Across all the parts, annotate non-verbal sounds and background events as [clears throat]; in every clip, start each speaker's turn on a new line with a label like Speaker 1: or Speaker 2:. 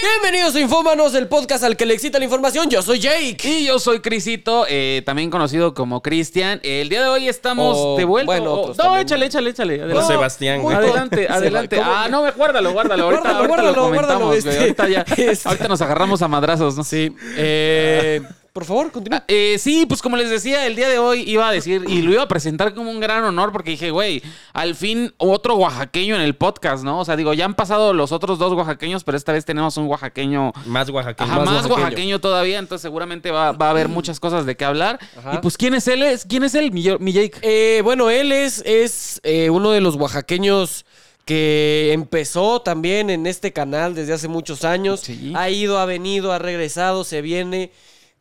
Speaker 1: Bienvenidos a Infómanos, el podcast al que le excita la información. Yo soy Jake.
Speaker 2: Y yo soy Crisito, eh, también conocido como Cristian. El día de hoy estamos
Speaker 1: O,
Speaker 2: de vuelta.
Speaker 1: bueno,
Speaker 2: o-
Speaker 1: otros
Speaker 2: no,
Speaker 1: también.
Speaker 2: échale, échale, échale.
Speaker 3: O
Speaker 2: Adelante.
Speaker 3: Sebastián,
Speaker 1: muy
Speaker 3: güey.
Speaker 1: bien. [laughs]
Speaker 2: Adelante,
Speaker 1: Se va,
Speaker 2: adelante.
Speaker 1: ¿cómo?
Speaker 2: Ah, no, me- guárdalo, guárdalo. Ahorita,
Speaker 1: Guárdalo,
Speaker 2: ahorita lo
Speaker 1: guárdalo, guárdalo,
Speaker 2: comentamos, güey.
Speaker 1: este.
Speaker 2: Ahorita
Speaker 1: [laughs]
Speaker 2: ya.
Speaker 1: Este.
Speaker 2: Ahorita nos agarramos a madrazos, ¿no?
Speaker 1: Sí. eh, por favor, continúa.
Speaker 2: Eh, sí, pues como les decía, el día de hoy iba a decir y lo iba a presentar como un gran honor porque dije, güey, al fin otro oaxaqueño en el podcast, ¿no? O sea, digo, ya han pasado los otros dos oaxaqueños, pero esta vez tenemos un oaxaqueño
Speaker 3: Más oaxaqueño.
Speaker 2: Ajá, más oaxaqueño todavía, entonces seguramente va, va a haber muchas cosas de qué hablar.
Speaker 1: Mm. Ajá.
Speaker 2: Y pues, ¿quién es él? Es- ¿Quién es él, mi, mi Jake?
Speaker 1: Eh, bueno, él es, es eh, uno de los oaxaqueños que empezó también en este canal desde hace muchos años.
Speaker 2: Sí.
Speaker 1: Ha ido, ha venido, ha regresado, se viene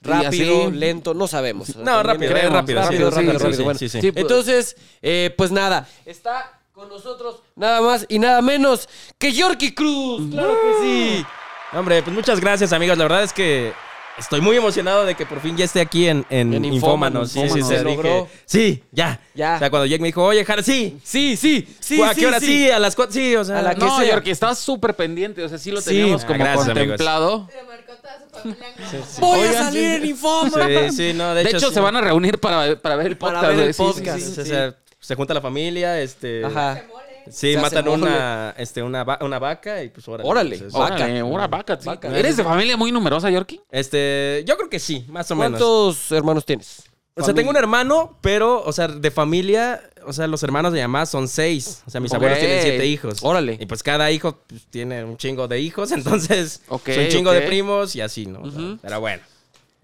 Speaker 1: rápido,
Speaker 2: así.
Speaker 1: lento, no sabemos.
Speaker 3: No, rápido,
Speaker 1: También-
Speaker 3: eh,
Speaker 1: rápido,
Speaker 2: sí,
Speaker 3: rápido,
Speaker 1: rápido,
Speaker 2: sí,
Speaker 1: rápido,
Speaker 2: sí,
Speaker 1: bueno.
Speaker 3: sí, sí.
Speaker 2: Sí, pues-
Speaker 1: Entonces, eh, pues nada, está con nosotros nada más y nada menos que Yorkie Cruz. Claro que sí.
Speaker 3: Hombre, pues muchas gracias, amigos. La verdad es que estoy muy emocionado de que por fin ya esté aquí en, en,
Speaker 1: En Infómanos,
Speaker 3: Infómanos. Sí, sí,
Speaker 1: Infómanos.
Speaker 3: sí.
Speaker 1: Se
Speaker 3: dije,
Speaker 1: logró.
Speaker 3: sí, ya.
Speaker 1: Ya.
Speaker 3: O sea, cuando Jake me dijo, oye, Jara, sí.
Speaker 1: Sí, sí, sí.
Speaker 3: Pues, ¿A
Speaker 1: sí,
Speaker 3: qué hora
Speaker 1: sí.
Speaker 3: sí? A las cuatro, sí, o sea.
Speaker 1: A la- que
Speaker 2: No,
Speaker 1: sea.
Speaker 2: Yorkie, estaba súper pendiente, o sea, sí lo
Speaker 1: Sí.
Speaker 2: teníamos
Speaker 3: Ah,
Speaker 2: como
Speaker 3: gracias,
Speaker 2: contemplado.
Speaker 4: Pero marcó toda su familia. ¿no?
Speaker 1: Voy a
Speaker 3: Oigan,
Speaker 1: salir
Speaker 3: sí.
Speaker 1: en Infoma.
Speaker 3: Sí,
Speaker 1: [laughs]
Speaker 3: sí, no, de,
Speaker 2: De hecho,
Speaker 3: sí.
Speaker 2: se van a reunir para, para ver el
Speaker 1: Para
Speaker 2: podcast.
Speaker 1: ver el
Speaker 2: güey. Sí, sí,
Speaker 1: podcast.
Speaker 2: sí.
Speaker 3: Sí, o sea, se junta la familia, este.
Speaker 1: Ajá.
Speaker 4: Mole.
Speaker 3: Sí,
Speaker 1: Se
Speaker 3: matan
Speaker 1: hace mole.
Speaker 3: una, este, una, va- una vaca y pues órale.
Speaker 1: Órale.
Speaker 3: Entonces,
Speaker 1: Vaca.
Speaker 2: Órale, ahora vaca, sí.
Speaker 1: Vaca.
Speaker 2: ¿Eres de familia muy numerosa, Yorkie?
Speaker 3: Este, yo creo que sí, más o menos.
Speaker 1: ¿Cuántos hermanos tienes?
Speaker 3: O sea, tengo un hermano, pero, o sea, de familia, o sea, los hermanos de mi mamá son seis. O sea, mis
Speaker 2: Ok.
Speaker 3: abuelos tienen siete hijos.
Speaker 1: Órale.
Speaker 3: Y pues cada hijo pues, tiene un chingo de hijos, [laughs] entonces
Speaker 2: Ok,
Speaker 3: es un chingo
Speaker 2: ok.
Speaker 3: de primos y así, ¿no? O sea, Pero bueno.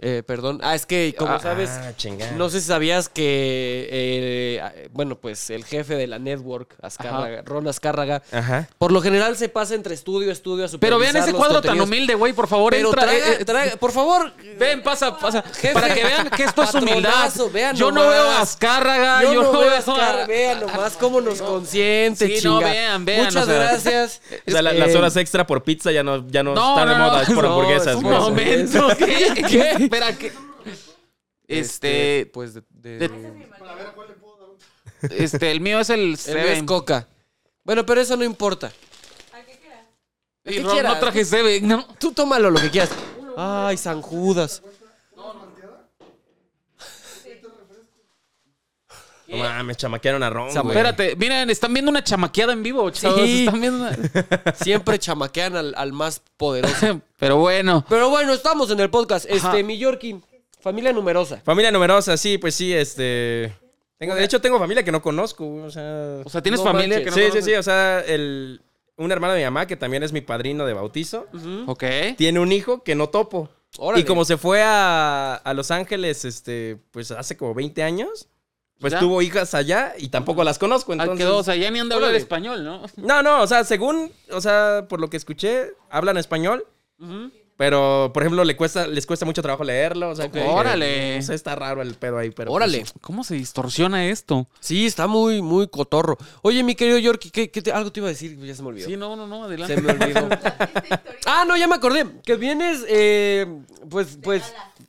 Speaker 1: Eh, perdón. Ah, es que, como
Speaker 2: Ah,
Speaker 1: sabes,
Speaker 3: ah, chingada.
Speaker 1: no sé si sabías que, eh, bueno, pues el jefe de la network, Azcárraga, Ron Azcárraga,
Speaker 3: Ajá.
Speaker 1: por lo general se pasa entre estudio a estudio a
Speaker 2: Pero
Speaker 1: supervisar
Speaker 2: vean ese
Speaker 1: los
Speaker 2: cuadro tan
Speaker 1: contenidos.
Speaker 2: humilde, güey, por favor,
Speaker 1: Pero
Speaker 2: entra.
Speaker 1: traga-
Speaker 2: eh, eh,
Speaker 1: traga- por favor,
Speaker 2: Ven, pasa, pasa.
Speaker 1: Jefe,
Speaker 2: para que vean que esto es humildad.
Speaker 1: patronazo, vean
Speaker 2: yo no
Speaker 1: nomás.
Speaker 2: veo a Azcárraga,
Speaker 1: yo, no veo a
Speaker 2: a-
Speaker 1: Azcárraga. Vean nomás cómo nos consiente,
Speaker 2: Sí, no,
Speaker 1: chinga.
Speaker 2: vean, vean,
Speaker 1: Muchas
Speaker 2: o sea. [laughs]
Speaker 1: gracias.
Speaker 3: O sea, la-
Speaker 1: Eh,
Speaker 3: las horas extra por pizza ya no, ya no,
Speaker 2: No,
Speaker 3: están de
Speaker 2: no, no.
Speaker 3: moda, es por
Speaker 1: No,
Speaker 3: hamburguesas.
Speaker 1: es
Speaker 2: Un
Speaker 3: güey.
Speaker 1: Bueno,
Speaker 2: momento, [laughs] ¿qué? ¿Qué? Espera, ¿qué? Este,
Speaker 1: pues de, de-
Speaker 2: de- este, el mío es el
Speaker 1: el mío es
Speaker 2: Seven.
Speaker 1: coca. Bueno, pero eso no importa.
Speaker 4: ¿A qué quieras?
Speaker 1: el
Speaker 2: Y
Speaker 1: que
Speaker 2: Ron,
Speaker 1: quieras.
Speaker 2: no traje Seven, ¿no?
Speaker 1: Tú tómalo lo que quieras. Ay, San Judas.
Speaker 3: No mames, chamaquearon a Ron, güey.
Speaker 2: Espérate, miren, están viendo una chamaqueada en vivo, chavos.
Speaker 1: Sí.
Speaker 2: Están viendo una- [laughs]
Speaker 1: Siempre chamaquean al, al más poderoso.
Speaker 2: Pero bueno.
Speaker 1: Pero bueno, estamos en el podcast.
Speaker 2: Ajá.
Speaker 1: Este, mi Yorkie, familia numerosa.
Speaker 3: Familia numerosa, sí, pues sí, este... Tengo, de hecho, tengo familia que no conozco, güey, o sea...
Speaker 2: O sea, tienes
Speaker 1: No
Speaker 2: familia
Speaker 1: manches.
Speaker 2: que
Speaker 3: Sí,
Speaker 2: no
Speaker 3: sí, sí, o sea, el, un hermano de mi mamá que también es mi padrino de bautizo.
Speaker 2: sí. Ok.
Speaker 3: tiene un hijo que no topo.
Speaker 1: Órale.
Speaker 3: Y como se fue a, a Los Ángeles, este, pues hace como 20 años, pues
Speaker 2: ¿Ya?
Speaker 3: tuvo hijas allá y tampoco las conozco.
Speaker 2: Al
Speaker 3: Entonces,
Speaker 2: quedó, o sea, ya ni han de hablar
Speaker 1: Órale.
Speaker 2: español, ¿no?
Speaker 3: No, no, o sea, según, o sea, por lo que escuché, hablan español. Pero, por ejemplo, le cuesta, les cuesta mucho trabajo leerlo. O sea, como que,
Speaker 2: Órale.
Speaker 3: no sé, está raro el pedo ahí, pero. pues,
Speaker 1: Órale.
Speaker 2: ¿Cómo se distorsiona esto?
Speaker 1: Sí, está muy, muy cotorro. Oye, mi querido Yorkie, ¿qué, qué te- algo te iba a decir, ya se me olvidó.
Speaker 2: Sí, no, no, no, adelante.
Speaker 1: se me
Speaker 2: [laughs]
Speaker 1: olvidó. ah, no, ya me acordé. Que vienes, eh, pues, pues,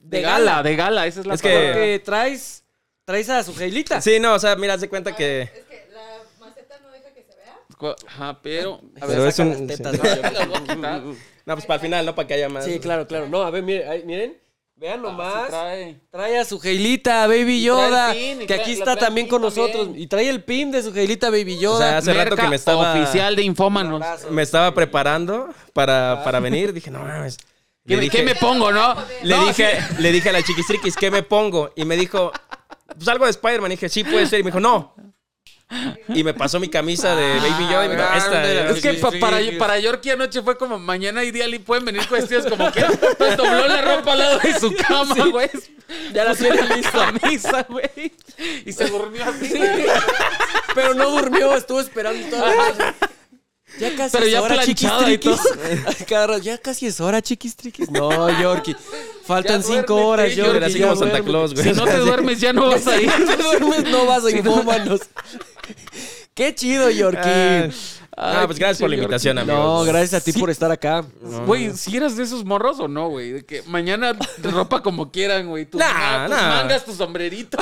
Speaker 2: De gala, eh. de gala, esa es la
Speaker 3: Es que-
Speaker 2: palabra.
Speaker 1: Porque traes, traes a su Jailita.
Speaker 3: pues, sí, no, o sea, mira, haz de cuenta que.
Speaker 4: Es que la maceta no deja que se vea.
Speaker 2: Cu- Ajá, pero.
Speaker 1: A
Speaker 3: Pero
Speaker 1: ver,
Speaker 3: es
Speaker 1: saca
Speaker 3: un-
Speaker 1: las tetas.
Speaker 3: sí.
Speaker 2: [laughs]
Speaker 1: ¿no?
Speaker 3: No, pues para el final, ¿no? Para que haya más.
Speaker 1: [laughs] sí, claro, claro. No, a ver, miren, ahí, miren. vean nomás.
Speaker 2: Ah, Trae.
Speaker 1: Trae a su Jailita, Baby
Speaker 2: Y trae el
Speaker 1: Yoda,
Speaker 2: pin, y
Speaker 1: que
Speaker 2: trae-
Speaker 1: aquí
Speaker 2: la
Speaker 1: está
Speaker 2: trae el
Speaker 1: también
Speaker 2: pin
Speaker 1: con
Speaker 2: también.
Speaker 1: nosotros. Y trae el pin de su Jailita Baby Yoda.
Speaker 3: O sea, hace rato
Speaker 2: Merca
Speaker 3: que me estaba.
Speaker 2: Oficial de Infómanos.
Speaker 3: Me estaba preparando para, para venir. Dije, no mames.
Speaker 2: ¿Qué,
Speaker 3: Le
Speaker 2: me-
Speaker 3: dije-
Speaker 2: qué me pongo, no?
Speaker 3: Le,
Speaker 2: No,
Speaker 3: dije,
Speaker 2: sí.
Speaker 3: le dije a la chiquistriquis, ¿qué me pongo? Y me dijo, pues algo de Spider-Man. Y dije, sí, puede ser. Y me dijo, no. Y me pasó mi camisa de
Speaker 2: Ah,
Speaker 3: Baby Yoda. Y me dijo, esta.
Speaker 1: Ah, grande,
Speaker 3: Y yo,
Speaker 2: Es que
Speaker 1: Sí,
Speaker 2: pa-
Speaker 1: sí,
Speaker 2: para,
Speaker 1: sí.
Speaker 2: para Yorkie anoche fue como mañana y día y pueden venir con vestidos como que Entonces dobló la ropa al lado de su cama, güey.
Speaker 1: Ya la tiene lista.
Speaker 2: Camisa, güey. Y se durmió así.
Speaker 1: Pero no durmió, estuvo esperando toda la noche. Ya casi
Speaker 2: Pero
Speaker 1: es
Speaker 2: ya
Speaker 1: hora,
Speaker 2: planchada y
Speaker 1: chiquistriquis. [laughs] Ay, caro, ya casi es hora, chiquistriquis. No, Yorkie. Faltan
Speaker 2: Ya
Speaker 1: cinco
Speaker 2: duérmete,
Speaker 1: horas,
Speaker 2: Yorkie,
Speaker 1: Yorkie.
Speaker 3: Era así
Speaker 1: ya
Speaker 3: como Santa
Speaker 1: duérmete.
Speaker 3: Claus, güey.
Speaker 2: Si no
Speaker 3: [laughs]
Speaker 2: te duermes, ya no
Speaker 1: [laughs]
Speaker 2: vas a ir.
Speaker 1: Si te duermes, no vas a infómanos. [laughs] Qué chido, Yorkie.
Speaker 3: Ah, pues gracias por la
Speaker 2: señor.
Speaker 3: invitación, amigo.
Speaker 1: No, gracias a ti por estar acá.
Speaker 2: Güey, si eras de esos morros o no, güey. De que mañana te ropa como quieran, güey. Tus,
Speaker 3: Nah,
Speaker 2: tus
Speaker 3: nah.
Speaker 2: mangas, tu sombrerito.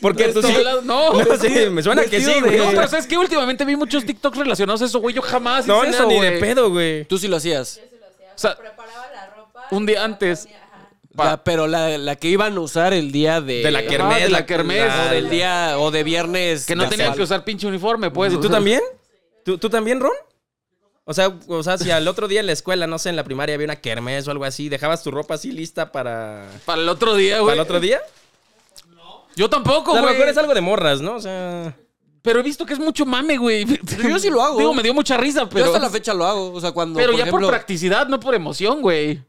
Speaker 3: Porque [laughs] tú sí.
Speaker 2: Desdoblado, no.
Speaker 3: No, sí, me suena que sí,
Speaker 1: Vestido
Speaker 3: güey.
Speaker 1: de-
Speaker 2: No, pero ¿sabes qué? Últimamente vi muchos TikToks relacionados a eso, güey. Yo jamás
Speaker 3: No,
Speaker 2: hice
Speaker 3: no,
Speaker 2: eso,
Speaker 3: ni
Speaker 2: güey.
Speaker 3: de pedo, güey.
Speaker 1: Tú sí lo hacías.
Speaker 2: sea,
Speaker 4: preparaba la ropa.
Speaker 2: un
Speaker 4: y
Speaker 2: día
Speaker 4: la
Speaker 2: antes.
Speaker 4: ponía, ajá.
Speaker 2: Pa-
Speaker 1: La- pero la, la que iban a usar el día de.
Speaker 3: De la
Speaker 1: Ajá,
Speaker 3: kermés,
Speaker 2: Ah, de la
Speaker 3: la-
Speaker 2: kermés.
Speaker 1: O del día. O de viernes.
Speaker 2: que no tenías
Speaker 1: casual.
Speaker 2: que usar pinche uniforme, pues.
Speaker 3: ¿Y tú también? ¿Tú, tú también, Ron? O sea, o sea, si al otro día en la escuela, no sé, en la primaria había una kermés o algo así, ¿dejabas tu ropa así lista para,
Speaker 2: Para el otro día,
Speaker 3: para
Speaker 2: güey.
Speaker 3: el otro día?
Speaker 2: Yo tampoco,
Speaker 3: O sea, a
Speaker 2: güey.
Speaker 3: lo mejor es algo de morras, ¿no? O sea...
Speaker 2: Pero he visto que es mucho mame, güey.
Speaker 1: yo sí lo hago.
Speaker 2: [laughs] Digo, me dio mucha risa,
Speaker 1: Yo
Speaker 2: pero.
Speaker 1: hasta la fecha lo hago. O sea, cuando.
Speaker 2: pero
Speaker 1: por
Speaker 2: ya
Speaker 1: ejemplo,
Speaker 2: por practicidad, no por emoción, güey.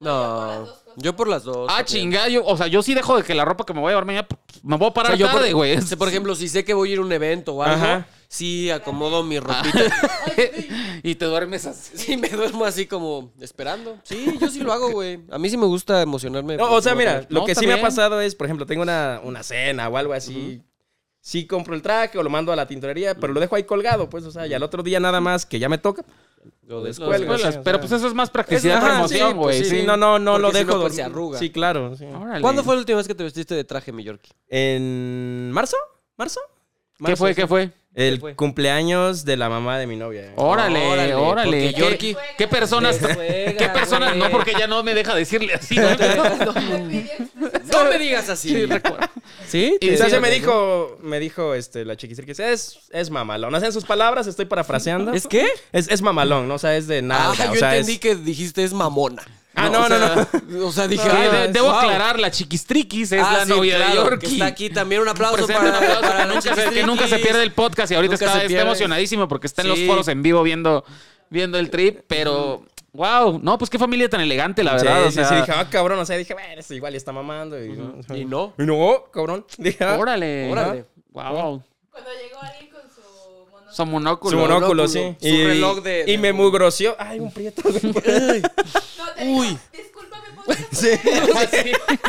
Speaker 1: No. Yo por las dos.
Speaker 2: Ah,
Speaker 1: también.
Speaker 2: chingada, yo, o sea, yo sí dejo de que la ropa que me voy a llevar mañana p- me voy a parar
Speaker 1: O sea, yo por-
Speaker 2: tarde, güey.
Speaker 1: si, [laughs] por ejemplo, si sé que voy a ir a un evento o algo,
Speaker 3: Ajá.
Speaker 1: sí acomodo
Speaker 2: Ah.
Speaker 1: mi ropita.
Speaker 2: [laughs] [laughs]
Speaker 1: [laughs]
Speaker 2: y te duermes así.
Speaker 1: Sí, me duermo así como esperando. Sí, yo sí lo hago, güey. A mí sí me gusta emocionarme.
Speaker 3: No, o sea, mira,
Speaker 2: No,
Speaker 3: lo que
Speaker 2: está
Speaker 3: sí me ha
Speaker 2: bien.
Speaker 3: pasado es, por ejemplo, tengo una, una cena o algo así. Sí compro el traje o lo mando a la tintorería, pero lo dejo ahí colgado, pues, o sea, y al otro día nada más que ya me toca.
Speaker 1: Lo
Speaker 2: Lo
Speaker 1: descuelgo.
Speaker 2: descuelgas,
Speaker 3: sí, o sea.
Speaker 2: pero pues eso es más practicidad
Speaker 3: Ajá,
Speaker 2: por emoción,
Speaker 3: sí,
Speaker 2: güey.
Speaker 3: pues,
Speaker 2: sí,
Speaker 3: sí, no, no, no
Speaker 1: Porque
Speaker 3: lo
Speaker 1: si
Speaker 3: dejo.
Speaker 1: no, pues,
Speaker 3: dormir.
Speaker 1: se arruga.
Speaker 3: Sí, claro. sí.
Speaker 2: Órale.
Speaker 1: ¿Cuándo fue la última vez que te vestiste de traje, mi Yorkie?
Speaker 3: En marzo, marzo.
Speaker 2: ¿Qué
Speaker 3: Marzo,
Speaker 2: fue?
Speaker 3: sí.
Speaker 2: ¿Qué fue?
Speaker 3: El
Speaker 1: ¿Qué fue?
Speaker 3: cumpleaños de la mamá de mi novia.
Speaker 1: Oh,
Speaker 2: Órale, órale.
Speaker 1: Órale, porque
Speaker 2: ¿Qué,
Speaker 1: Yorkie-
Speaker 2: qué personas?
Speaker 1: Juega,
Speaker 2: [laughs] ¿Qué personas?
Speaker 1: güey.
Speaker 2: No, porque ya no me deja decirle
Speaker 1: [laughs]
Speaker 2: así. ¿no?
Speaker 4: Me pidió [laughs] explicación.
Speaker 1: No me digas así.
Speaker 3: Sí,
Speaker 2: te-
Speaker 3: entonces me
Speaker 2: sí,
Speaker 3: dijo, me dijo este, la chiquisir que dice, es, es mamalón. No sé, en sus palabras estoy parafraseando.
Speaker 1: ¿Es qué?
Speaker 3: Es, es mamalón, ¿no? O sea, es de nada.
Speaker 1: Ah,
Speaker 3: o sea,
Speaker 1: yo entendí
Speaker 3: es-
Speaker 1: que dijiste es mamona.
Speaker 3: Ah, no,
Speaker 1: o
Speaker 3: no,
Speaker 1: sea, O sea, dije.
Speaker 2: Que
Speaker 1: ah,
Speaker 2: de- debo
Speaker 1: wow.
Speaker 2: aclarar, la chiquistriquis es
Speaker 1: Ah,
Speaker 2: la
Speaker 1: sí,
Speaker 2: novia de
Speaker 1: claro, que
Speaker 2: Yorkie.
Speaker 1: Está aquí también un aplauso
Speaker 2: Presente,
Speaker 1: para,
Speaker 2: un aplauso,
Speaker 1: para
Speaker 2: que,
Speaker 1: la
Speaker 2: nunca se,
Speaker 1: chiquistriquis.
Speaker 2: que nunca se pierde el podcast y ahorita
Speaker 1: Nunca se
Speaker 2: está, está
Speaker 1: pierde.
Speaker 2: emocionadísimo porque está en los
Speaker 1: Sí.
Speaker 2: foros en vivo viendo, viendo el trip, pero wow, no, pues qué familia tan elegante, la
Speaker 3: Sí,
Speaker 2: verdad. o
Speaker 3: sí,
Speaker 2: sea,
Speaker 3: sí, dije, ah, cabrón, o sea, dije, bueno, es igual, y está mamando. Y,
Speaker 1: Y
Speaker 2: [laughs]
Speaker 1: no.
Speaker 3: Y no, "Oh, cabrón. [laughs] Dije, ah,
Speaker 2: órale,
Speaker 1: Órale.
Speaker 2: wow,
Speaker 4: Cuando llegó alguien con su mono.
Speaker 2: son
Speaker 3: su
Speaker 2: monóculo.
Speaker 3: monóculo,
Speaker 1: monóculo,
Speaker 3: sí.
Speaker 1: su reloj de-
Speaker 3: Y
Speaker 1: de-
Speaker 3: me mugroció. Ay, un prieto. güey.
Speaker 4: No, te digo,
Speaker 1: Uy.
Speaker 4: Discúlpame, ¿podrías
Speaker 2: Ah,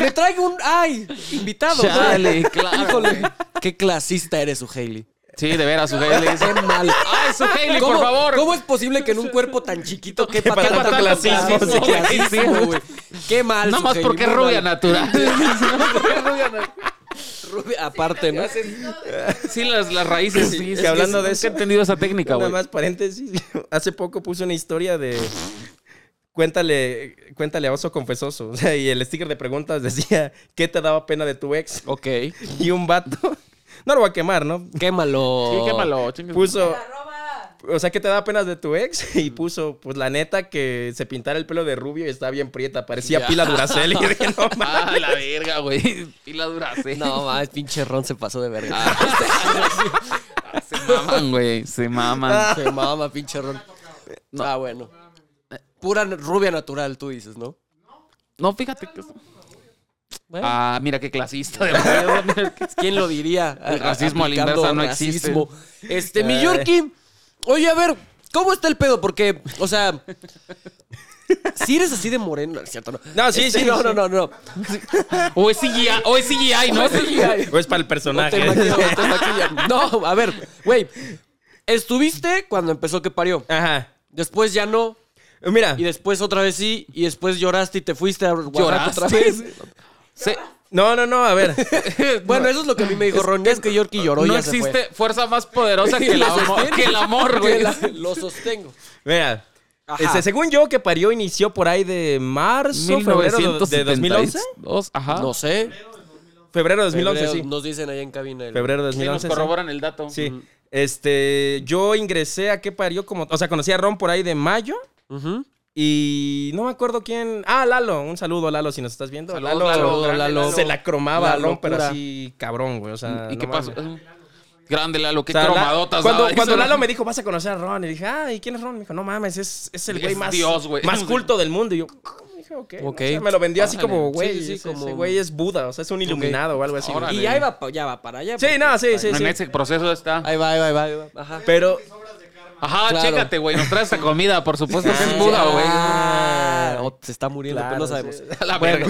Speaker 1: [laughs] Le traigo un. ¡Ay! Invitado. [laughs]
Speaker 2: Chale, claro,
Speaker 1: Híjole.
Speaker 2: güey.
Speaker 1: Qué clasista eres, su Hailey.
Speaker 2: Sí, de veras, su Hailey.
Speaker 1: Qué mal.
Speaker 2: Ay, su Hailey, por
Speaker 1: ¿Cómo-
Speaker 2: favor.
Speaker 1: ¿Cómo es posible que en un cuerpo tan chiquito quepa
Speaker 3: Quepa
Speaker 1: tanto
Speaker 3: tanto
Speaker 1: clasismo?
Speaker 3: clasismo,
Speaker 1: güey?
Speaker 2: sí, sí,
Speaker 1: Clasismo,
Speaker 2: güey.
Speaker 1: güey. Qué mal.
Speaker 2: Nada
Speaker 1: su
Speaker 2: más
Speaker 1: Hailey,
Speaker 2: porque es
Speaker 1: muy
Speaker 2: rubia
Speaker 1: mal.
Speaker 2: natural. Nada más porque es rubia natural.
Speaker 1: Rubia, Aparte, ¿no?
Speaker 2: Sí, las, las raíces. Sí,
Speaker 3: Sí,
Speaker 2: sí,
Speaker 3: que
Speaker 2: es que
Speaker 3: hablando
Speaker 2: nunca
Speaker 3: de
Speaker 2: he
Speaker 3: eso-
Speaker 2: entendido esa técnica,
Speaker 3: Nada
Speaker 2: güey.
Speaker 3: más paréntesis. [laughs] Hace poco puse una historia de. Cuéntale, cuéntale a oso confesoso. [laughs] O sea, y el sticker de preguntas decía, ¿qué te daba pena de tu ex?
Speaker 1: Ok.
Speaker 3: [laughs] Y un vato. No lo voy a quemar, ¿no?
Speaker 1: Quémalo.
Speaker 2: Sí, qué malo, chingue.
Speaker 3: Puso.
Speaker 4: La roba.
Speaker 3: O sea, ¿qué te daba pena de tu ex? [laughs] Y puso, pues la neta, que se pintara el pelo de rubio y estaba bien prieta. Parecía
Speaker 1: Ya.
Speaker 3: pila Duracell. [laughs] Y yo dije, no, ma-
Speaker 2: Ah, la verga, güey. Pila dura, sí.
Speaker 1: No, mames, pinche Ron se pasó de verga.
Speaker 2: Ah, Se maman, güey. Se maman.
Speaker 1: Se mama, pinche Ron. Ah, bueno. Pura n- rubia natural, tú dices, ¿no?
Speaker 2: No, fíjate que.
Speaker 1: Bueno.
Speaker 2: Ah, mira qué clasista. de verdad.
Speaker 1: ¿Quién lo diría?
Speaker 2: El racismo a la
Speaker 1: Aplicando
Speaker 2: inversa no existe. Eh.
Speaker 1: racismo. Este, mi Yorkie, oye, a ver, ¿cómo está el pedo? Porque, o sea, si eres así de moreno, no, es cierto, no.
Speaker 3: No, sí,
Speaker 1: Este,
Speaker 3: sí,
Speaker 1: No,
Speaker 3: sí.
Speaker 1: no, no, no.
Speaker 2: O es CGI, o es CGI, ¿no?
Speaker 3: O es para el
Speaker 1: O te
Speaker 3: personaje. [laughs]
Speaker 1: maquillan, o te maquillan. No, a ver, güey, estuviste cuando empezó que parió.
Speaker 3: Ajá.
Speaker 1: Después ya no,
Speaker 3: Mira,
Speaker 1: y después otra vez sí, y después lloraste y te fuiste a Oaxaca otra
Speaker 2: ¿Lloraste?
Speaker 1: vez.
Speaker 2: Se-
Speaker 3: no, no, no, a ver.
Speaker 1: [laughs] Bueno, eso es lo que a mí me dijo Ron. Es que Yorkie lloró y
Speaker 2: no
Speaker 1: ya se fue. [laughs]
Speaker 2: existe fuerza más poderosa que el
Speaker 1: Lo
Speaker 2: amor,
Speaker 1: sostengo.
Speaker 2: que el amor,
Speaker 1: [laughs]
Speaker 2: güey.
Speaker 1: Que la- Lo sostengo.
Speaker 3: Mira.
Speaker 1: Ajá.
Speaker 3: Este, según yo, que parió inició por ahí de marzo, febrero de- de 2011.
Speaker 2: 1972, Ajá.
Speaker 1: No sé.
Speaker 3: Febrero de 2011,
Speaker 1: Febrero,
Speaker 3: sí.
Speaker 1: Nos dicen allá en cabina. el-
Speaker 3: Febrero de
Speaker 2: Sí, nos
Speaker 3: 2011. sí.
Speaker 2: corroboran el dato.
Speaker 3: Sí. Este, yo ingresé a que parió como, o sea, conocí a Ron por ahí de mayo
Speaker 1: Ujú.
Speaker 3: y no me acuerdo quién. Ah, Lalo, un saludo Lalo si nos estás viendo.
Speaker 2: Saludos,
Speaker 3: Lalo,
Speaker 2: Lalo,
Speaker 3: Lalo,
Speaker 2: grande Lalo.
Speaker 3: se la cromaba a
Speaker 1: La
Speaker 3: Ron, pero
Speaker 1: locura.
Speaker 3: así cabrón, güey, o sea,
Speaker 2: ¿Y
Speaker 3: no
Speaker 2: qué pasó?
Speaker 3: mames.
Speaker 2: Grande Lalo, qué
Speaker 3: O sea, la-
Speaker 2: cromadotas.
Speaker 3: cuando,
Speaker 2: daba.
Speaker 3: cuando
Speaker 2: Eso-
Speaker 3: Lalo me dijo, vas a conocer a Ron, y dije, ah, ¿y quién es Ron? Me dijo, no mames, es, es el
Speaker 2: Es
Speaker 3: güey más,
Speaker 2: Dios,
Speaker 1: [laughs]
Speaker 2: güey.
Speaker 3: más culto del mundo. Y yo, dije, ok. ¿no?
Speaker 1: Ok.
Speaker 3: O sea, me lo vendió así
Speaker 2: Órale.
Speaker 3: como, güey,
Speaker 1: Sí, sí,
Speaker 3: ese,
Speaker 1: como-
Speaker 3: ese güey es Buda, o sea, es un iluminado o algo así. güey.
Speaker 2: Órale.
Speaker 1: Y ahí va, pa- ya va para allá.
Speaker 3: Sí,
Speaker 1: porque-
Speaker 3: no, sí, sí,
Speaker 2: En
Speaker 3: sí.
Speaker 2: ese proceso está.
Speaker 1: Ahí va, ahí va, ahí va. ahí va. Ajá.
Speaker 3: Pero,
Speaker 2: Ajá,
Speaker 1: Claro.
Speaker 2: chécate, güey. Nos trae esta comida, por supuesto que es Buda, güey.
Speaker 1: Ah, o se está muriendo,
Speaker 3: Claro,
Speaker 1: pero no
Speaker 3: sí.
Speaker 1: [laughs] sabemos.
Speaker 2: A la
Speaker 3: [laughs]
Speaker 2: verga.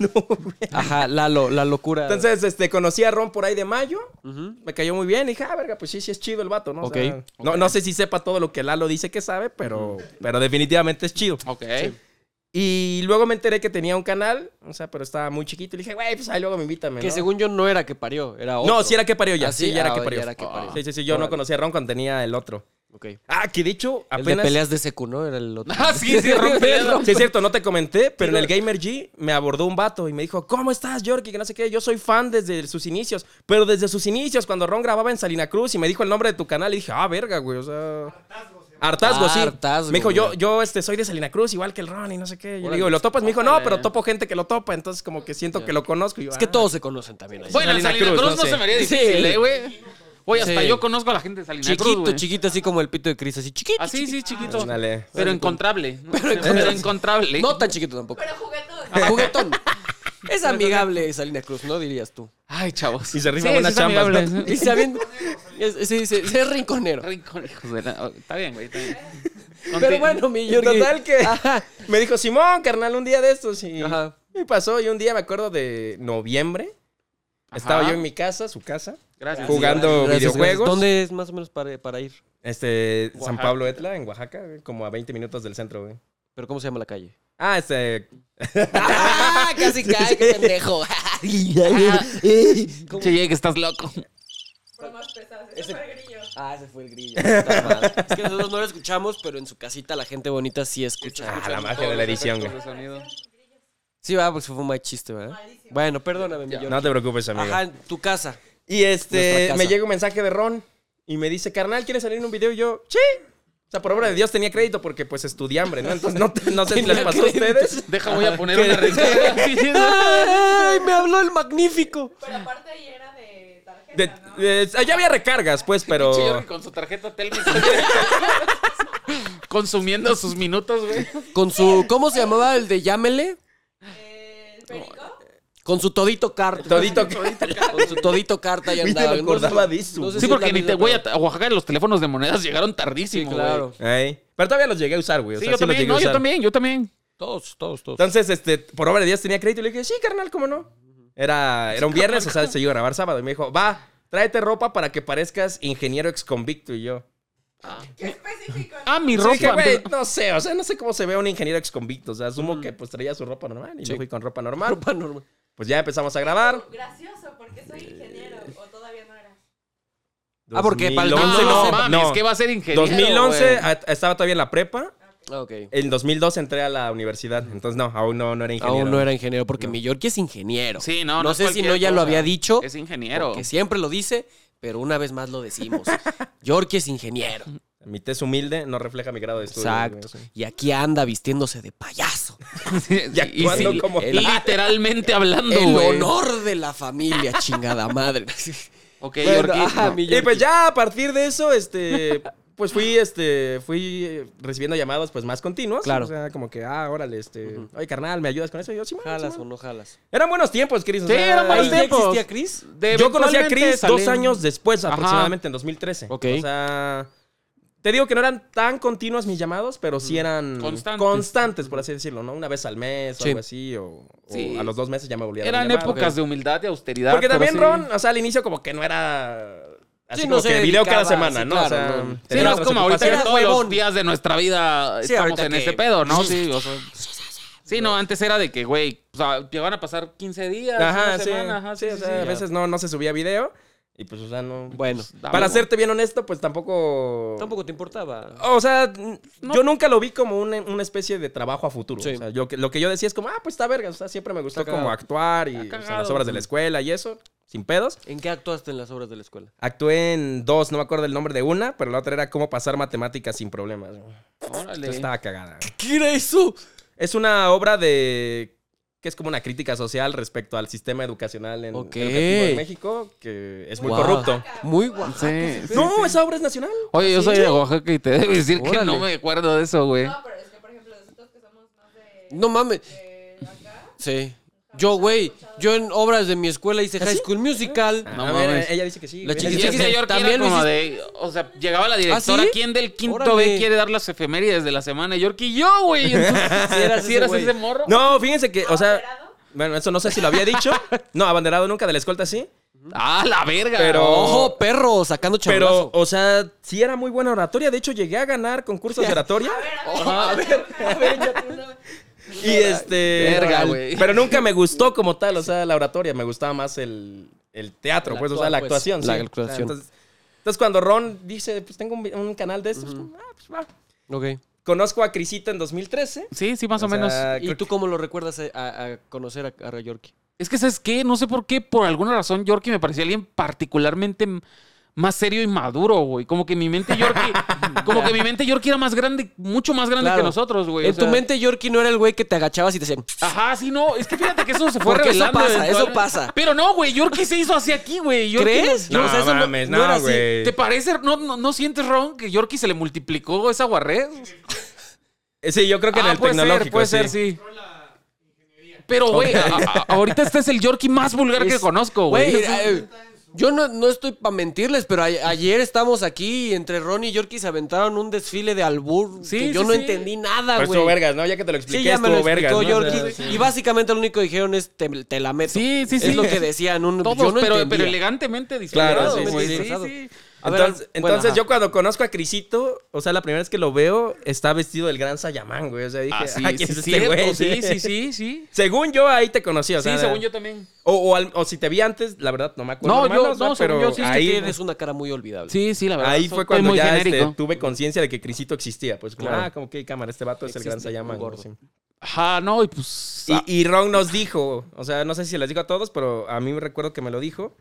Speaker 3: no, güey.
Speaker 1: Ajá, la, lo- la locura.
Speaker 3: Entonces, este, conocí a Ron por ahí de mayo.
Speaker 1: Ujú.
Speaker 3: Me cayó muy bien. Y dije, ah, verga, pues sí, sí es chido el vato, ¿no? O
Speaker 1: Ok.
Speaker 3: sea, no, no sé si sepa todo lo que Lalo dice que sabe, pero, pero definitivamente es chido.
Speaker 2: Ok.
Speaker 3: Y luego me enteré que tenía un canal, o sea, pero estaba muy chiquito. Y le dije, güey, pues ahí luego me invítame.
Speaker 1: que
Speaker 3: ¿no?
Speaker 1: según yo no era que parió, era otro.
Speaker 3: No, sí era que parió ya.
Speaker 1: ¿Ah,
Speaker 3: sí,
Speaker 1: sí?
Speaker 3: ya era
Speaker 1: Ah,
Speaker 3: que
Speaker 1: ya
Speaker 3: parió.
Speaker 1: era que parió.
Speaker 3: Sí, sí, sí. Yo no
Speaker 1: Órale.
Speaker 3: conocía a Ron cuando tenía el otro.
Speaker 1: Ok.
Speaker 3: Ah, que de hecho,
Speaker 1: El de
Speaker 3: apenas.
Speaker 1: peleas de secu, ¿no? Era [laughs] el otro.
Speaker 2: [laughs] Ah, sí, sí, rompe.
Speaker 3: Sí, es cierto, no te comenté, pero en el Gamer G me abordó un vato y me dijo, ¿cómo estás, Yorkie? Que no sé qué, yo soy fan desde sus inicios, pero desde sus inicios, cuando Ron grababa en Salina Cruz y me dijo el nombre de tu canal, y dije, ah, verga, güey, o sea... Hartazgo,
Speaker 1: Ah,
Speaker 3: sí.
Speaker 1: Hartazgo,
Speaker 3: me dijo, yo,
Speaker 1: güey.
Speaker 3: yo este, soy de Salina Cruz, igual que el Ron y no sé qué. Yo
Speaker 2: Órale.
Speaker 3: le digo, ¿lo topas? Me dijo, no,
Speaker 2: Órale.
Speaker 3: pero topo gente que lo topa, entonces como que siento que lo conozco. Y yo,
Speaker 1: Es que
Speaker 3: "Ah".
Speaker 1: todos se conocen también. ahí.
Speaker 2: Bueno, en
Speaker 3: Salina
Speaker 2: Salina
Speaker 3: Cruz,
Speaker 2: Cruz
Speaker 3: no
Speaker 2: no
Speaker 3: sé.
Speaker 2: se me haría
Speaker 1: Sí.
Speaker 2: difícil, ¿eh, güey? Güey, hasta
Speaker 1: Sí.
Speaker 2: yo conozco a la gente de Salina Cruz,
Speaker 1: chiquito,
Speaker 2: güey.
Speaker 1: chiquito, así como el pito de Cris, así chiquito.
Speaker 2: Ah, sí, sí, chiquito.
Speaker 3: Ándale.
Speaker 2: pero encontrable. Pero encontrable.
Speaker 1: No tan chiquito tampoco. [laughs]
Speaker 4: Pero juguetón.
Speaker 1: Ah, Juguetón. Es amigable Salina Cruz, ¿no? Dirías tú.
Speaker 2: Ay, chavos.
Speaker 3: Y se rifa buenas
Speaker 2: es
Speaker 3: chambas,
Speaker 2: amigable.
Speaker 3: ¿no?
Speaker 1: Y sabiendo. Es, sí, sí, sí, es rinconero.
Speaker 2: Rincón, hijos de la- oh, Está bien, güey, está bien.
Speaker 1: Pero bueno, mi Jorge.
Speaker 3: Total que-
Speaker 1: Ajá.
Speaker 3: Me dijo, Simón, carnal, un día de estos. Y,
Speaker 1: Ajá.
Speaker 3: y pasó, y un día me acuerdo de noviembre, estaba yo en mi casa, su casa,
Speaker 2: Gracias.
Speaker 3: jugando
Speaker 1: Gracias, gracias.
Speaker 3: videojuegos.
Speaker 1: ¿Dónde es más o menos para, para ir?
Speaker 3: Este, San
Speaker 2: Oaxaca.
Speaker 3: Pablo Etla, en Oaxaca, güey, como a 20 minutos del centro, güey.
Speaker 1: ¿Pero cómo se llama la calle?
Speaker 3: Ah, este.
Speaker 1: [laughs] ¡Ah! Casi cae, qué [laughs] pendejo. ¿Cómo?
Speaker 2: Che, Jay, que estás loco.
Speaker 4: Bromas pesadas. Ese fue el grillo.
Speaker 1: Ah, ese fue el grillo. puta madre. es que nosotros no lo escuchamos, pero en su casita la gente bonita sí escucha.
Speaker 3: Ah, la magia de la edición, güey.
Speaker 2: Efectos de sonido.
Speaker 1: Sí, va, pues fue un mal chiste, ¿verdad? Bueno, perdóname, mi Jorge.
Speaker 3: No te preocupes, amigo.
Speaker 1: Ajá, en tu casa.
Speaker 3: Y
Speaker 1: Nuestra
Speaker 3: este,
Speaker 1: casa.
Speaker 3: me llega un mensaje de Ron y me dice, carnal, ¿quieres salir en un video? Y yo, sí. O sea, por obra de Dios tenía crédito porque pues estudié hambre, ¿no? Entonces no, te- no sé si les pasó a ustedes.
Speaker 2: Deja, voy a poner
Speaker 1: [laughs]
Speaker 2: una receta.
Speaker 1: ¡Ay! Me habló el magnífico.
Speaker 4: Pero aparte ahí era de tarjeta,
Speaker 3: De-
Speaker 4: ¿no?
Speaker 3: de- allá había
Speaker 2: [laughs]
Speaker 3: recargas, pues, pero...
Speaker 2: Che, Jorge con su tarjeta
Speaker 1: [laughs]
Speaker 2: Telmex. Consumiendo sus minutos, güey.
Speaker 1: Con su. ¿Cómo se llamaba el de llámele?
Speaker 4: Eh, ¿El perico?
Speaker 1: Con su todito carta.
Speaker 3: Todito. [laughs]
Speaker 1: Con su todito carta
Speaker 2: [laughs]
Speaker 1: ya
Speaker 3: Ni me
Speaker 1: andaba. No
Speaker 3: acordaba
Speaker 1: sé-
Speaker 3: de eso.
Speaker 1: no sé
Speaker 2: Sí,
Speaker 1: si es
Speaker 2: porque
Speaker 1: la
Speaker 2: ni
Speaker 1: misma,
Speaker 2: te voy
Speaker 1: pero-
Speaker 2: a a Oaxaca los teléfonos de monedas llegaron
Speaker 1: Sí,
Speaker 2: tardísimo, güey.
Speaker 1: claro.
Speaker 3: Ay, Pero todavía los llegué a usar, güey. O
Speaker 2: Sí,
Speaker 3: sea,
Speaker 2: yo
Speaker 3: sí los
Speaker 2: también,
Speaker 3: llegué a
Speaker 2: no, yo
Speaker 3: usar.
Speaker 2: también, yo también.
Speaker 1: Todos, todos, todos.
Speaker 3: Entonces, este, por obra de Dios tenía crédito y le dije, sí, carnal, ¿cómo no? Era, era un viernes, o sea, se iba a grabar sábado. Y me dijo, va, tráete ropa para que parezcas ingeniero exconvicto. Y yo,
Speaker 4: Qué específico.
Speaker 2: Ah, mi
Speaker 3: Sí, dije,
Speaker 2: ropa.
Speaker 3: güey, no sé, o sea, no sé cómo se ve un ingeniero exconvicto. O sea, asumo que pues traía su ropa normal y
Speaker 1: Mm. Sí.
Speaker 3: me fui con ropa normal.
Speaker 1: Ropa normal.
Speaker 3: Pues ya empezamos a grabar.
Speaker 4: Gracioso, porque soy ingeniero. O todavía no era.
Speaker 1: Ah, porque para el
Speaker 3: 2011,
Speaker 1: no,
Speaker 3: no,
Speaker 2: mames,
Speaker 3: no.
Speaker 2: que va a ser ingeniero.
Speaker 3: 2011
Speaker 1: güey.
Speaker 3: a- estaba todavía en la prepa.
Speaker 1: Ah, ok.
Speaker 3: En 2002 entré a la universidad. Entonces, no, aún no, no era ingeniero.
Speaker 1: Aún no era ingeniero, porque mi Yorkie es ingeniero.
Speaker 2: Sí, no,
Speaker 1: No
Speaker 2: es
Speaker 1: sé si
Speaker 2: cualquier
Speaker 1: no ya lo
Speaker 2: cosa.
Speaker 1: había dicho.
Speaker 2: Es ingeniero.
Speaker 1: Que siempre lo dice, pero una vez más lo
Speaker 2: [laughs]
Speaker 1: decimos. Yorkie es ingeniero.
Speaker 3: Mi test humilde no refleja mi grado de estudio.
Speaker 1: Exacto.
Speaker 3: güey.
Speaker 1: Y aquí anda vistiéndose de payaso.
Speaker 2: [laughs] Y
Speaker 3: actuando como
Speaker 2: y
Speaker 3: tal.
Speaker 2: literalmente hablando,
Speaker 1: El
Speaker 2: güey.
Speaker 1: honor de la familia, chingada madre. [laughs]
Speaker 2: Ok,
Speaker 1: Bueno,
Speaker 2: Yorkie,
Speaker 1: ajá,
Speaker 2: no.
Speaker 1: mi
Speaker 3: Y pues
Speaker 1: Yorkie.
Speaker 3: ya a partir de
Speaker 2: [laughs]
Speaker 3: eso, este, pues fui, este, fui eh, recibiendo llamadas pues más continuas.
Speaker 1: Claro.
Speaker 3: O sea, como que, ah, órale, este, oye, carnal, ¿me ayudas con eso? Y yo, sí, man,
Speaker 1: ¿Jalas
Speaker 3: sí,
Speaker 1: o
Speaker 3: man".
Speaker 1: no jalas?
Speaker 3: Eran buenos tiempos, Chris. o
Speaker 2: Sí,
Speaker 3: sea,
Speaker 2: eran buenos
Speaker 3: ahí-
Speaker 1: ¿Ahí ya
Speaker 2: tiempos.
Speaker 1: existía Chris?
Speaker 2: De-
Speaker 3: Yo conocí a
Speaker 2: eventualmente
Speaker 3: Chris dos
Speaker 2: salen-
Speaker 3: años después,
Speaker 2: Ajá.
Speaker 3: aproximadamente en 2013.
Speaker 1: Ok.
Speaker 3: O sea, te digo que no eran tan continuos mis llamados, pero sí eran
Speaker 2: Constantes.
Speaker 3: constantes, por así decirlo, ¿no? Una vez al mes o
Speaker 1: Sí.
Speaker 3: algo así, o, o
Speaker 2: Sí.
Speaker 3: a los dos meses ya me volvía a dar
Speaker 2: Eran
Speaker 3: llamada.
Speaker 2: épocas de humildad y austeridad.
Speaker 3: Porque
Speaker 2: pero
Speaker 3: también
Speaker 2: sí.
Speaker 3: Ron, o sea, al inicio como que no era
Speaker 1: Sí,
Speaker 3: así
Speaker 1: no
Speaker 3: como
Speaker 1: se
Speaker 3: que video
Speaker 1: dedicaba,
Speaker 3: cada semana,
Speaker 1: sí,
Speaker 3: ¿no?
Speaker 1: claro,
Speaker 3: o sea,
Speaker 1: no.
Speaker 3: tenía
Speaker 2: Sí, no es
Speaker 3: otras
Speaker 2: como ahorita
Speaker 3: ocupaciones.
Speaker 2: que
Speaker 1: Era
Speaker 2: todos los
Speaker 1: huevón.
Speaker 2: días de nuestra vida
Speaker 1: Sí,
Speaker 2: estamos
Speaker 1: ahorita
Speaker 2: en
Speaker 1: que-
Speaker 2: este pedo, ¿no? Sí, o sea, sí, no, antes era de que, güey, o sea, te van a pasar 15 días,
Speaker 3: Ajá,
Speaker 2: una
Speaker 3: sí.
Speaker 2: semana, ajá,
Speaker 3: sí,
Speaker 2: sí,
Speaker 3: o
Speaker 2: sí,
Speaker 3: sea,
Speaker 2: sí.
Speaker 3: a veces no, no se subía video y pues, o sea, no...
Speaker 1: Bueno,
Speaker 2: Da
Speaker 3: Para
Speaker 2: huevo.
Speaker 3: serte bien honesto, pues tampoco...
Speaker 1: tampoco te importaba.
Speaker 3: O sea, yo nunca lo vi como una, una especie de trabajo a futuro.
Speaker 1: Sí.
Speaker 3: O sea, yo, que- lo que yo decía es como, ah, pues está verga. O sea, siempre me gustó
Speaker 1: Está
Speaker 3: como
Speaker 1: cagado.
Speaker 3: actuar y
Speaker 2: Está
Speaker 3: o sea, las
Speaker 2: cagado.
Speaker 3: obras de la escuela y eso, sin pedos.
Speaker 1: ¿En qué actuaste en las obras de la escuela?
Speaker 3: Actué en dos, no me acuerdo el nombre de una, pero la otra era cómo pasar matemáticas sin problemas.
Speaker 2: Órale.
Speaker 3: Yo estaba cagada.
Speaker 1: ¿Qué era eso?
Speaker 3: Es una obra de que es como una crítica social respecto al sistema educacional en
Speaker 1: Ok.
Speaker 3: educativo de México, que es muy
Speaker 1: Wow.
Speaker 3: corrupto.
Speaker 1: Muy guapo.
Speaker 2: Sí, sí.
Speaker 3: No, esa obra es nacional.
Speaker 2: Oye, yo soy de Oaxaca y te debo decir que
Speaker 1: Órale.
Speaker 2: no me acuerdo de eso, güey.
Speaker 4: No, pero es que, por ejemplo, nosotros que somos más de,
Speaker 1: No mames.
Speaker 4: de acá.
Speaker 1: Sí. Yo, güey, yo en obras de mi escuela hice High School Musical.
Speaker 2: No
Speaker 3: a ver, eh,
Speaker 2: mames.
Speaker 3: ella dice que sí.
Speaker 1: La
Speaker 3: güey.
Speaker 1: chiquis-
Speaker 2: Y
Speaker 1: Sí,
Speaker 2: es
Speaker 1: sí,
Speaker 2: que
Speaker 1: sí.
Speaker 2: Yorkie
Speaker 1: También
Speaker 2: era
Speaker 1: lo
Speaker 2: como de. O sea, llegaba la directora.
Speaker 1: ¿sí?
Speaker 2: ¿Quién del quinto B
Speaker 1: Órale.
Speaker 2: quiere dar las efemérides de la semana? Yorkie, yo, güey. Entonces, si eras,
Speaker 1: eras
Speaker 2: si
Speaker 1: ese
Speaker 2: eras
Speaker 1: güey.
Speaker 2: ese morro.
Speaker 3: No, fíjense que, o sea,
Speaker 4: ¿Abanderado?
Speaker 3: Bueno, eso no sé si lo
Speaker 2: [laughs]
Speaker 3: había dicho. No, abanderado nunca de la escolta, sí.
Speaker 2: Ah, la verga.
Speaker 3: Pero-
Speaker 1: Ojo, perro, sacando
Speaker 3: Pero,
Speaker 1: chamblazo.
Speaker 3: o sea, sí era muy buena oratoria. De hecho, llegué a ganar concursos de oratoria.
Speaker 4: A ver, a ver, [laughs] a ver, échate una.
Speaker 3: Y este.
Speaker 2: Verga,
Speaker 3: al-
Speaker 2: güey.
Speaker 3: Pero nunca me gustó como tal, o sea, la oratoria. Me gustaba más el, el teatro,
Speaker 1: El
Speaker 3: pues, o
Speaker 1: actuar,
Speaker 3: sea, la
Speaker 1: pues,
Speaker 3: actuación.
Speaker 1: la
Speaker 3: sí.
Speaker 1: actuación.
Speaker 3: O sea, entonces, Entonces, cuando Ron dice, pues tengo un, vi- un canal de estos, pues, ah, pues, va.
Speaker 1: Ok.
Speaker 3: Conozco a Crisita en 2013.
Speaker 2: Sí, sí, más o,
Speaker 3: sea,
Speaker 2: menos.
Speaker 1: ¿Y
Speaker 3: creo
Speaker 1: tú cómo lo recuerdas a, a- a conocer a, a Rayorki?
Speaker 2: Es que, ¿sabes qué? No sé por qué, por alguna razón, Yorkie me parecía alguien particularmente m- más serio y maduro, güey. Como que mi mente
Speaker 1: [laughs]
Speaker 2: Yorkie, como que mi mente Yorkie era más grande, mucho más grande
Speaker 1: Claro.
Speaker 2: que nosotros, güey. o
Speaker 1: En tu
Speaker 2: sea.
Speaker 1: mente, Yorkie no era el güey que te agachabas y te decían.
Speaker 2: Ajá, sí, no. Es que fíjate que eso se fue
Speaker 1: Porque eso
Speaker 2: revelando
Speaker 1: pasa, eso
Speaker 2: eventualmente.
Speaker 1: pasa.
Speaker 2: Pero no, güey, Yorkie se hizo hacia aquí, güey. Yorkie
Speaker 1: ¿Crees?
Speaker 2: no-
Speaker 1: o sea, eso no- no eh. era así.
Speaker 2: ¿Te parece? ¿No, no, no sientes, Ron, que Yorkie se le multiplicó esa guarrez?
Speaker 3: Eh, Sí, yo creo que en
Speaker 2: Ah,
Speaker 3: el
Speaker 2: puede ser,
Speaker 3: tecnológico.
Speaker 2: puede ser, sí. Pero, güey, a- a- ahorita este es el Yorkie más vulgar que
Speaker 1: Es-
Speaker 2: conozco, güey.
Speaker 1: Güey, eh, yo no, no estoy para mentirles, pero a- ayer estamos aquí y entre Ron y Yorkie se aventaron un desfile de albur
Speaker 2: Sí,
Speaker 1: que
Speaker 2: sí,
Speaker 1: yo no
Speaker 2: sí.
Speaker 1: entendí nada,
Speaker 3: Pero estuvo
Speaker 1: güey.
Speaker 3: vergas, ¿no? Ya que te lo expliqué,
Speaker 1: Sí, ya me lo
Speaker 3: estuvo vergas.
Speaker 1: explicó
Speaker 3: ¿no? O sea,
Speaker 1: Yorkie.
Speaker 3: sí.
Speaker 1: Y básicamente lo único que dijeron es te, te la meto.
Speaker 2: Sí, sí, sí.
Speaker 1: Es lo que decían. Un,
Speaker 2: Todos,
Speaker 1: yo no
Speaker 2: pero,
Speaker 1: entendía.
Speaker 2: pero elegantemente
Speaker 3: Claro,
Speaker 2: disfrazado,
Speaker 3: sí,
Speaker 2: güey.
Speaker 3: sí,
Speaker 2: Sí,
Speaker 1: sí.
Speaker 2: sí.
Speaker 1: A ver,
Speaker 3: entonces,
Speaker 1: bueno,
Speaker 3: entonces
Speaker 1: ajá.
Speaker 3: yo cuando conozco a Crisito, o sea, la primera vez que lo veo, está vestido del gran Sayamán, güey. O sea, dije,
Speaker 2: Ah,
Speaker 3: [laughs] ah,
Speaker 2: sí,
Speaker 3: ¿quién
Speaker 2: sí,
Speaker 3: es este
Speaker 2: cierto,
Speaker 3: güey?
Speaker 2: sí, sí, sí, sí.
Speaker 3: Según yo, ahí te conocí, o sea.
Speaker 2: Sí, según yo también.
Speaker 3: O, o al- o si te vi antes, la verdad, no me acuerdo.
Speaker 2: No,
Speaker 3: hermano,
Speaker 2: yo-
Speaker 3: o sea,
Speaker 2: no, según yo sí, es que
Speaker 3: ahí,
Speaker 1: Tienes una cara muy olvidable.
Speaker 2: Sí, sí, la verdad.
Speaker 3: ahí
Speaker 2: soy-
Speaker 3: fue
Speaker 2: soy
Speaker 3: cuando
Speaker 2: muy
Speaker 3: ya este,
Speaker 2: genérico.
Speaker 3: tuve conciencia de que Crisito existía. Pues, como,
Speaker 1: Claro.
Speaker 3: ah, como que cámara, este vato es el
Speaker 1: Existe,
Speaker 3: gran Sayamán.
Speaker 1: un gordo.
Speaker 3: güey, sí.
Speaker 2: Ajá, no, y pues... ah,
Speaker 3: Y, y Ron nos dijo, o sea, no sé si les digo a todos, pero a mí me recuerdo que me lo dijo.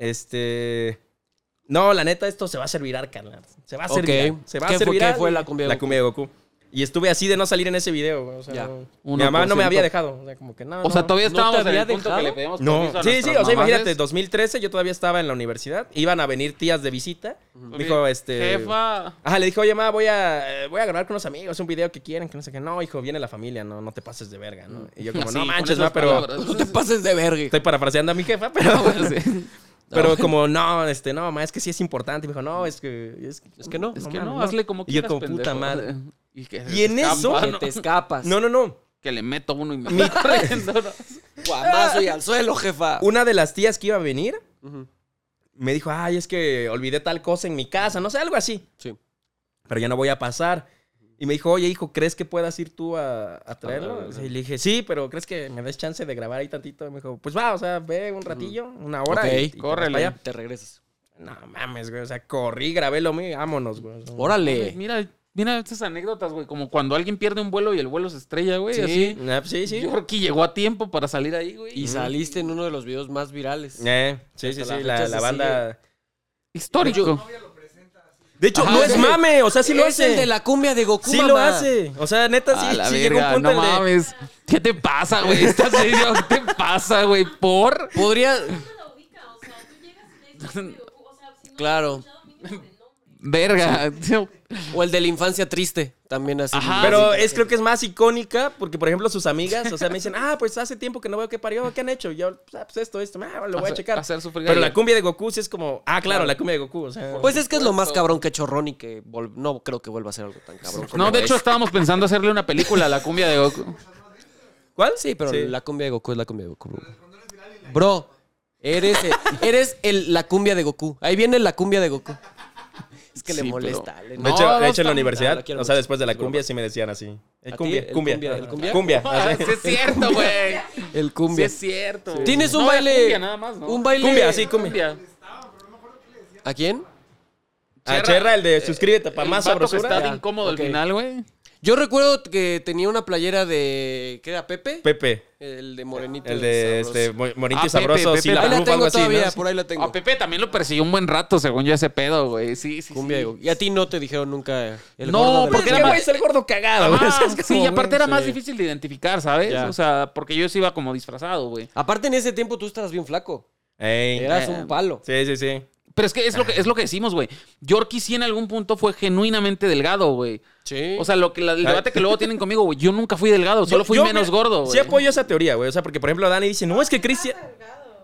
Speaker 3: Este. No, la neta, esto se va a servir, carnal. Se va a
Speaker 1: Ok.
Speaker 3: servir. Se va a
Speaker 1: ¿Qué fue-
Speaker 3: servir.
Speaker 1: qué fue la cumbia de
Speaker 3: La
Speaker 1: Goku?
Speaker 3: cumbia de Goku. Y estuve así de no salir en ese video. güey, O sea,
Speaker 1: Ya.
Speaker 3: no- mi
Speaker 2: 1%.
Speaker 3: mamá no me había dejado. O sea, como que no.
Speaker 2: o sea,
Speaker 3: no.
Speaker 2: todavía
Speaker 1: ¿No te
Speaker 2: estábamos en
Speaker 1: había
Speaker 2: el punto que
Speaker 1: dejado?
Speaker 2: le pedíamos
Speaker 3: No,
Speaker 2: permiso a
Speaker 3: sí, sí,
Speaker 2: nuestras
Speaker 3: o sea,
Speaker 2: mamás.
Speaker 3: imagínate, 2013 yo todavía estaba en la universidad, iban a venir tías de visita, me dijo, este...
Speaker 2: Jefa...
Speaker 3: Ajá, le dijo, oye, ma, voy a, eh, voy a grabar con unos amigos un video que quieren, que no sé qué. No, hijo, viene la familia, no, no te pases de verga, ¿no? Y
Speaker 2: [laughs]
Speaker 3: yo como,
Speaker 2: Así,
Speaker 3: no
Speaker 2: con
Speaker 3: manches,
Speaker 2: esas
Speaker 3: ma, pero...
Speaker 2: palabras. [laughs] Ah,
Speaker 1: No
Speaker 3: [laughs]
Speaker 1: te pases de verga.
Speaker 3: Estoy parafraseando a mi jefa, pero...
Speaker 2: Sí.
Speaker 3: Pero como, no, este, no, ma, es que sí es importante. Y me dijo, no, es que... Es,
Speaker 1: Es que no.
Speaker 2: Es que
Speaker 3: mames,
Speaker 2: no, hazle como
Speaker 3: Y yo
Speaker 2: quieras,
Speaker 3: como, puta
Speaker 2: pendejo.
Speaker 3: madre.
Speaker 2: Y, que
Speaker 3: Y en
Speaker 2: escapa,
Speaker 3: eso-
Speaker 1: Que
Speaker 2: ¿no?
Speaker 3: [laughs]
Speaker 1: te escapas.
Speaker 3: Ah, No, no, no.
Speaker 2: Que le meto uno y me [laughs] prendo, ¿no?
Speaker 1: Guamazo y al suelo,
Speaker 3: [laughs]
Speaker 1: jefa.
Speaker 3: Una de las tías que iba a venir
Speaker 1: Ujú,
Speaker 3: me dijo, ay, es que olvidé tal cosa en mi casa, no sé, algo así.
Speaker 1: Sí.
Speaker 3: pero ya no voy a pasar. Y me dijo, oye, hijo, ¿crees que puedas ir tú a, a
Speaker 1: ver,
Speaker 3: traerlo?
Speaker 1: a ver.
Speaker 3: Y le dije, sí, pero ¿crees que me des chance de grabar ahí tantito? Y me dijo, pues va, o sea, ve un ratillo, una hora.
Speaker 1: Ok,
Speaker 3: y- y te vas
Speaker 2: córrele.
Speaker 3: para allá.
Speaker 1: Te regresas.
Speaker 3: No mames, güey, o sea, corrí, grabé lo mío, y vámonos, güey.
Speaker 1: Órale.
Speaker 2: Mira, mira estas anécdotas, güey. Como cuando alguien pierde un vuelo y el vuelo se estrella, güey.
Speaker 1: Sí.
Speaker 2: Así.
Speaker 3: Ah, pues sí, sí.
Speaker 2: Yorkie llegó a tiempo para salir ahí, güey.
Speaker 1: Y saliste en uno de los videos más virales.
Speaker 3: Eh, sí, sí,
Speaker 1: Hasta
Speaker 3: sí,
Speaker 1: la fecha
Speaker 3: la,
Speaker 1: se
Speaker 3: la banda...
Speaker 2: Histórico.
Speaker 3: De hecho,
Speaker 1: Ajá,
Speaker 3: no
Speaker 1: sí.
Speaker 3: es mame, o sea, sí lo
Speaker 1: es el
Speaker 3: hace.
Speaker 1: de la cumbia de Goku,
Speaker 3: Sí lo
Speaker 1: mamá.
Speaker 3: hace. O sea, neta,
Speaker 2: A
Speaker 3: sí,
Speaker 2: la
Speaker 3: sí llegó un
Speaker 2: verga,
Speaker 3: punto
Speaker 2: no
Speaker 3: en el de-
Speaker 2: mames. ¿Qué te pasa, güey? ¿Estás serio? ¿Qué te pasa, güey? ¿Por?
Speaker 1: Podría...
Speaker 4: ¿Cómo lo ubica? O sea, tú llegas y le dices, "Oye, Goku", o sea, si no lo has
Speaker 1: Claro.
Speaker 4: escuchado, mínimo de nombre.
Speaker 2: Verga.
Speaker 1: O el de la infancia triste, también así.
Speaker 2: Ajá.
Speaker 3: Pero es creo que es más icónica porque, por ejemplo, sus amigas, o sea, me dicen, [laughs] ah, pues hace tiempo que no veo qué parió, qué han hecho. Y yo, "Ah, pues esto, esto, ah, lo voy a
Speaker 2: Hacer-
Speaker 3: checar.
Speaker 2: hacer sufrir
Speaker 3: Pero
Speaker 2: a
Speaker 3: la
Speaker 2: ella.
Speaker 3: cumbia de Goku sí es como, ah, claro, la cumbia de Goku, o sea.
Speaker 1: Pues es que es lo más cabrón que ha hecho Ron y que vol- no creo que vuelva a ser algo tan cabrón. como
Speaker 2: No, de
Speaker 1: es.
Speaker 2: hecho estábamos pensando hacerle una película a la cumbia de Goku.
Speaker 3: ¿Cuál?
Speaker 1: Sí, pero la cumbia de Goku es la cumbia de Goku. Bro, Bro, eres, el, eres el- la cumbia de Goku. Ahí viene la cumbia de Goku. Es que le
Speaker 2: Sí, pero-
Speaker 1: molesta. le-
Speaker 3: De
Speaker 1: no.
Speaker 3: hecho,
Speaker 2: No, no
Speaker 3: de hecho en la
Speaker 2: está-
Speaker 1: no,
Speaker 3: universidad,
Speaker 1: la quiero
Speaker 3: o sea,
Speaker 1: mucho.
Speaker 3: después de la
Speaker 1: Es broma.
Speaker 3: cumbia sí me decían así.
Speaker 1: ¿A
Speaker 3: El
Speaker 1: ti?
Speaker 3: cumbia,
Speaker 1: ¿El
Speaker 3: cumbia,
Speaker 1: cumbia? ¿El cumbia?
Speaker 2: [laughs] Ah, [laughs]
Speaker 3: así.
Speaker 2: sí es cierto, güey.
Speaker 1: el
Speaker 2: Sí
Speaker 1: cumbia.
Speaker 2: es cierto.
Speaker 1: Tienes un
Speaker 2: No, era
Speaker 1: baile-
Speaker 2: cumbia nada más, ¿no?
Speaker 1: un baile-
Speaker 3: Cumbia, sí, cumbia.
Speaker 1: ¿A quién?
Speaker 3: A Ah, Cherra, el de suscríbete para
Speaker 2: El
Speaker 3: más
Speaker 2: vato que
Speaker 3: sabrosura.
Speaker 2: está
Speaker 3: Ya.
Speaker 2: de incómodo
Speaker 1: ok.
Speaker 2: al final, güey.
Speaker 1: Yo recuerdo que tenía una playera de. ¿Qué era? ¿Pepe?
Speaker 3: Pepe,
Speaker 1: El de Morenito.
Speaker 3: el de
Speaker 1: sabroso.
Speaker 3: este, mo- Morinto y
Speaker 2: Ah, Pepe,
Speaker 3: Sabroso,
Speaker 2: Pepe,
Speaker 3: si
Speaker 1: Ahí
Speaker 3: la
Speaker 1: la
Speaker 3: rufa, algo
Speaker 1: tengo
Speaker 3: así,
Speaker 1: todavía,
Speaker 3: ¿no?
Speaker 1: por ahí la tengo.
Speaker 2: A Pepe también lo persiguió un buen rato, según yo, ese pedo, güey. Sí, sí.
Speaker 1: Cumbia
Speaker 2: sí.
Speaker 1: de Goku. Y a ti no te dijeron nunca. El
Speaker 2: No,
Speaker 1: gordo de la-
Speaker 2: porque
Speaker 3: Porque
Speaker 2: era
Speaker 3: es que,
Speaker 2: más-
Speaker 3: güey, es el gordo cagado. güey, [laughs] o
Speaker 1: [laughs]
Speaker 3: sea,
Speaker 2: Ah,
Speaker 3: es como,
Speaker 2: sí, y aparte era más
Speaker 3: sí.
Speaker 2: difícil de identificar, ¿sabes?
Speaker 1: Ya.
Speaker 2: O sea, porque yo sí iba como disfrazado, güey.
Speaker 1: Aparte, en ese tiempo tú estabas bien flaco.
Speaker 2: Eh,
Speaker 3: Ey.
Speaker 1: Eras un palo.
Speaker 3: Sí, sí, sí.
Speaker 2: Pero es que es lo que, es lo que decimos, güey. Yorkie sí en algún punto fue genuinamente delgado, güey.
Speaker 1: Sí.
Speaker 2: O sea, lo que, la- el debate que luego tienen conmigo, güey. Yo nunca fui delgado, solo
Speaker 3: Yo-
Speaker 2: fui
Speaker 3: yo,
Speaker 2: menos
Speaker 3: mira,
Speaker 2: gordo, güey.
Speaker 3: Sí apoyo esa teoría, güey. O sea, porque, por ejemplo, Dani dice, no, es que Chris...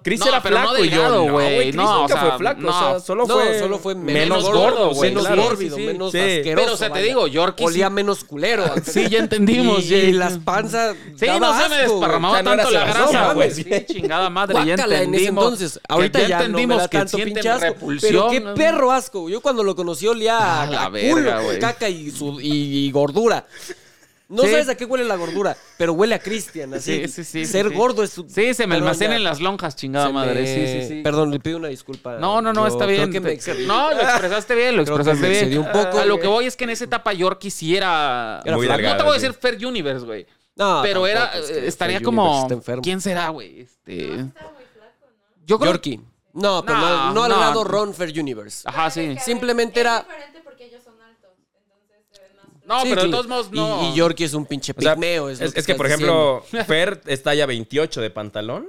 Speaker 3: Chris
Speaker 2: No,
Speaker 3: era
Speaker 2: pero no
Speaker 3: flaco y yo,
Speaker 2: delgado,
Speaker 3: no,
Speaker 2: güey.
Speaker 3: güey. Chris
Speaker 2: No,
Speaker 3: nunca
Speaker 2: o sea,
Speaker 3: fue flaco. O
Speaker 2: no.
Speaker 3: sea, solo
Speaker 1: No,
Speaker 3: fue...
Speaker 1: solo fue
Speaker 2: menos gordo, güey,
Speaker 1: Menos
Speaker 2: claro.
Speaker 1: mórbido,
Speaker 2: Sí, sí, sí.
Speaker 1: menos
Speaker 3: Sí.
Speaker 1: asqueroso.
Speaker 2: Pero, o sea, te
Speaker 1: vaya.
Speaker 2: digo, Yorkie
Speaker 1: Olía
Speaker 2: sí-
Speaker 1: menos culero.
Speaker 2: [laughs] Sí, ya entendimos,
Speaker 1: Y,
Speaker 2: ya.
Speaker 1: y las panzas.
Speaker 2: Sí,
Speaker 1: daba
Speaker 2: no se
Speaker 1: asco,
Speaker 2: me
Speaker 1: güey.
Speaker 2: desparramaba
Speaker 3: O sea, no era
Speaker 2: tanto la
Speaker 3: cerveza,
Speaker 2: grasa, güey.
Speaker 3: güey.
Speaker 2: Sí, chingada madre, ya
Speaker 1: Guácala
Speaker 2: entendimos.
Speaker 1: en ese entonces. Ahorita
Speaker 2: que
Speaker 1: ya, no me da tanto
Speaker 2: sienten
Speaker 1: pinche asco. Pero qué perro asco. güey. Yo cuando lo conocí olía
Speaker 2: A la
Speaker 1: a, a culo,
Speaker 2: verga, güey.
Speaker 1: caca y, su- y- y gordura. No
Speaker 2: Sí.
Speaker 1: sabes a qué huele la gordura, pero huele a Cristian. Así.
Speaker 2: Sí, sí, sí,
Speaker 1: Ser
Speaker 2: sí.
Speaker 1: gordo es su.
Speaker 2: Sí, se me
Speaker 1: Perdón,
Speaker 2: almacenan
Speaker 1: ya.
Speaker 2: en las lonjas, chingada
Speaker 1: Se
Speaker 2: madre.
Speaker 1: me-
Speaker 2: Sí, sí, sí.
Speaker 1: Perdón, le pido una disculpa.
Speaker 2: No, no, no,
Speaker 1: Yo
Speaker 2: está bien.
Speaker 1: Creo que me
Speaker 2: Te-
Speaker 1: excedí.
Speaker 2: [laughs] No, lo expresaste bien,
Speaker 1: [laughs]
Speaker 2: lo
Speaker 1: Creo que
Speaker 2: expresaste
Speaker 1: me
Speaker 2: bien.
Speaker 1: excedí un poco,
Speaker 2: a lo que
Speaker 1: güey.
Speaker 2: voy es que en esa etapa yo quisiera.
Speaker 1: Era Muy
Speaker 2: no
Speaker 5: delgada,
Speaker 2: te voy a
Speaker 5: sí.
Speaker 2: decir Fair Universe, güey.
Speaker 1: No,
Speaker 2: pero era, eh,
Speaker 1: tampoco, es que
Speaker 2: estaría
Speaker 1: Freddy
Speaker 2: como.
Speaker 1: Universe está enfermo.
Speaker 2: ¿Quién será, güey? Este.
Speaker 4: Está muy flaco, ¿no?
Speaker 2: Yo creo.
Speaker 1: Yorkie. No, pero
Speaker 2: No,
Speaker 1: no, no al
Speaker 2: no. Ah,
Speaker 1: lado Ron Fair Universe.
Speaker 2: Ajá, sí.
Speaker 4: Es Ah, que, a ver,
Speaker 1: Simplemente
Speaker 4: es
Speaker 1: era-
Speaker 4: diferente porque ellos son altos, entonces se ven más flacos.
Speaker 2: No,
Speaker 1: Sí,
Speaker 2: pero de
Speaker 1: claro.
Speaker 2: todos modos
Speaker 1: Y-
Speaker 2: no.
Speaker 1: Y, Yorkie es un pinche
Speaker 3: O sea,
Speaker 1: pigmeo. es, lo
Speaker 3: es, es que,
Speaker 1: estás
Speaker 3: por
Speaker 1: diciendo. [laughs]
Speaker 3: ejemplo, Fer está ya 28 de pantalón.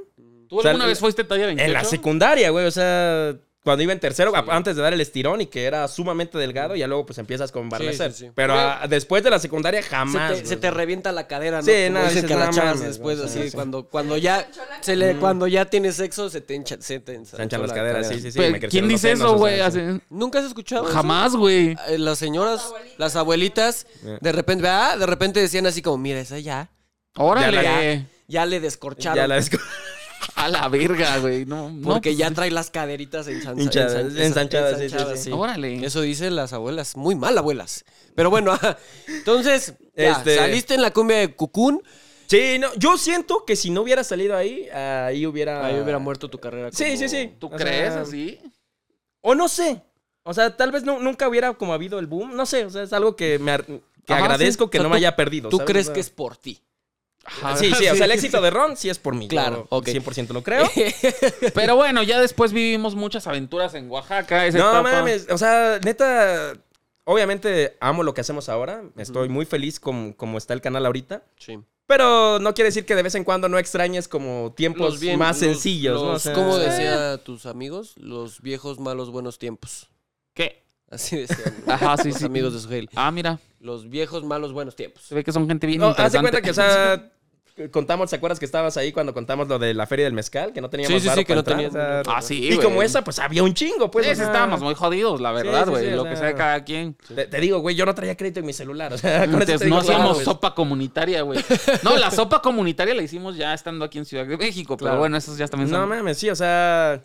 Speaker 2: ¿Tú
Speaker 3: o sea,
Speaker 2: alguna vez fuiste talla 28?
Speaker 3: En la secundaria, güey. O sea, cuando iba en tercero, a- antes de dar el estirón y que era sumamente delgado, ya luego pues empiezas con barnecer.
Speaker 1: sí, sí.
Speaker 3: Pero a- después de la secundaria
Speaker 1: Se
Speaker 3: jamás.
Speaker 1: te,
Speaker 3: güey.
Speaker 1: se te revienta la cadera, ¿no?
Speaker 3: Sí,
Speaker 1: Como
Speaker 3: no,
Speaker 1: dicen
Speaker 3: dices,
Speaker 1: que a las
Speaker 3: no
Speaker 1: chavas
Speaker 3: mames,
Speaker 1: después,
Speaker 3: güey,
Speaker 1: así,
Speaker 3: sí, sí.
Speaker 1: cuando, cuando ya se le, cuando ya tienes sexo, se te hincha, se te
Speaker 3: Se hinchan las caderas, sí, sí, sí.
Speaker 2: Pero,
Speaker 3: me crecieron
Speaker 2: ¿Quién
Speaker 3: los
Speaker 2: dice
Speaker 3: senos,
Speaker 2: eso,
Speaker 3: o sea,
Speaker 2: güey?
Speaker 3: sí.
Speaker 2: Hace-
Speaker 1: ¿Nunca has escuchado eso?
Speaker 2: Jamás, güey.
Speaker 1: Eh, Las señoras, las abuelitas,
Speaker 3: Eh.
Speaker 1: de repente, ah, de repente decían así como, mira, esa ya,
Speaker 2: Órale.
Speaker 1: ya le descorcharon.
Speaker 3: Ya la desco-
Speaker 2: A la verga, güey. No, no,
Speaker 1: Porque
Speaker 2: pues,
Speaker 1: ya trae las caderitas ensancha-
Speaker 3: Hinchadas,
Speaker 1: ensan-
Speaker 3: ensanchadas, sí, sí, sí.
Speaker 2: Órale.
Speaker 1: Eso dicen las abuelas, muy mal abuelas. Pero bueno, [laughs] ajá. entonces, ya,
Speaker 3: Este-
Speaker 1: saliste en la cumbia de Cucún,
Speaker 3: Sí, no, yo siento que si no hubiera salido ahí, ahí hubiera.
Speaker 1: ahí hubiera muerto tu carrera.
Speaker 3: Ah. Sí,
Speaker 1: como-
Speaker 3: sí, sí.
Speaker 2: ¿Tú
Speaker 3: O sea,
Speaker 2: crees así?
Speaker 3: O no sé. O sea, tal vez nu- nunca hubiera como habido el boom. No sé, o sea, es algo que me ar- que
Speaker 2: Ajá,
Speaker 3: agradezco
Speaker 2: sí.
Speaker 3: que
Speaker 1: O sea,
Speaker 3: no me haya perdido.
Speaker 1: ¿Tú
Speaker 3: ¿sabes?
Speaker 1: crees
Speaker 3: O sea,
Speaker 1: que es por ti?
Speaker 2: Ajá.
Speaker 3: Sí, [laughs]
Speaker 1: [laughs]
Speaker 3: sí, o sea, el éxito de Ron sí es por mí.
Speaker 1: Claro,
Speaker 3: yo
Speaker 1: ok.
Speaker 3: 100%
Speaker 1: [laughs]
Speaker 3: lo creo.
Speaker 2: Pero bueno, ya después vivimos muchas aventuras en Oaxaca. esa
Speaker 3: no
Speaker 2: etapa.
Speaker 3: mames, o sea, neta, obviamente amo lo que hacemos ahora. Estoy muy feliz con como está el canal ahorita.
Speaker 1: Sí.
Speaker 3: Pero no quiere decir que de vez en cuando no extrañes como tiempos
Speaker 1: Los bien-
Speaker 3: más
Speaker 1: los-
Speaker 3: sencillos, ¿no? O
Speaker 1: los-
Speaker 3: sea,
Speaker 1: como decía tus amigos, los viejos malos buenos tiempos. [laughs]
Speaker 2: ¿Qué?
Speaker 1: Así decían
Speaker 2: Ajá, sí,
Speaker 1: los
Speaker 2: sí.
Speaker 1: amigos de Sugel.
Speaker 2: Ah, mira.
Speaker 1: Los viejos malos buenos tiempos.
Speaker 2: Se ve que son gente bien
Speaker 3: No, haz de
Speaker 2: interesante.
Speaker 3: cuenta que, o sea,
Speaker 1: [laughs]
Speaker 3: contamos, ¿te acuerdas que estabas ahí cuando contamos lo de la feria del mezcal? Que no teníamos
Speaker 1: Sí, sí,
Speaker 3: varo
Speaker 1: sí, que
Speaker 3: para
Speaker 1: no
Speaker 3: entrar,
Speaker 1: teníamos-
Speaker 3: o sea,
Speaker 2: Ah, sí,
Speaker 3: Y
Speaker 2: güey.
Speaker 3: como esa, pues había un chingo, pues.
Speaker 2: Sí,
Speaker 3: o sea,
Speaker 2: estábamos muy jodidos, la verdad,
Speaker 3: sí,
Speaker 2: güey.
Speaker 3: sí, o
Speaker 2: lo
Speaker 3: sea.
Speaker 2: que sea de cada quien.
Speaker 3: Te, te digo, güey, yo no traía crédito en mi celular. O sea, [laughs] con eso
Speaker 2: Entonces,
Speaker 3: te digo
Speaker 2: Mm, no
Speaker 3: todo,
Speaker 2: hacíamos
Speaker 3: güey.
Speaker 2: sopa comunitaria, güey. No, la sopa comunitaria la hicimos ya estando aquí en Ciudad de México. Pero
Speaker 3: Claro.
Speaker 2: bueno, esas ya también son...
Speaker 3: No mames, sí, o sea.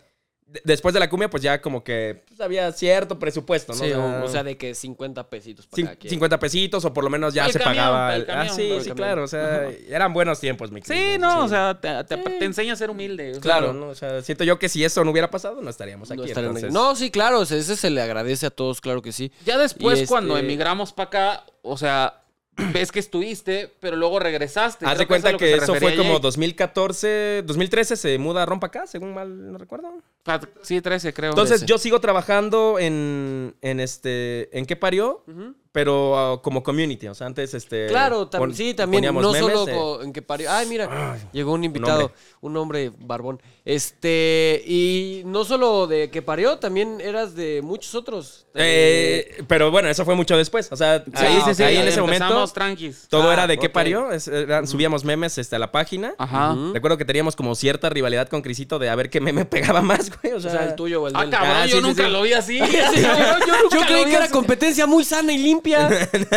Speaker 3: de- Después de la cumbia, pues ya como que pues, había cierto presupuesto, ¿no?
Speaker 1: Sí, o, o sea, de que 50 pesitos para
Speaker 3: ah. cin-
Speaker 1: cada quien.
Speaker 3: 50 pesitos o por lo menos ya
Speaker 2: Para el
Speaker 3: se
Speaker 2: camión,
Speaker 3: pagaba.
Speaker 2: para el
Speaker 3: el-
Speaker 2: camión,
Speaker 3: ah,
Speaker 2: para
Speaker 3: sí,
Speaker 2: el
Speaker 3: sí,
Speaker 2: camión.
Speaker 3: claro, o sea, eran buenos tiempos, mi
Speaker 2: Sí,
Speaker 3: querido.
Speaker 2: no, o sea, te, te- te enseña a ser humilde. o sea.
Speaker 3: Claro, ¿no? O sea, siento yo que si eso no hubiera pasado, no estaríamos aquí.
Speaker 1: no, estarían
Speaker 3: entonces-
Speaker 1: aquí. No, sí, claro, o sea, ese se le agradece a todos, claro que sí.
Speaker 2: Ya después,
Speaker 1: Y este-
Speaker 2: cuando emigramos para acá, o sea, [clears throat] ves que estuviste, pero luego regresaste.
Speaker 3: Haz
Speaker 2: Creo
Speaker 3: de
Speaker 2: que es a
Speaker 3: cuenta
Speaker 2: lo
Speaker 3: que,
Speaker 2: se
Speaker 3: eso fue
Speaker 2: refería
Speaker 3: como
Speaker 2: Jake.
Speaker 3: 2014, 2013 se muda a Rompa acá, según mal no recuerdo.
Speaker 2: Pa- Sí, 13, creo.
Speaker 3: Entonces
Speaker 1: Trece.
Speaker 3: yo sigo trabajando en, en este, en qué parió, pero ah, como community, o sea, antes este.
Speaker 1: Eh, Claro, tam-
Speaker 3: pon-
Speaker 1: sí, también,
Speaker 3: poníamos
Speaker 1: no
Speaker 3: memes,
Speaker 1: solo
Speaker 3: eh.
Speaker 1: co- en que parió. Ay, mira, llegó un invitado, un hombre. barbón. Este, y no solo de que parió, también eras de muchos otros.
Speaker 3: Eh, pero bueno, eso fue mucho después, o sea, ahí,
Speaker 2: sí, sí,
Speaker 3: ahí en ese
Speaker 2: empezamos
Speaker 3: momento
Speaker 2: tranquis.
Speaker 3: todo
Speaker 1: Ah,
Speaker 3: era de qué
Speaker 1: ok.
Speaker 3: parió, es- eran- subíamos memes este, a la página.
Speaker 2: Ajá.
Speaker 3: Recuerdo que teníamos como cierta rivalidad con Crisito de a ver qué meme [laughs] pegaba más, güey, o
Speaker 1: o
Speaker 3: sea,
Speaker 1: sea, el tuyo o el
Speaker 2: Ah,
Speaker 1: del-
Speaker 2: cabrón,
Speaker 3: Ah,
Speaker 2: yo
Speaker 3: sí, sí,
Speaker 2: nunca
Speaker 3: sí.
Speaker 2: lo vi
Speaker 3: [laughs]
Speaker 2: así.
Speaker 1: yo,
Speaker 2: nunca
Speaker 1: creí
Speaker 2: lo
Speaker 1: que era
Speaker 2: hice.
Speaker 1: competencia muy sana y
Speaker 3: [laughs]
Speaker 1: limpia.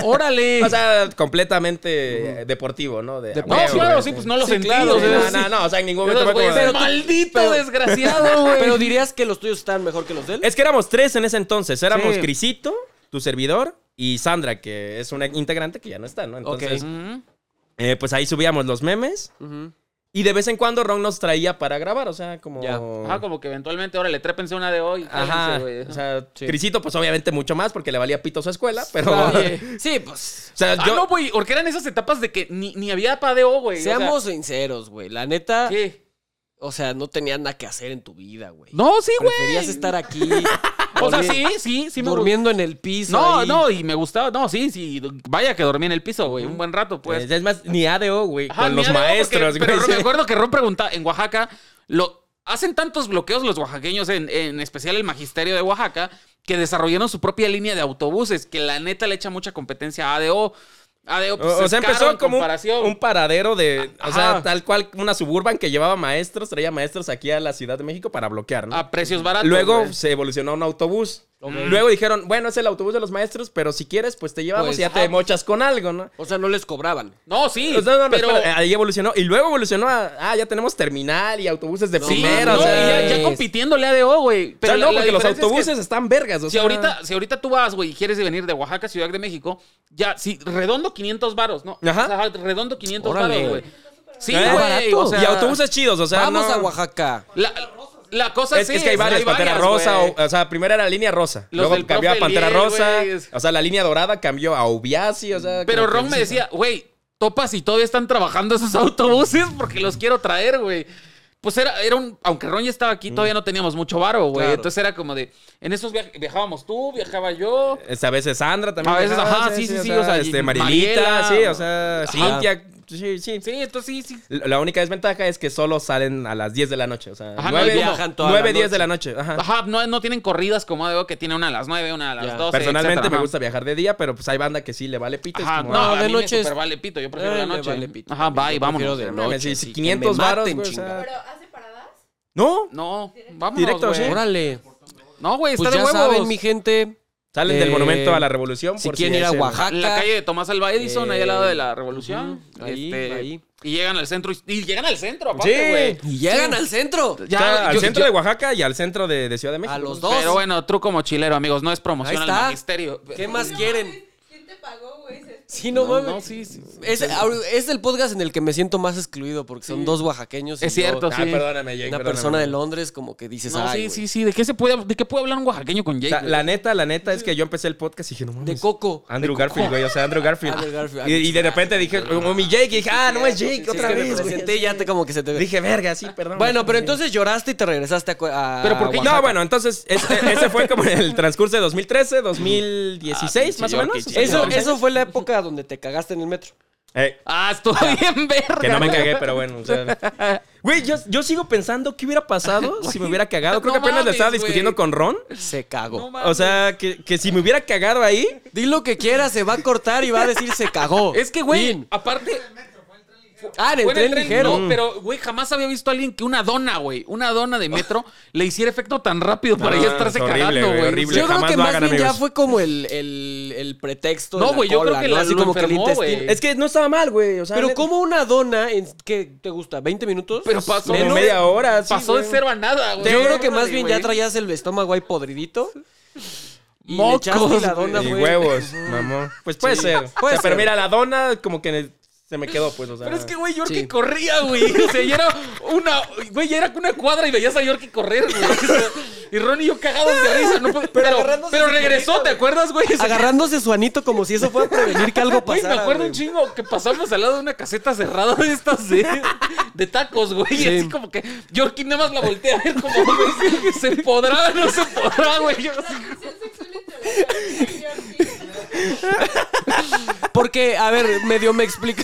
Speaker 2: Órale.
Speaker 1: [laughs]
Speaker 3: O sea, completamente eh, deportivo, ¿no? De,
Speaker 2: no,
Speaker 3: "Ah, güey,
Speaker 2: claro,
Speaker 3: güey,
Speaker 2: sí,
Speaker 3: este".
Speaker 2: pues no lo
Speaker 1: Sí,
Speaker 2: sentí.
Speaker 1: claro,
Speaker 2: o sea,
Speaker 3: No,
Speaker 2: sí.
Speaker 3: no, no, o sea, en ningún
Speaker 2: Esos
Speaker 3: momento fue como
Speaker 2: güeyes,
Speaker 3: de-
Speaker 1: [laughs]
Speaker 2: maldito desgraciado, güey.
Speaker 1: Pero dirías que los tuyos estaban mejor que los de él.
Speaker 3: Es que éramos tres en ese entonces. Éramos
Speaker 2: Sí.
Speaker 3: Crisito, tu servidor, y Sandra, que es una integrante que ya no está, ¿no? Entonces,
Speaker 2: Ujú.
Speaker 3: eh, pues ahí subíamos los memes.
Speaker 1: Ujú.
Speaker 3: Y de vez en cuando Ron nos traía para grabar, o sea, como...
Speaker 1: Ya.
Speaker 2: Ajá, Ah, como que eventualmente, órale, trépense una de hoy.
Speaker 3: Ajá,
Speaker 2: cálmense, güey.
Speaker 3: o sea,
Speaker 1: Sí.
Speaker 3: Crisito, pues obviamente mucho más porque le valía pito su escuela, pero... [laughs]
Speaker 1: Oye, sí, pues.
Speaker 3: O sea,
Speaker 2: Ah,
Speaker 3: yo...
Speaker 2: no, güey, porque eran esas etapas de que ni, ni había padeo, güey. o sea,
Speaker 1: Seamos sinceros, güey. La neta,
Speaker 2: ¿qué?
Speaker 1: o sea, no tenías nada que hacer en tu vida, güey.
Speaker 2: No, sí, güey.
Speaker 1: Preferías estar aquí.
Speaker 2: [laughs] O sea,
Speaker 1: dormi-
Speaker 2: sí, sí, sí me gustó.
Speaker 1: [laughs] Durmiendo en el piso.
Speaker 2: No,
Speaker 1: ahí.
Speaker 2: no, y me gustaba. No, sí, sí. Vaya que dormí en el piso, güey. Un buen rato, pues.
Speaker 3: Es más, ni ADO, güey,
Speaker 2: Ajá,
Speaker 3: con los
Speaker 2: mira, luego, porque-
Speaker 3: maestros,
Speaker 2: Pero
Speaker 3: güey.
Speaker 2: me acuerdo que Ron preguntaba en Oaxaca, lo, hacen tantos bloqueos los oaxaqueños, en, en especial el magisterio de Oaxaca, que desarrollaron su propia línea de autobuses, que la neta le echa mucha competencia a ADO. ADO, pues,
Speaker 3: O, o sea,
Speaker 2: es caro
Speaker 3: empezó
Speaker 2: en
Speaker 3: como un,
Speaker 2: comparación.
Speaker 3: un paradero de. O sea,
Speaker 2: Ajá.
Speaker 3: tal cual una suburban que llevaba maestros, traía maestros aquí a la Ciudad de México para bloquear, ¿no?
Speaker 2: a precios baratos.
Speaker 3: Luego
Speaker 2: güey.
Speaker 3: se evolucionó a un autobús. Mm. Luego dijeron, bueno, es el autobús de los maestros, pero si quieres, pues te llevamos
Speaker 1: Pues,
Speaker 3: y ya te
Speaker 1: ah,
Speaker 3: mochas con algo, ¿no?
Speaker 1: O sea, no les cobraban.
Speaker 2: No, sí.
Speaker 3: O sea, no, Ah, no,
Speaker 2: pero.
Speaker 3: espera, ahí evolucionó. Y luego evolucionó a, ah, ya tenemos terminal y autobuses de
Speaker 1: No,
Speaker 2: Sí,
Speaker 3: primera.
Speaker 2: no, y
Speaker 3: o sea,
Speaker 2: ya, ya
Speaker 1: es-
Speaker 2: compitiéndole ADO, güey.
Speaker 3: o sea, no,
Speaker 2: la- la
Speaker 3: porque los
Speaker 2: diferencia es que-
Speaker 3: autobuses están vergas. O
Speaker 2: Si
Speaker 3: sea,
Speaker 2: ahorita, si ahorita tú vas, güey, y quieres venir de Oaxaca, Ciudad de México, ya, sí, redondo 500 varos, ¿no?
Speaker 3: Ajá.
Speaker 2: O sea, redondo 500
Speaker 1: Órale.
Speaker 2: varos, güey. Sí,
Speaker 3: ¿eh?
Speaker 2: güey, o sea,
Speaker 3: y autobuses chidos, o sea.
Speaker 1: Vamos
Speaker 3: no-
Speaker 1: a Oaxaca.
Speaker 2: La, la cosa Pues
Speaker 3: Es,
Speaker 2: sí
Speaker 3: es que hay varias, Pantera
Speaker 2: varias,
Speaker 3: Rosa,
Speaker 2: güey.
Speaker 3: o, o sea, primero era línea rosa,
Speaker 2: Los
Speaker 3: luego
Speaker 2: del
Speaker 3: cambió a
Speaker 2: profe
Speaker 3: Pantera
Speaker 2: Lier,
Speaker 3: Rosa,
Speaker 2: güey, es-
Speaker 3: o sea, la línea dorada cambió a Obiasi, o sea...
Speaker 2: Pero
Speaker 3: como que
Speaker 2: Ron me
Speaker 3: sí,
Speaker 2: decía, güey, topas y todavía están trabajando esos [laughs] autobuses porque los quiero traer, güey. Pues era, era un. Aunque Ron ya estaba
Speaker 3: Mm.
Speaker 2: aquí, todavía no teníamos mucho varo, güey.
Speaker 1: Claro.
Speaker 2: Entonces era como de. En esos viajes viajábamos tú, viajaba yo.
Speaker 3: Este, a veces Sandra también.
Speaker 2: A veces,
Speaker 3: viajaba,
Speaker 2: ajá, sí, sí, sí, o sea,
Speaker 3: este,
Speaker 2: y-
Speaker 3: Marilita,
Speaker 2: Mariela,
Speaker 3: sí, o sea, Cintia, sí, sí.
Speaker 2: Sí, entonces sí, sí.
Speaker 3: La la única desventaja es que solo salen a las 10 de la noche, o sea,
Speaker 2: Ajá, no
Speaker 3: nueve-
Speaker 1: viajan toda la
Speaker 3: 9, 10
Speaker 1: noche.
Speaker 3: de la noche, ajá.
Speaker 2: Ajá, no, no tienen corridas como veo que tiene una a las 9, una a las
Speaker 1: Ya.
Speaker 2: 12.
Speaker 3: Personalmente
Speaker 2: etcétera,
Speaker 3: me
Speaker 2: ajá.
Speaker 3: gusta viajar de día, pero pues hay banda que sí le vale pito. es
Speaker 2: Ajá,
Speaker 3: como,
Speaker 2: no,
Speaker 3: ah,
Speaker 2: a
Speaker 1: de
Speaker 2: mí
Speaker 1: noche
Speaker 2: me
Speaker 1: es-
Speaker 2: super vale pito, yo prefiero
Speaker 1: Eh,
Speaker 2: la
Speaker 1: me
Speaker 2: noche.
Speaker 1: vale pito.
Speaker 2: Ajá, bye,
Speaker 1: Yo
Speaker 2: vámonos.
Speaker 1: prefiero de
Speaker 3: mames,
Speaker 1: noche,
Speaker 3: sí,
Speaker 1: sí, que
Speaker 3: 500
Speaker 1: me
Speaker 3: varos,
Speaker 1: maten,
Speaker 3: güey, o sea,
Speaker 1: chingada.
Speaker 4: Pero hace paradas.
Speaker 3: No,
Speaker 2: No, vámonos,
Speaker 3: Directo,
Speaker 2: güey.
Speaker 3: sí.
Speaker 1: Órale.
Speaker 2: No, güey, está
Speaker 1: Pues ya
Speaker 2: de huevos.
Speaker 1: saben, mi gente.
Speaker 3: salen del
Speaker 1: Eh,
Speaker 3: monumento a la revolución.
Speaker 1: Si
Speaker 3: por
Speaker 1: quieren ir a
Speaker 3: es el-
Speaker 1: Oaxaca.
Speaker 2: En la calle de Tomás Alba Edison,
Speaker 1: Eh,
Speaker 2: ahí al lado de la Revolución.
Speaker 1: ujú, ahí,
Speaker 2: Este,
Speaker 1: ahí.
Speaker 2: Y llegan al centro. y- Y llegan al centro,
Speaker 3: Sí.
Speaker 2: aparte, güey.
Speaker 1: Y llegan al centro.
Speaker 3: O sea, al
Speaker 2: yo-
Speaker 3: centro
Speaker 2: yo-
Speaker 3: de Oaxaca y al centro de, de Ciudad de México.
Speaker 1: A los
Speaker 3: ¿no?
Speaker 1: dos.
Speaker 2: Pero bueno, truco mochilero, amigos. No es promoción
Speaker 1: Ahí
Speaker 2: al
Speaker 1: está.
Speaker 2: magisterio.
Speaker 1: ¿Qué más
Speaker 4: No
Speaker 1: quieren?
Speaker 4: mames, ¿Quién te pagó, güey? Se-
Speaker 1: Sí, no,
Speaker 2: No,
Speaker 1: mames.
Speaker 2: no, sí, sí.
Speaker 1: Es, ahora- es el podcast en el que me siento más excluido porque son dos oaxaqueños. y
Speaker 2: Es
Speaker 1: yo,
Speaker 2: cierto,
Speaker 3: Ah,
Speaker 2: sí.
Speaker 3: perdóname, Jake,
Speaker 1: una
Speaker 3: perdóname.
Speaker 1: persona de Londres, como que dices,
Speaker 2: No,
Speaker 1: ay,
Speaker 2: sí,
Speaker 1: güey,
Speaker 2: sí, sí. ¿De qué, se puede, ¿De qué puede hablar un oaxaqueño con
Speaker 3: O
Speaker 2: Jake?
Speaker 3: sea,
Speaker 2: güey?
Speaker 3: la neta, la neta es que yo empecé el podcast y dije, no mames.
Speaker 1: De coco.
Speaker 3: Andrew Garfield, güey, o sea, Andrew Garfield.
Speaker 1: Andrew Garfield.
Speaker 3: Y, y de repente dije, como mi Jake, y dije, ah, no es Jake,
Speaker 1: Sí, es
Speaker 3: otra
Speaker 1: que me
Speaker 3: vez, güey.
Speaker 1: presenté y ya te como que se te...
Speaker 3: Dije, verga, sí, perdón.
Speaker 1: bueno, pero entonces lloraste y te regresaste a... cu- a
Speaker 2: Pero ¿por qué?
Speaker 1: Oaxaca. Ah,
Speaker 3: No, bueno, entonces este- ese fue como en el transcurso
Speaker 1: [laughs]
Speaker 3: de 2013, 2016,
Speaker 2: Ah,
Speaker 3: más o
Speaker 2: pinche
Speaker 3: menos.
Speaker 2: Yorkie,
Speaker 3: o sea,
Speaker 1: Eso,
Speaker 3: tres
Speaker 1: eso
Speaker 3: años.
Speaker 1: fue la época donde te cagaste en el metro.
Speaker 3: Eh,
Speaker 2: Ah, estuvo bien verga.
Speaker 3: que no me
Speaker 2: güey.
Speaker 3: cagué, pero bueno,
Speaker 1: [laughs]
Speaker 3: o sea. Güey, yo, yo sigo pensando qué hubiera pasado si me hubiera cagado. Creo que
Speaker 2: No
Speaker 3: apenas le
Speaker 2: mames,
Speaker 3: estaba
Speaker 2: güey.
Speaker 3: discutiendo con Ron.
Speaker 1: Se cagó.
Speaker 2: No
Speaker 3: O sea, que, que si me hubiera cagado ahí.
Speaker 1: Di lo que quiera, se va a cortar y va a decir se cagó.
Speaker 2: Es que, güey,
Speaker 1: Fin.
Speaker 2: aparte,
Speaker 1: Ah, en el
Speaker 2: Fue en
Speaker 1: tren, ligero.
Speaker 2: no, pero, güey, jamás había visto a alguien que una dona, güey, una dona
Speaker 1: [laughs]
Speaker 2: de metro le hiciera efecto tan rápido para
Speaker 3: No,
Speaker 1: Ah,
Speaker 2: ella estarse
Speaker 3: es horrible,
Speaker 2: cagando,
Speaker 3: güey,
Speaker 2: güey.
Speaker 3: horrible.
Speaker 1: Yo creo
Speaker 3: Jamás
Speaker 1: que
Speaker 3: lo
Speaker 1: más
Speaker 3: hagan,
Speaker 1: bien ya
Speaker 3: amigos.
Speaker 1: fue como el, el, el pretexto. de
Speaker 2: No,
Speaker 1: la
Speaker 2: güey, yo
Speaker 1: cola,
Speaker 2: creo que
Speaker 1: ¿no?
Speaker 2: la-
Speaker 1: Así
Speaker 2: lo
Speaker 1: como que el
Speaker 2: enfermó,
Speaker 1: intestino.
Speaker 2: güey.
Speaker 3: Es que no estaba mal, güey. O sea,
Speaker 1: Pero
Speaker 3: net-
Speaker 1: como una dona, en, ¿qué te gusta? ¿20 minutos?
Speaker 2: Pero pasó.
Speaker 3: en
Speaker 2: no,
Speaker 3: media hora. sí,
Speaker 2: Pasó de
Speaker 3: güey.
Speaker 2: cero a nada, güey.
Speaker 1: Yo creo que más bien ya
Speaker 2: traía
Speaker 1: traías el estómago ahí podridito. Y le
Speaker 2: Mocos,
Speaker 1: echaste la dona,
Speaker 3: Y
Speaker 1: güey.
Speaker 3: [laughs] huevos, mamón. Pues puede
Speaker 1: Sí,
Speaker 3: ser.
Speaker 1: puede
Speaker 3: O sea, Pero
Speaker 1: ser.
Speaker 3: mira, la dona como que se me quedó, pues, o sea.
Speaker 2: Pero es que, güey, Yorkie
Speaker 1: Sí.
Speaker 2: corría,
Speaker 1: [laughs]
Speaker 2: güey. O sea, ya era una. Güey, ya era una cuadra y veías a Yorkie correr, güey. [laughs] O sea, y Ronnie y yo cagados de risa. No, puede- pero, pero,
Speaker 1: agarrándose su
Speaker 2: regresó, ¿te
Speaker 1: [laughs]
Speaker 2: acuerdas, güey? O sea,
Speaker 1: Agarrándose su anito como si eso fuera a prevenir que algo
Speaker 2: [laughs] Güey,
Speaker 1: pasara.
Speaker 2: me acuerdo
Speaker 1: güey.
Speaker 2: un chingo que pasamos al lado de una caseta cerrada de estas de, de tacos, güey. Y así como que Yorkie nada más la voltea a ver como, güey, se podrá, no se podrá, güey. Yo-
Speaker 4: La tensión sexual entre la Barbie y Yorkie.
Speaker 1: Porque, a ver, medio me explica.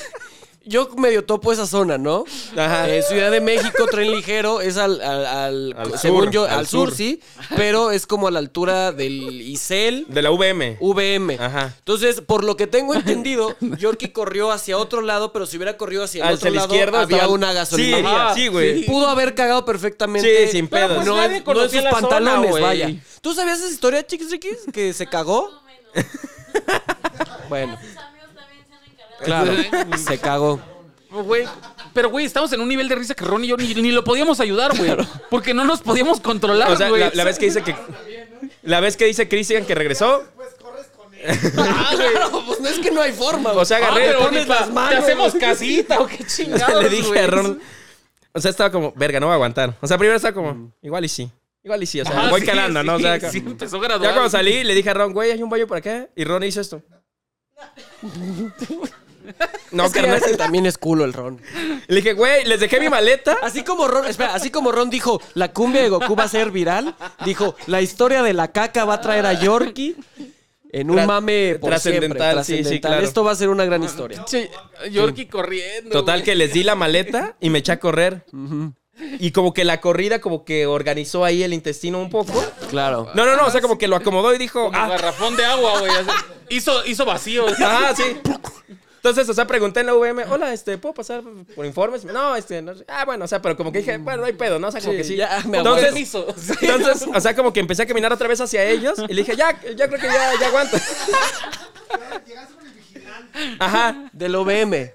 Speaker 1: Yo medio topo esa zona, ¿no?
Speaker 3: Ajá.
Speaker 1: Eh, Ciudad de México, tren ligero, es al, al, al-
Speaker 3: Al
Speaker 1: según
Speaker 3: sur,
Speaker 1: yo,
Speaker 3: al
Speaker 1: al, sur,
Speaker 3: sur.
Speaker 1: sí, pero es como a la altura del Isel,
Speaker 3: De la VM.
Speaker 1: VM.
Speaker 3: Ajá.
Speaker 1: Entonces, por lo que
Speaker 3: [laughs]
Speaker 1: tengo entendido, Yorkie corrió hacia otro lado, pero si hubiera corrido hacia el
Speaker 3: Ah,
Speaker 1: otro
Speaker 3: Hacia la
Speaker 1: lado,
Speaker 3: izquierda
Speaker 1: había
Speaker 3: estaba-
Speaker 1: una gasolina.
Speaker 3: Sí,
Speaker 2: Ajá,
Speaker 3: sí, güey.
Speaker 2: Ah, sí.
Speaker 1: Pudo haber cagado perfectamente.
Speaker 3: Sí, sin
Speaker 1: Pero
Speaker 3: pedos.
Speaker 1: no,
Speaker 2: Pues Nadie
Speaker 1: en- no en
Speaker 2: conocía
Speaker 1: sus
Speaker 2: la zona,
Speaker 1: pantalones,
Speaker 2: güey.
Speaker 1: vaya. ¿Tú sabías esa historia, chiquis chiquis? Que se cagó.
Speaker 4: Más o
Speaker 1: Bueno,
Speaker 4: menos. Sus amigos también se han encargado.
Speaker 3: [laughs]
Speaker 1: claro, se cagó.
Speaker 2: Güey, pero güey, estamos en un nivel de risa que Ron y yo ni, ni lo podíamos ayudar, güey. Porque no nos podíamos controlar,
Speaker 3: O sea,
Speaker 2: güey.
Speaker 3: la, la vez que dice que. La vez que dice Christian que regresó.
Speaker 2: Ah, güey.
Speaker 1: Claro, pues no es que no hay forma.
Speaker 3: O sea,
Speaker 2: Ah,
Speaker 3: agarré.
Speaker 2: pero
Speaker 1: pones
Speaker 2: ni pa-
Speaker 1: las manos,
Speaker 2: Te hacemos
Speaker 1: güey.
Speaker 2: [laughs] casita o
Speaker 3: [laughs]
Speaker 2: qué chingados,
Speaker 3: le dije
Speaker 2: güey.
Speaker 3: a Ron. O sea, estaba como, verga, no voy a aguantar. O sea, primero estaba como, igual y sí. Igual y sí. O sea,
Speaker 2: Mm. Ah,
Speaker 3: voy
Speaker 2: sí,
Speaker 3: calando, ¿no? O sea,
Speaker 2: sí,
Speaker 3: como-
Speaker 2: sí, empezó
Speaker 3: ya
Speaker 2: gradual.
Speaker 3: cuando salí, le dije a Ron, güey, hay un baño por acá. Y Ron
Speaker 1: [laughs]
Speaker 3: hizo esto. No,
Speaker 1: Es que ya
Speaker 3: carnal.
Speaker 1: ves que también es culo el Ron.
Speaker 3: Le dije, güey, les dejé mi
Speaker 1: [laughs]
Speaker 3: maleta.
Speaker 1: Así como Ron, espera, así como Ron dijo, la cumbia de Goku va a ser viral, dijo, la historia de la caca va a traer a Yorkie en un
Speaker 3: Tras-
Speaker 1: mame por
Speaker 3: trascendental,
Speaker 1: siempre,
Speaker 3: sí, sí,
Speaker 1: trascendental.
Speaker 3: claro.
Speaker 1: Esto va a ser una gran historia.
Speaker 2: [laughs]
Speaker 3: Ah.
Speaker 2: Che, Yorkie corriendo.
Speaker 3: Total
Speaker 2: güey.
Speaker 3: que les di la maleta y me eché a correr. Y como que la corrida como que organizó ahí el intestino un poco.
Speaker 1: Claro.
Speaker 3: No, no, no, o sea, como que lo acomodó y dijo,
Speaker 2: Como
Speaker 3: ah, [laughs]
Speaker 2: garrafón de agua, güey. así. Hizo, hizo vacío.
Speaker 3: ah, sí. Entonces, o sea, pregunté en la UVM, hola, este, ¿puedo pasar por informes? No, este, no sé. Ah, bueno, o sea, pero como que dije, bueno, no hay pedo, ¿no? O sea, como que sí.
Speaker 1: ya me
Speaker 3: Entonces,
Speaker 1: aguanto.
Speaker 3: entonces, o sea, como que empecé a caminar otra vez hacia ellos y le dije, ya, ya creo que ya, ya aguanto.
Speaker 5: Llegaste con el vigilante.
Speaker 3: Ajá,
Speaker 1: Del OBM.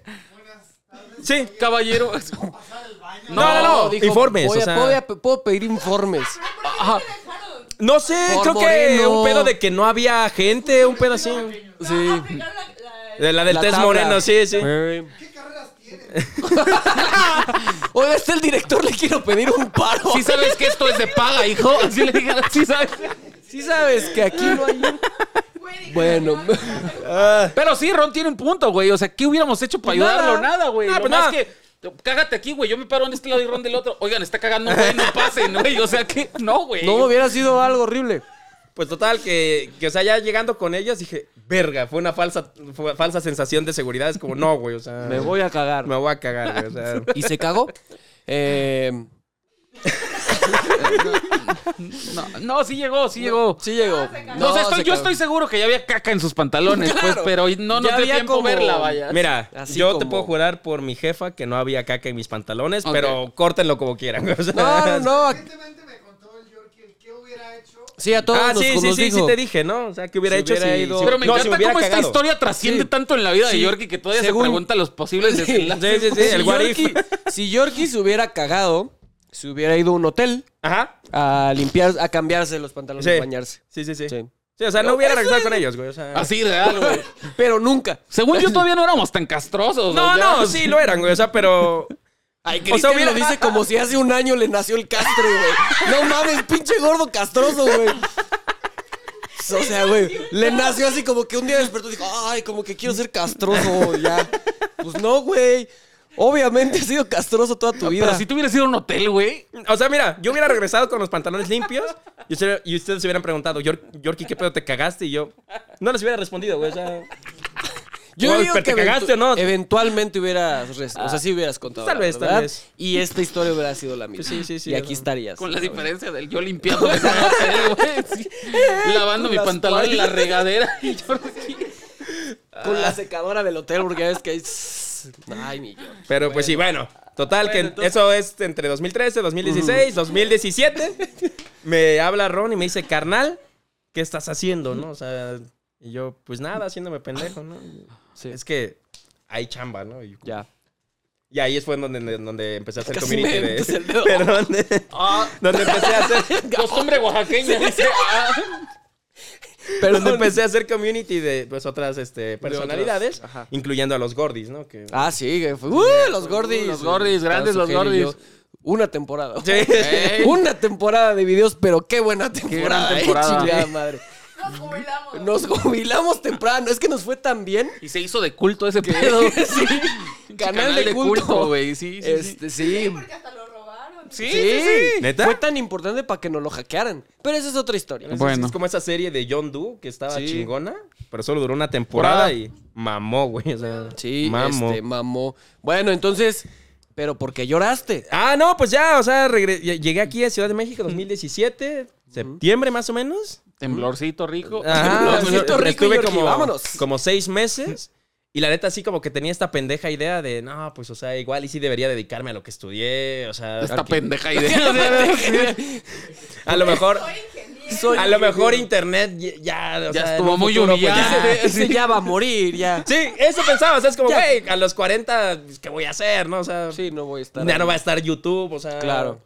Speaker 3: [laughs] sí.
Speaker 2: Caballero.
Speaker 5: Pasar el baño.
Speaker 3: No, no, no,
Speaker 1: dijo,
Speaker 3: informes,
Speaker 1: voy a-
Speaker 3: o sea.
Speaker 1: voy a- puedo pedir informes.
Speaker 4: Ah,
Speaker 2: Ajá.
Speaker 3: No sé,
Speaker 1: Por
Speaker 3: creo que
Speaker 1: Moreno.
Speaker 3: un pedo de que no había gente, un pedo así.
Speaker 1: Sí.
Speaker 3: De la del
Speaker 1: La
Speaker 3: test
Speaker 1: tabla. Eh.
Speaker 3: moreno, sí, sí.
Speaker 5: ¿Qué carreras tienes?
Speaker 1: [laughs] Oiga, está el director, le quiero pedir un paro.
Speaker 2: Sí sabes que esto es de paga, hijo.
Speaker 3: [laughs]
Speaker 2: Así le digan, sí sabes.
Speaker 1: Sí sabes que aquí no hay... Bueno,
Speaker 2: Pero sí, Ron tiene un punto, güey. O sea, ¿qué hubiéramos hecho para
Speaker 3: Nada.
Speaker 2: ayudarlo? Nada, güey.
Speaker 3: Nada,
Speaker 2: Lo
Speaker 3: pues
Speaker 2: más
Speaker 3: nada.
Speaker 2: que. Cágate aquí, güey. Yo me paro en este lado y Ron del otro. Oigan, está cagando un güey, no pasen, güey. O sea, que. No, güey.
Speaker 1: no hubiera sido algo horrible.
Speaker 3: Pues total, que, que, o sea, ya llegando con ellos dije, verga, fue una falsa, fue- falsa sensación de seguridad. Es como, no, güey, o sea.
Speaker 1: Me voy a cagar.
Speaker 3: me voy a cagar, güey,
Speaker 1: [laughs]
Speaker 3: o sea.
Speaker 1: ¿Y se cagó? Eh,
Speaker 2: no, no, sí llegó, sí llegó.
Speaker 1: sí llegó.
Speaker 2: No, o sea, estoy-
Speaker 1: Ah, se
Speaker 2: yo
Speaker 1: cagó.
Speaker 2: estoy seguro que ya había caca en sus pantalones, pues,
Speaker 1: Claro.
Speaker 2: pero no nos
Speaker 1: Ya
Speaker 2: dio
Speaker 1: había
Speaker 2: tiempo
Speaker 1: como-
Speaker 2: verla, vaya.
Speaker 3: Mira,
Speaker 1: Así
Speaker 3: yo te
Speaker 1: como-
Speaker 3: puedo jurar por mi jefa que no había caca en mis pantalones,
Speaker 2: Ok.
Speaker 3: pero córtenlo como quieran. güey, o sea.
Speaker 1: No, no, no.
Speaker 5: Recientemente me contó el Yorkie el qué hubiera [laughs] hecho.
Speaker 1: Sí, a todos
Speaker 3: ah,
Speaker 1: nos,
Speaker 3: sí, sí,
Speaker 1: nos
Speaker 3: sí,
Speaker 1: dijo.
Speaker 3: sí
Speaker 1: [laughs]
Speaker 3: te dije, ¿no? O sea, que hubiera
Speaker 1: Si
Speaker 3: hecho
Speaker 1: hubiera
Speaker 3: si-
Speaker 1: ido-
Speaker 3: si-
Speaker 2: Pero me
Speaker 3: no, si
Speaker 2: encanta
Speaker 3: hubiera
Speaker 2: cómo esta
Speaker 3: cagado.
Speaker 2: historia trasciende
Speaker 1: Sí.
Speaker 2: tanto en la vida
Speaker 1: Sí.
Speaker 2: de Yorkie que todavía
Speaker 1: Según-
Speaker 2: se pregunta los posibles desenlaces.
Speaker 3: Sí, sí, sí, el what if.
Speaker 1: Yorkie- si Yorkie se hubiera cagado, se hubiera ido a un hotel
Speaker 3: Ajá.
Speaker 1: a limpiar, a cambiarse los pantalones
Speaker 3: Sí.
Speaker 1: y bañarse.
Speaker 3: Sí, sí, sí.
Speaker 1: Sí.
Speaker 3: Sí, o sea, no hubiera regresado con ellos, güey. O sea.
Speaker 2: Así, real, güey.
Speaker 1: Pero
Speaker 3: [laughs]
Speaker 1: nunca.
Speaker 2: Según yo, todavía no éramos tan castrosos.
Speaker 3: No,
Speaker 2: o pues, ya-
Speaker 3: no, sí lo eran, güey. O sea, pero.
Speaker 1: Ay,
Speaker 3: O sea,
Speaker 1: Cristian
Speaker 3: hubiera-
Speaker 1: lo dice como si hace un año le nació el castre, güey. No mames, pinche gordo castroso, güey. O sea, güey, le nació así como que un día despertó y dijo, ay, como que quiero ser castroso, ya. Pues no, güey. Obviamente has sido castroso toda tu vida.
Speaker 2: Pero si tú hubieras ido a un hotel, güey.
Speaker 3: O sea, mira, yo hubiera regresado con los pantalones limpios y, usted- y ustedes se hubieran preguntado, "Yor- Yorkie, ¿qué pedo te cagaste? Y yo no les hubiera respondido, güey. O sea,
Speaker 1: Yo
Speaker 3: Igual,
Speaker 1: digo
Speaker 3: pero
Speaker 1: que
Speaker 3: te
Speaker 1: eventu-
Speaker 3: cagaste, ¿o no?
Speaker 1: Eventualmente hubieras, res- o sea, sí hubieras contado.
Speaker 3: Tal
Speaker 1: la
Speaker 3: vez, tal
Speaker 1: verdad,
Speaker 3: vez.
Speaker 1: Y esta historia hubiera sido la misma.
Speaker 3: Pues sí, sí, sí,
Speaker 1: Y aquí
Speaker 3: ¿no?
Speaker 1: estarías.
Speaker 2: Con la
Speaker 1: ¿sabes?
Speaker 2: diferencia del yo limpiando mi pantalón, güey, sí. Lavando mi
Speaker 1: Las
Speaker 2: pantalón en la
Speaker 1: toallas.
Speaker 2: regadera. Y Yorkie.
Speaker 1: Con
Speaker 3: Ah.
Speaker 1: la secadora del hotel, porque ya ves que hay...
Speaker 3: [laughs]
Speaker 1: Ay, mi Dios.
Speaker 3: pero pues sí, bueno. Total, que eso es entre 2013, 2016, 2017. Me habla Ron y me dice, carnal, ¿qué estás haciendo, no? O sea, y yo, pues nada, haciéndome pendejo, ¿no?
Speaker 1: Sí.
Speaker 3: Es que hay chamba, ¿no? Y,
Speaker 1: Ya.
Speaker 3: y ahí fue donde, donde empecé a hacer
Speaker 1: Casi me
Speaker 3: community de...
Speaker 1: metes
Speaker 3: [laughs]
Speaker 1: el dedo. [laughs]
Speaker 3: Perdón. de- donde empecé a hacer...
Speaker 1: ¿eh?
Speaker 2: [laughs] Costumbre oaxaqueña. dice, ah.
Speaker 1: Pero
Speaker 3: donde empecé a hacer community de pues otras este, personalidades,
Speaker 1: otras, ajá.
Speaker 3: incluyendo a los gordis, ¿no? Que-
Speaker 1: Ah, sí, que fue- ¡Uh, los gordis.
Speaker 2: los gordis, grandes
Speaker 1: Estaba
Speaker 2: los
Speaker 1: Sujel y
Speaker 2: gordis.
Speaker 1: yo. Una temporada.
Speaker 3: Sí.
Speaker 2: Ey.
Speaker 1: [laughs] Una temporada de videos, pero qué buena temporada.
Speaker 2: gran
Speaker 1: eh,
Speaker 2: temporada.
Speaker 1: chingada madre. [laughs]
Speaker 4: Nos jubilamos.
Speaker 1: Nos jubilamos temprano. Es que nos fue tan bien.
Speaker 2: Y se hizo de culto ese pedo.
Speaker 1: [laughs] Sí. [laughs]
Speaker 2: Pinche
Speaker 1: Canal, de, culto.
Speaker 2: güey. Sí, sí, sí.
Speaker 1: Este, sí.
Speaker 4: Porque hasta lo robaron.
Speaker 2: Sí,
Speaker 1: Sí.
Speaker 3: ¿Neta?
Speaker 1: Fue tan importante para que nos lo hackearan. Pero esa es otra historia.
Speaker 3: Es-
Speaker 2: Bueno.
Speaker 3: Es como esa serie de John Doe que estaba
Speaker 1: Sí.
Speaker 3: chingona, pero solo duró una temporada
Speaker 2: Temporada.
Speaker 3: y mamó, güey. o sea,
Speaker 1: Sí,
Speaker 3: mamó.
Speaker 1: este, mamó. Bueno, entonces, pero ¿por qué
Speaker 3: [laughs]
Speaker 1: lloraste?
Speaker 3: Ah, no, pues ya, o sea, regre- ll- llegué aquí a Ciudad de México 2017, septiembre más o menos.
Speaker 2: Temblorcito rico.
Speaker 1: Ah. [laughs]
Speaker 3: Ajá,
Speaker 1: Lo siento,
Speaker 3: pues,
Speaker 1: rico,
Speaker 3: estuve
Speaker 1: Yorkie,
Speaker 3: como,
Speaker 1: vámonos.
Speaker 3: como seis meses. Y la neta, así como que tenía esta pendeja idea de, no, pues, o sea, igual y sí debería dedicarme a lo que estudié, o sea,
Speaker 1: [laughs]
Speaker 2: Esta pendeja idea.
Speaker 3: a lo mejor,
Speaker 4: Soy ingeniero.
Speaker 1: Soy-
Speaker 3: a lo mejor internet ya,
Speaker 2: Ya
Speaker 3: o sea, en
Speaker 2: estuvo
Speaker 3: un
Speaker 2: muy
Speaker 3: futuro, pues,
Speaker 2: humillante.
Speaker 3: ya-
Speaker 1: Ese- ese ya va a morir, ya.
Speaker 3: Sí, eso pensaba, o sea, es como,
Speaker 1: Ya.
Speaker 3: güey, a los 40, pues, ¿qué voy a hacer, no? O sea,
Speaker 1: Sí, no voy a estar.
Speaker 3: ya no
Speaker 1: ahí.
Speaker 3: va a estar YouTube, o sea.
Speaker 1: Claro.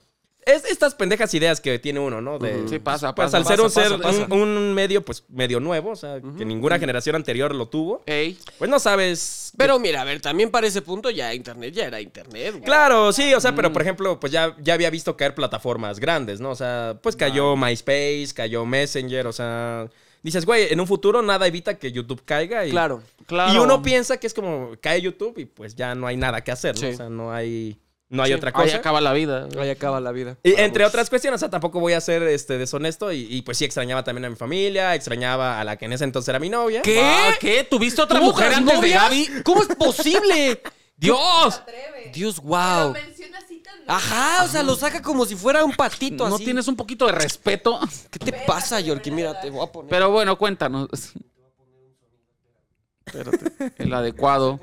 Speaker 3: Es estas pendejas ideas que tiene uno, ¿no? De,
Speaker 2: Sí, pasa,
Speaker 3: pues,
Speaker 2: pasa,
Speaker 3: al ser, un,
Speaker 2: pasa,
Speaker 3: ser
Speaker 2: pasa,
Speaker 3: un- un medio, pues, medio nuevo, o sea, que ninguna generación anterior lo tuvo,
Speaker 2: Ey.
Speaker 3: pues no sabes
Speaker 1: Pero mira, a ver, también para ese punto ya internet ya era internet, güey.
Speaker 3: Claro, sí, o sea, pero por ejemplo, pues ya, ya había visto caer plataformas grandes, ¿no? O sea, pues cayó MySpace, cayó Messenger, o sea, dices, güey, en un futuro nada evita que YouTube caiga y...
Speaker 1: Claro.
Speaker 2: Claro.
Speaker 3: Y uno piensa que es como, cae YouTube y pues ya no hay nada que hacer, ¿no?
Speaker 1: Sí.
Speaker 3: O sea, no hay, no hay otra
Speaker 2: Ahí
Speaker 3: cosa.
Speaker 2: acaba la vida.
Speaker 1: Ahí acaba la vida.
Speaker 3: Y
Speaker 1: Para
Speaker 3: entre
Speaker 1: muchos.
Speaker 3: otras cuestiones, o sea, tampoco voy a ser este, deshonesto y, y, pues sí extrañaba también a mi familia, extrañaba a la que en ese entonces era mi novia.
Speaker 1: ¿Qué?
Speaker 2: Ah, ¿Qué? ¿Tuviste otra
Speaker 1: ¿Tuvo
Speaker 2: mujer
Speaker 1: otras
Speaker 2: antes de
Speaker 1: novias?
Speaker 2: Gaby?
Speaker 1: ¿Cómo es [laughs] posible?
Speaker 2: ¡Dios!
Speaker 4: Se
Speaker 3: eh,
Speaker 4: atreve.
Speaker 1: Dios,
Speaker 4: Lo
Speaker 1: wow.
Speaker 4: menciona así tan.
Speaker 1: Ajá, o sea, lo saca como si fuera un patito
Speaker 2: ¿No
Speaker 1: así.
Speaker 2: tienes un poquito de respeto?
Speaker 1: ¿Qué te pasa, Yorkie? Mira, te voy a poner.
Speaker 2: Pero bueno, cuéntanos. Espérate. El adecuado.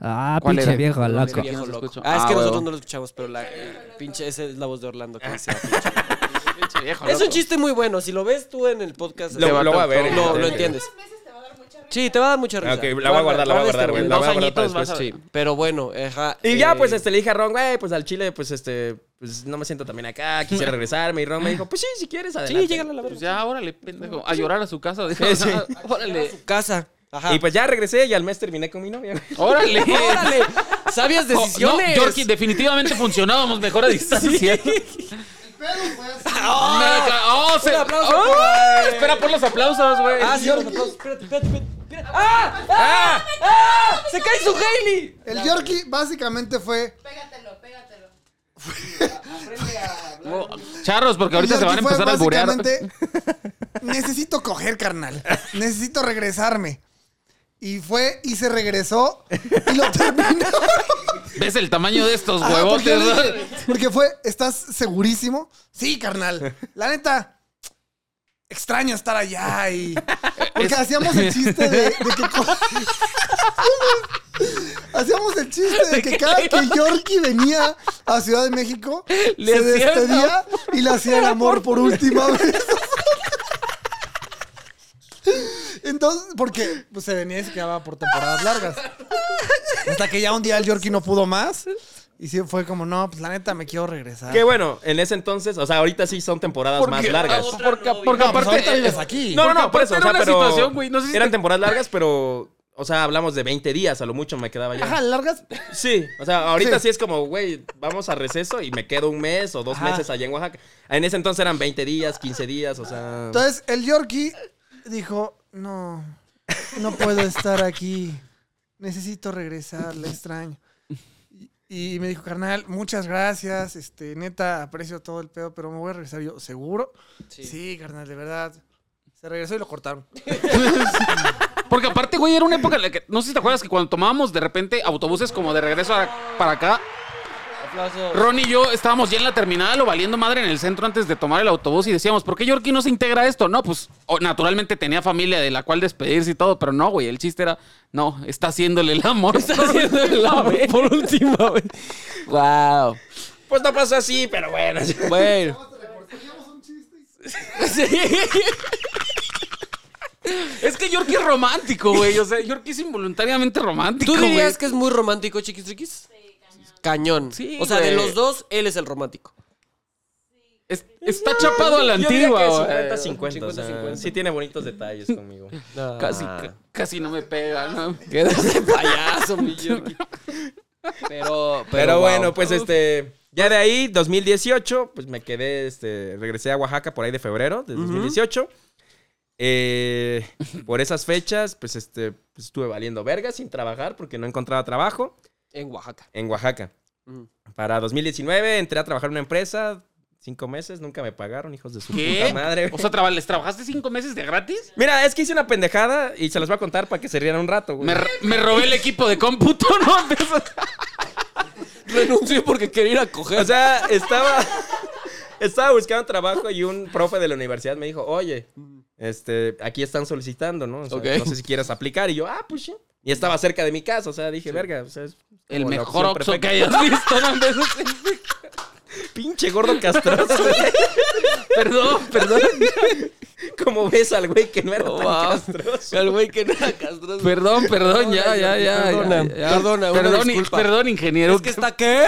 Speaker 6: Ah,
Speaker 2: ¿Cuál
Speaker 6: pinche
Speaker 2: era?
Speaker 6: viejo
Speaker 2: ¿Cuál era?
Speaker 6: loco.
Speaker 2: Viejo
Speaker 1: Viejo
Speaker 2: loco.
Speaker 1: loco. Ah, es
Speaker 2: Ah,
Speaker 1: que nosotros
Speaker 2: huevo.
Speaker 1: no lo escuchamos, pero la eh, pinche, esa es la voz de Orlando que decía.
Speaker 2: [laughs] Pinche viejo
Speaker 1: Es un
Speaker 2: loco.
Speaker 1: chiste muy bueno. Si lo ves tú en el podcast,
Speaker 3: Lo-
Speaker 1: te va
Speaker 3: lo voy a
Speaker 1: a-
Speaker 3: ver,
Speaker 1: Lo, lo
Speaker 3: evidentemente.
Speaker 1: entiendes.
Speaker 4: veces te va a dar mucha risa.
Speaker 1: Sí, te va a dar mucha risa.
Speaker 3: Ok, la voy a guardar, la voy a guardar, güey.
Speaker 1: Guárdate,
Speaker 3: La voy a
Speaker 2: dos
Speaker 3: guardar para
Speaker 2: añitos vas
Speaker 3: después.
Speaker 2: a-
Speaker 1: Sí, pero bueno, ajá.
Speaker 3: Y ya,
Speaker 1: eh,
Speaker 3: pues, este, le dije a Ron, güey, pues al chile, pues, este, pues no me siento también acá,
Speaker 2: [laughs]
Speaker 3: quisiera regresarme. Y Ron me dijo, pues sí, si quieres, adelante.
Speaker 1: Sí, llégale a la
Speaker 2: Pues
Speaker 1: verga.
Speaker 2: ya, órale, pendejo. A llorar a su casa. dijo.
Speaker 3: Sí, sí.
Speaker 2: [laughs] Órale.
Speaker 1: Casa. Ajá.
Speaker 2: Ah.
Speaker 3: Y pues ya regresé y al mes terminé con mi novia.
Speaker 2: [laughs]
Speaker 3: güey.
Speaker 1: [laughs]
Speaker 2: Órale.
Speaker 3: [laughs]
Speaker 1: ¡Órale! Sabias
Speaker 2: Oh, No,
Speaker 1: decisiones.
Speaker 2: Yorkie, definitivamente funcionábamos mejor a distancia.
Speaker 1: [laughs]
Speaker 5: El pedo fue [laughs] así.
Speaker 2: No, claro. Oh, se-
Speaker 1: Ah, aplauso,
Speaker 2: Oh,
Speaker 1: güey.
Speaker 2: Espera por los aplausos, güey.
Speaker 1: Ah, sí, los aplausos. Espérate, espérate, espérate. [laughs] espérate. ¡Ah! ¡Ah! ¡Ah! ¡Se cae su Hailey!
Speaker 5: El Yorkie básicamente fue.
Speaker 4: Pégatelo, pégatelo.
Speaker 2: Oh, Charros, porque ahorita
Speaker 5: el
Speaker 2: se van a
Speaker 5: Yorkie fue
Speaker 2: empezar a alburear. [laughs]
Speaker 5: básicamente, Necesito coger, carnal. Necesito regresarme. Y fue y se regresó y
Speaker 2: [laughs]
Speaker 5: lo terminó.
Speaker 2: ¿Ves el tamaño de estos
Speaker 5: Ajá, Ah, porque,
Speaker 2: huevotes?
Speaker 5: le
Speaker 2: no?
Speaker 5: dije- [laughs] porque fue, ¿estás segurísimo? Sí, carnal. La neta, extraño estar allá y. Porque hacíamos el chiste de, de que. co- [laughs] Hacíamos el chiste de que cada que Yorkie venía a Ciudad de México,
Speaker 2: Le
Speaker 5: se
Speaker 2: hacía el
Speaker 5: despedía y le hacía el amor por última vez. Entonces, porque pues, se venía y se quedaba por temporadas largas. Hasta que ya un día el Yorkie no pudo más. Y sí fue como, no, pues la neta me quiero regresar.
Speaker 3: Ah. Que bueno, en ese entonces, o sea, ahorita sí son temporadas más largas.
Speaker 2: Porque, porque
Speaker 5: No, pues
Speaker 2: aparte.
Speaker 5: ahorita vives aquí.
Speaker 3: No, no,
Speaker 2: Ah, Porque
Speaker 3: no, por eso, o
Speaker 2: aparte era
Speaker 3: sea,
Speaker 2: una
Speaker 3: pero
Speaker 2: situación, güey, no sé si
Speaker 3: eran
Speaker 2: te-
Speaker 3: temporadas
Speaker 2: [laughs]
Speaker 3: largas, pero, o sea, hablamos de 20 días, a lo mucho me quedaba
Speaker 5: Ajá,
Speaker 3: ya.
Speaker 5: largas.
Speaker 3: Sí, o sea, ahorita
Speaker 5: Sí.
Speaker 3: sí, es como, güey, vamos a receso y me quedo un mes o dos
Speaker 5: Ajá.
Speaker 3: meses allá en Oaxaca. En ese entonces eran 20 días, 15 días, o sea...
Speaker 5: Entonces el Yorkie dijo, no, no puedo estar aquí. Necesito regresar, le extraño. Y, y me dijo, carnal, muchas gracias. Este, neta, aprecio todo el pedo, pero me voy a regresar yo, ¿seguro? Sí, carnal, de verdad. Se regresó y lo cortaron.
Speaker 2: Porque aparte, güey, era una época en la que. No sé si te acuerdas que cuando tomábamos de repente autobuses como de regreso a- para acá,
Speaker 1: Aplausos.
Speaker 2: Ron y yo estábamos ya en la terminal o valiendo madre en el centro antes de tomar el autobús y decíamos, ¿por qué Yorkie no se integra a esto? No, pues o- naturalmente tenía familia de la cual despedirse y todo, pero no, güey, el chiste era, no, está haciéndole el amor. Está haciéndole el [laughs] amor.
Speaker 1: Por última vez. Wow.
Speaker 3: Pues no pasó así, pero bueno.
Speaker 1: Bueno. [laughs]
Speaker 2: Es que Yorkie es romántico, güey. O sea, Yorkie es involuntariamente romántico.
Speaker 1: ¿Tú dirías
Speaker 2: güey.
Speaker 1: que es muy romántico, Chiquis Triquis? Cañón.
Speaker 2: Sí,
Speaker 1: o sea, de
Speaker 2: güey.
Speaker 1: los dos, él es el romántico.
Speaker 2: Es- está chapado a la antigua, güey.
Speaker 3: 50-50. o sea, Sí tiene bonitos detalles conmigo. [laughs] Ah,
Speaker 2: Casi, ca- casi no me pega, ¿no?
Speaker 1: Quedas de payaso, mi Yorkie. Pero, pero,
Speaker 3: Pero, bueno,
Speaker 1: wow.
Speaker 3: pues este. Ya de ahí, 2018, pues me quedé, este, regresé a Oaxaca por ahí de febrero de 2018. Eh, por esas fechas, pues este, pues, estuve valiendo verga sin trabajar porque no encontraba trabajo
Speaker 1: En Oaxaca.
Speaker 3: en Oaxaca.
Speaker 1: Ujú.
Speaker 3: Para 2019 entré a trabajar en una empresa, cinco meses, nunca me pagaron, hijos de su
Speaker 2: ¿Qué?
Speaker 3: puta madre. güey.
Speaker 2: O sea, traba- ¿les trabajaste cinco meses de gratis?
Speaker 3: Mira, es que hice una pendejada y se las voy a contar para que se rieran un rato, güey.
Speaker 2: Me, me robé el equipo de cómputo, ¿no? [laughs]
Speaker 1: Renuncié porque quería ir a coger.
Speaker 3: O sea, estaba, estaba buscando trabajo y un profe de la universidad me dijo, oye, este, aquí están solicitando, ¿no? O sea,
Speaker 1: Ok.
Speaker 3: No sé si quieras aplicar. Y yo, ah, pues sí. Y estaba cerca de mi casa, o sea, dije, verga, o sea, es como
Speaker 2: El
Speaker 3: la
Speaker 2: mejor
Speaker 3: opción
Speaker 2: Oxxo que
Speaker 3: perfecta".
Speaker 2: hayas visto, ¿no?
Speaker 3: Pinche gordo castroso.
Speaker 2: Perdón, perdón.
Speaker 3: Como ves al güey que no era
Speaker 1: No,
Speaker 3: tan
Speaker 1: wow.
Speaker 3: castroso.
Speaker 1: Al güey que no era castroso.
Speaker 2: Perdón, perdón, ya, ya, ya.
Speaker 1: Perdona,
Speaker 2: ya, ya.
Speaker 1: perdona, una
Speaker 2: perdón,
Speaker 1: disculpa.
Speaker 2: perdón, ingeniero.
Speaker 1: ¿Es que está qué?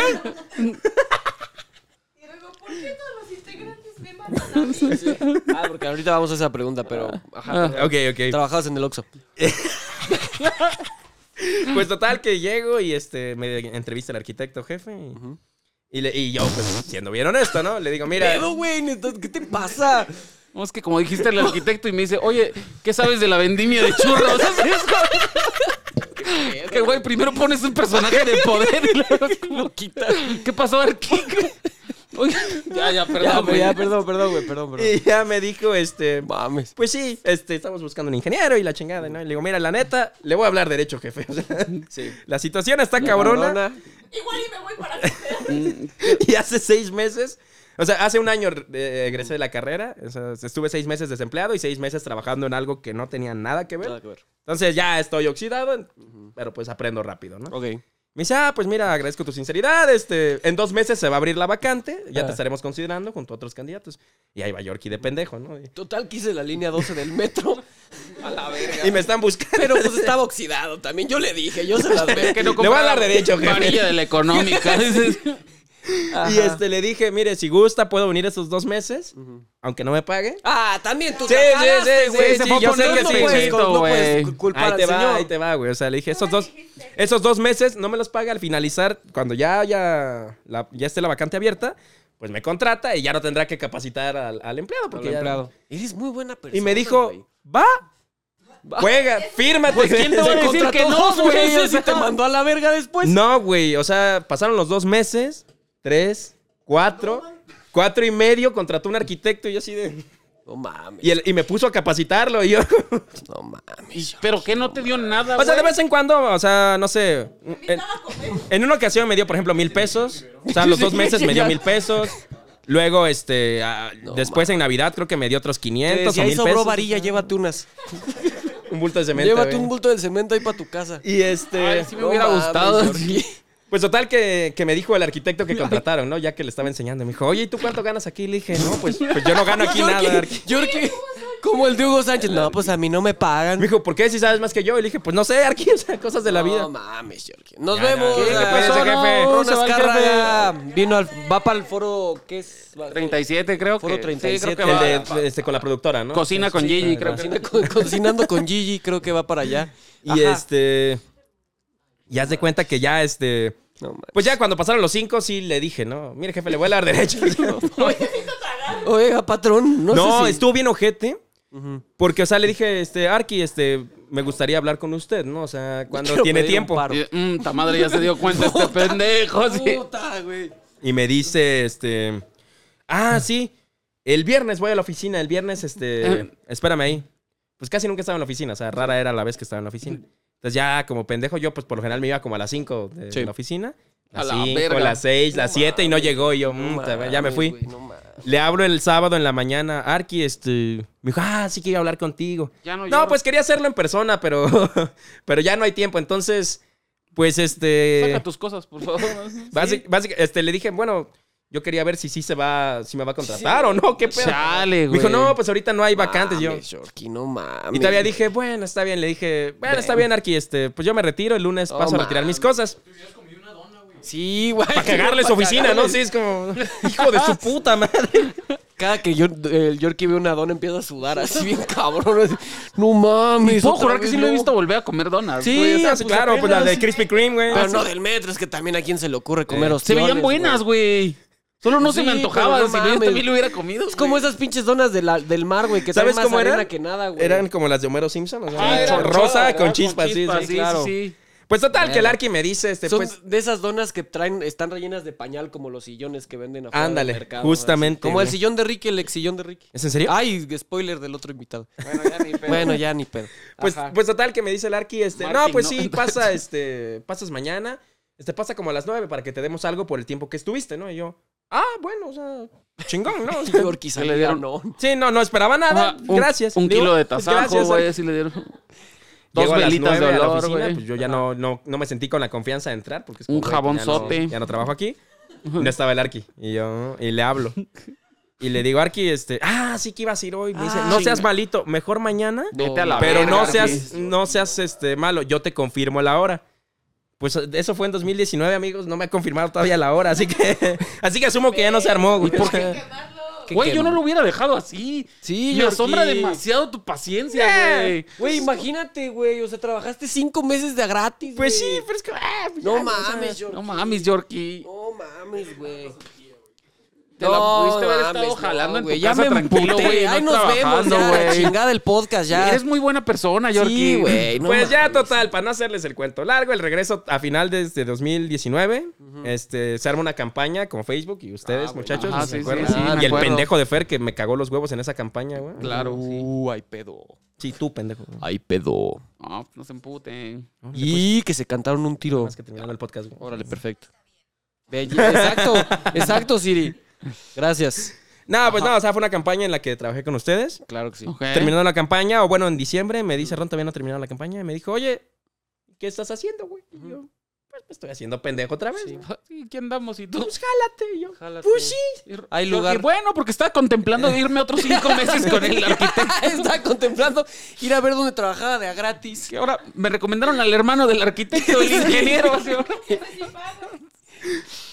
Speaker 4: Y luego, ¿por qué todos los integrantes
Speaker 2: [laughs]
Speaker 4: me matan a mí?
Speaker 1: Ah, porque ahorita vamos a esa pregunta, pero. Ajá.
Speaker 3: Ok, ok.
Speaker 1: Trabajabas en el Oxxo.
Speaker 3: Pues total que llego y este me entrevista el arquitecto jefe y, y le- y yo, pues, siendo bien honesto, ¿no? Le digo, mira,
Speaker 1: Pero, güey, neta, ¿qué te pasa?
Speaker 2: No, es que como dijiste el arquitecto y me dice, oye, ¿qué sabes de la vendimia de churros? [laughs] Así es como- Que güey, primero pones un personaje de poder y luego lo quitas. ¿Qué pasó, Arquico? [laughs] Oye, ya, ya,
Speaker 1: Ya,
Speaker 2: perdón,
Speaker 1: güey,
Speaker 2: güey.
Speaker 1: ya, perdón, perdón, güey, perdón, perdón.
Speaker 3: y ya me dijo, este,
Speaker 1: Mames.
Speaker 3: Pues sí, este, estamos buscando un ingeniero y la chingada, ¿no? Y le digo, mira, la neta, le voy a hablar derecho, jefe. [laughs] O sea, La situación está cabrona,
Speaker 4: Igual y me voy para hacer.
Speaker 3: y hace seis meses, o sea, hace un año eh, egresé de la carrera, o sea, estuve seis meses desempleado y seis meses trabajando en algo que no tenía nada que ver.
Speaker 1: Nada que ver.
Speaker 3: Entonces ya estoy oxidado, pero pues aprendo rápido, ¿no?
Speaker 1: Ok.
Speaker 3: Me dice, ah, pues mira, agradezco tu sinceridad. Este, en dos meses se va a abrir la vacante, ya
Speaker 1: Ah.
Speaker 3: te estaremos considerando junto a otros candidatos. Y ahí va Yorkie de pendejo, ¿no? Y,
Speaker 1: Total quise la línea 12 del metro. A la verga.
Speaker 3: y me están buscando.
Speaker 1: Pero pues estaba oxidado también. Yo le dije, yo
Speaker 3: [laughs]
Speaker 1: se las veo.
Speaker 2: Que no
Speaker 3: Le voy a dar
Speaker 2: compraba
Speaker 3: derecho, jefe.
Speaker 2: Varilla de la
Speaker 3: [laughs]
Speaker 2: económica. dices.
Speaker 3: Y este le dije, mire, si gusta, puedo venir esos dos meses, aunque no me pague.
Speaker 1: Ah, también tú
Speaker 3: Sí,
Speaker 1: te
Speaker 3: sí,
Speaker 1: cagaste,
Speaker 3: sí, sí,
Speaker 1: güey.
Speaker 3: sí, yo sé que
Speaker 1: no
Speaker 3: sí,
Speaker 1: puedes,
Speaker 2: chiquito,
Speaker 1: no puedes
Speaker 2: güey.
Speaker 1: culpar
Speaker 3: ahí
Speaker 1: al
Speaker 3: te va,
Speaker 1: señor.
Speaker 3: ahí te va, güey. O sea, le dije, esos
Speaker 4: me
Speaker 3: dos,
Speaker 4: dijiste.
Speaker 3: esos dos meses no me los paga al finalizar, cuando ya, ya, la- ya esté la vacante abierta, pues me contrata y ya no tendrá que capacitar al, al empleado. Porque ya-
Speaker 1: Eres muy buena persona.
Speaker 3: Y me dijo,
Speaker 1: güey.
Speaker 3: va, juega, fírmate.
Speaker 2: Pues, ¿quién te
Speaker 3: [laughs]
Speaker 2: va
Speaker 1: [laughs]
Speaker 2: a
Speaker 1: Se
Speaker 2: decir
Speaker 1: contrató
Speaker 2: que no,
Speaker 1: dos
Speaker 2: güey,
Speaker 1: meses
Speaker 2: o sea.
Speaker 1: y te mandó a la verga después.
Speaker 3: No, güey, o sea, pasaron los dos meses, tres, cuatro, cuatro y medio, contrató un arquitecto y yo así de...
Speaker 1: No mames.
Speaker 3: Y, el- y me puso a capacitarlo y yo... [laughs]
Speaker 1: No mames.
Speaker 2: [laughs] Y- Pero que no te dio nada,
Speaker 3: O sea, de
Speaker 2: güey?
Speaker 3: vez en cuando, o sea, no sé. En,
Speaker 4: Invitaba a comer.
Speaker 3: en una ocasión me dio, por ejemplo, mil pesos. O sea, los dos meses me dio mil pesos. Luego, este, ah, después en Navidad creo que me dio otros 500
Speaker 1: Si
Speaker 3: o
Speaker 1: ahí
Speaker 3: mil
Speaker 1: sobró
Speaker 3: pesos.
Speaker 1: varilla, llévate unas.
Speaker 3: Un bulto de cemento.
Speaker 1: llévate
Speaker 3: güey.
Speaker 1: un bulto del cemento ahí para tu
Speaker 3: [laughs]
Speaker 1: casa.
Speaker 3: Y este,
Speaker 2: Ay, sí me hubiera gustado.
Speaker 3: pues total que, que me dijo el arquitecto que contrataron, ¿no? Ya que le estaba enseñando. Me dijo, oye, ¿y tú cuánto ganas aquí? Le dije, no, pues, pues yo no gano aquí nada. arqui-".
Speaker 1: Yorkie, como el de Hugo Sánchez. No, pues a mí no me pagan.
Speaker 3: Me dijo, ¿por qué si sabes más que yo? Y le dije, pues no sé, Arqui, [laughs] o sea, cosas de la vida.
Speaker 1: No mames, Yorkie. Nos
Speaker 3: Ya,
Speaker 1: vemos.
Speaker 3: ya. ¿Qué le
Speaker 1: Ah,
Speaker 3: pasó,
Speaker 1: ese
Speaker 3: jefe?
Speaker 1: Ron
Speaker 2: Se va el
Speaker 1: Azcárraga vino al, va para el foro, ¿qué es?
Speaker 2: 37 creo que.
Speaker 1: Foro 37,
Speaker 2: sí, creo que
Speaker 3: El
Speaker 2: va.
Speaker 3: de, este, con la productora, ¿no?
Speaker 2: Cocina con Gigi, creo que.
Speaker 1: Cocina con- cocinando con Gigi, creo que va para allá.
Speaker 3: Y
Speaker 1: Ajá.
Speaker 3: este. Y haz de cuenta que ya este.
Speaker 1: No mames.
Speaker 3: Pues ya cuando pasaron los cinco, sí le dije, ¿no? Mire, jefe, le voy a
Speaker 1: [laughs]
Speaker 3: dar derecho. [laughs]
Speaker 1: Oiga, patrón, no,
Speaker 3: no,
Speaker 1: sé si...
Speaker 3: estuvo bien ojete.
Speaker 1: Ujú.
Speaker 3: Porque, o sea, le dije, este, Arki, este, me gustaría hablar con usted, ¿no? O sea, cuando
Speaker 1: Quiero
Speaker 3: tiene
Speaker 1: pedir un
Speaker 3: tiempo.
Speaker 1: paro.
Speaker 2: Y, mm, ta madre ya se dio cuenta este pendejo. sí.
Speaker 1: Puta, güey.
Speaker 3: Y me dice, este. Ah, sí. El viernes voy a la oficina. El viernes, este. Espérame ahí. Pues casi nunca estaba en la oficina. O sea, rara era la vez que estaba en la oficina. Entonces ya como pendejo yo, pues por lo general me iba como a las 5 de
Speaker 1: Sí.
Speaker 3: la oficina.
Speaker 2: A
Speaker 3: Las
Speaker 2: la
Speaker 3: 5,
Speaker 2: verga.
Speaker 3: las 6, las 7 y no llegó. Y yo, mm, ta- ya me
Speaker 1: Mames,
Speaker 3: fui.
Speaker 1: güey, no mames.
Speaker 3: Le hablo el sábado en la mañana. Arki, este... Me dijo, ah, sí que iba a hablar contigo.
Speaker 2: Ya no
Speaker 3: no,
Speaker 2: lloro.
Speaker 3: pues quería hacerlo en persona, pero... [laughs] pero ya no hay tiempo. Entonces, pues este...
Speaker 2: Saca tus cosas, por favor.
Speaker 3: Básic- básic- este, le dije, bueno, yo quería ver si sí se va, si me va a contratar o no, qué pedo.
Speaker 2: Chale,
Speaker 3: Me dijo,
Speaker 2: güey.
Speaker 3: no, pues ahorita no hay vacantes. Yo.
Speaker 1: Mames, Yorkie, no mames.
Speaker 3: Y todavía dije, bueno, está bien. Le dije, bueno, está bien, Arqui, este, pues yo me retiro, el lunes
Speaker 1: No
Speaker 3: paso a retirar mis cosas.
Speaker 1: Sí, güey.
Speaker 3: Para cagarle su
Speaker 1: Pa'
Speaker 3: oficina, ¿no?
Speaker 1: cagarle.
Speaker 3: Sí, es como, Ah, hijo de su puta madre.
Speaker 1: Cada que yo, el Yorkie ve una dona empieza a sudar así
Speaker 2: [laughs]
Speaker 1: bien cabrón. así, No mames.
Speaker 2: Puedo
Speaker 1: otra
Speaker 2: jurar que
Speaker 1: vez
Speaker 2: sí lo he
Speaker 1: no".
Speaker 2: visto volver a comer donas.
Speaker 1: Sí,
Speaker 2: güey, o sea,
Speaker 1: pues,
Speaker 3: claro, pues la de Krispy Kreme, güey.
Speaker 1: Pero no del metro, es que también a quién se le ocurre comer
Speaker 3: Eh,
Speaker 2: se
Speaker 1: ostiones,
Speaker 2: veían buenas, güey. Solo no se
Speaker 1: Sí,
Speaker 2: me antojaban.
Speaker 1: pero no
Speaker 2: si no, yo
Speaker 1: mames.
Speaker 2: también lo hubiera comido.
Speaker 1: Es como
Speaker 2: güey.
Speaker 1: esas pinches donas de la- del mar, güey, que saben
Speaker 3: ¿Sabes
Speaker 1: más
Speaker 3: cómo
Speaker 1: arena
Speaker 3: eran?
Speaker 1: que nada, güey.
Speaker 3: Eran como las de Homero Simpson, o
Speaker 2: Ah,
Speaker 3: sea,
Speaker 2: era
Speaker 3: chorrosa
Speaker 2: ¿verdad?
Speaker 3: con chispas, sí, sí, claro.
Speaker 2: sí.
Speaker 3: Pues total, que el Arqui me dice, este,
Speaker 1: Son
Speaker 3: pues,
Speaker 1: de esas donas que traen, están rellenas de pañal como los sillones que venden afuera
Speaker 3: Ándale,
Speaker 1: del mercado.
Speaker 3: justamente,
Speaker 1: así. Como el
Speaker 3: güey.
Speaker 1: sillón de Ricky, el ex sillón de Ricky.
Speaker 3: ¿es en serio?
Speaker 1: Ay, spoiler del otro invitado.
Speaker 2: Bueno, ya ni pedo.
Speaker 1: Bueno, ya ni pedo.
Speaker 2: [laughs]
Speaker 3: Pues,
Speaker 1: Ajá.
Speaker 3: pues total que me dice el Arqui, este, no,
Speaker 2: Martín,
Speaker 3: pues
Speaker 2: no. [laughs]
Speaker 3: sí, pasa, este, pasas mañana, este, pasa como a las nueve para que te demos algo por el tiempo que estuviste, ¿no? Y yo, ah, bueno, o sea, chingón, ¿no? O sea,
Speaker 1: Yorkie
Speaker 2: le
Speaker 1: salía,
Speaker 2: dieron-
Speaker 1: no.
Speaker 3: sí, no, no esperaba nada,
Speaker 2: Ah, un-
Speaker 3: gracias.
Speaker 2: Un
Speaker 3: Digo,
Speaker 2: kilo de
Speaker 3: pues,
Speaker 2: tasajo,
Speaker 3: gracias,
Speaker 2: güey.
Speaker 3: Arqui.
Speaker 2: Sí le dieron. Dos
Speaker 3: Llego a las
Speaker 2: velitas de
Speaker 3: nueve a la
Speaker 2: olor,
Speaker 3: oficina,
Speaker 2: güey.
Speaker 3: pues yo ya no, no, no me sentí con la confianza de entrar porque es
Speaker 2: Un
Speaker 3: como, güey, pues,
Speaker 2: jabonzote.
Speaker 3: Ya no, ya no trabajo aquí. No estaba el Arqui. Y yo, y
Speaker 2: [laughs]
Speaker 3: le hablo. Y le digo, Arqui, este, ah, sí que ibas a ir hoy. Me dice,
Speaker 1: Ah,
Speaker 3: no seas
Speaker 1: chinga.
Speaker 3: malito, mejor mañana.
Speaker 2: Vete a la
Speaker 3: Pero
Speaker 2: verga,
Speaker 3: no
Speaker 2: Arqui.
Speaker 3: seas, no seas este malo, yo te confirmo la hora. Pues eso fue en 2019, amigos, no me ha confirmado todavía la hora, así que [laughs] así que asumo que ya no se armó, güey.
Speaker 4: Quemarlo.
Speaker 1: [laughs] ¿Qué
Speaker 2: Güey, yo
Speaker 1: quema?
Speaker 2: no lo hubiera dejado así.
Speaker 1: Sí,
Speaker 2: Me asombra
Speaker 1: Yorkie.
Speaker 2: demasiado tu paciencia,
Speaker 3: Yeah.
Speaker 2: güey.
Speaker 1: Güey, imagínate, güey. O sea, trabajaste cinco meses de a gratis,
Speaker 3: Pues
Speaker 1: güey.
Speaker 3: sí, pero es que ah, pues
Speaker 1: No
Speaker 3: ya, o sea,
Speaker 1: mames, Yorkie.
Speaker 2: No mames, Yorkie.
Speaker 1: No mames, güey.
Speaker 2: Te la pudiste haber estado jalando en tu casa tranquilo,
Speaker 1: emputé.
Speaker 2: güey, no
Speaker 1: Ay, nos vemos,
Speaker 2: trabajando,
Speaker 1: ya, la
Speaker 2: güey.
Speaker 1: chingada el podcast, ya.
Speaker 2: Eres muy buena persona, Yorkie.
Speaker 1: Sí, güey. no
Speaker 3: pues ya,
Speaker 1: mames.
Speaker 3: total, para no hacerles el cuento largo, el regreso a final de este 2019, este, se arma una campaña con Facebook y ustedes, muchachos,
Speaker 2: Ajá, Ah,
Speaker 3: ¿se
Speaker 2: sí, sí,
Speaker 3: acuerdan?
Speaker 2: sí, me
Speaker 3: y el
Speaker 2: acuerdo.
Speaker 3: pendejo de Fer que me cagó los huevos en esa campaña, güey.
Speaker 2: Claro, sí.
Speaker 1: Uh, hay pedo.
Speaker 3: Sí, tú, pendejo. güey.
Speaker 1: Hay pedo.
Speaker 2: No, no se emputen.
Speaker 1: Y que se cantaron un tiro.
Speaker 3: Más que terminaron el podcast, güey.
Speaker 1: Órale, perfecto. Ve, Exacto, exacto, Siri. Gracias.
Speaker 3: No, pues no, o sea, fue una campaña en la que trabajé con ustedes.
Speaker 1: Claro que sí.
Speaker 2: Ok.
Speaker 3: Terminando la campaña, o bueno, en diciembre, me dice Ron, todavía no terminado la campaña. Y me dijo, oye, ¿qué estás haciendo, güey? Y yo, pues me estoy haciendo pendejo otra vez. ¿no?
Speaker 2: ¿Y ¿Qué andamos y tú?
Speaker 3: Pues jálate. Y yo,
Speaker 1: Jálate.
Speaker 3: pues sí.
Speaker 2: Y-
Speaker 1: Hay
Speaker 2: y
Speaker 1: lugar-
Speaker 2: bueno, porque estaba contemplando irme otros
Speaker 1: [laughs]
Speaker 2: cinco meses con el arquitecto.
Speaker 1: Estaba contemplando ir a ver dónde trabajaba de a gratis.
Speaker 2: Que ahora me recomendaron al hermano del arquitecto, el ingeniero. así, ahora.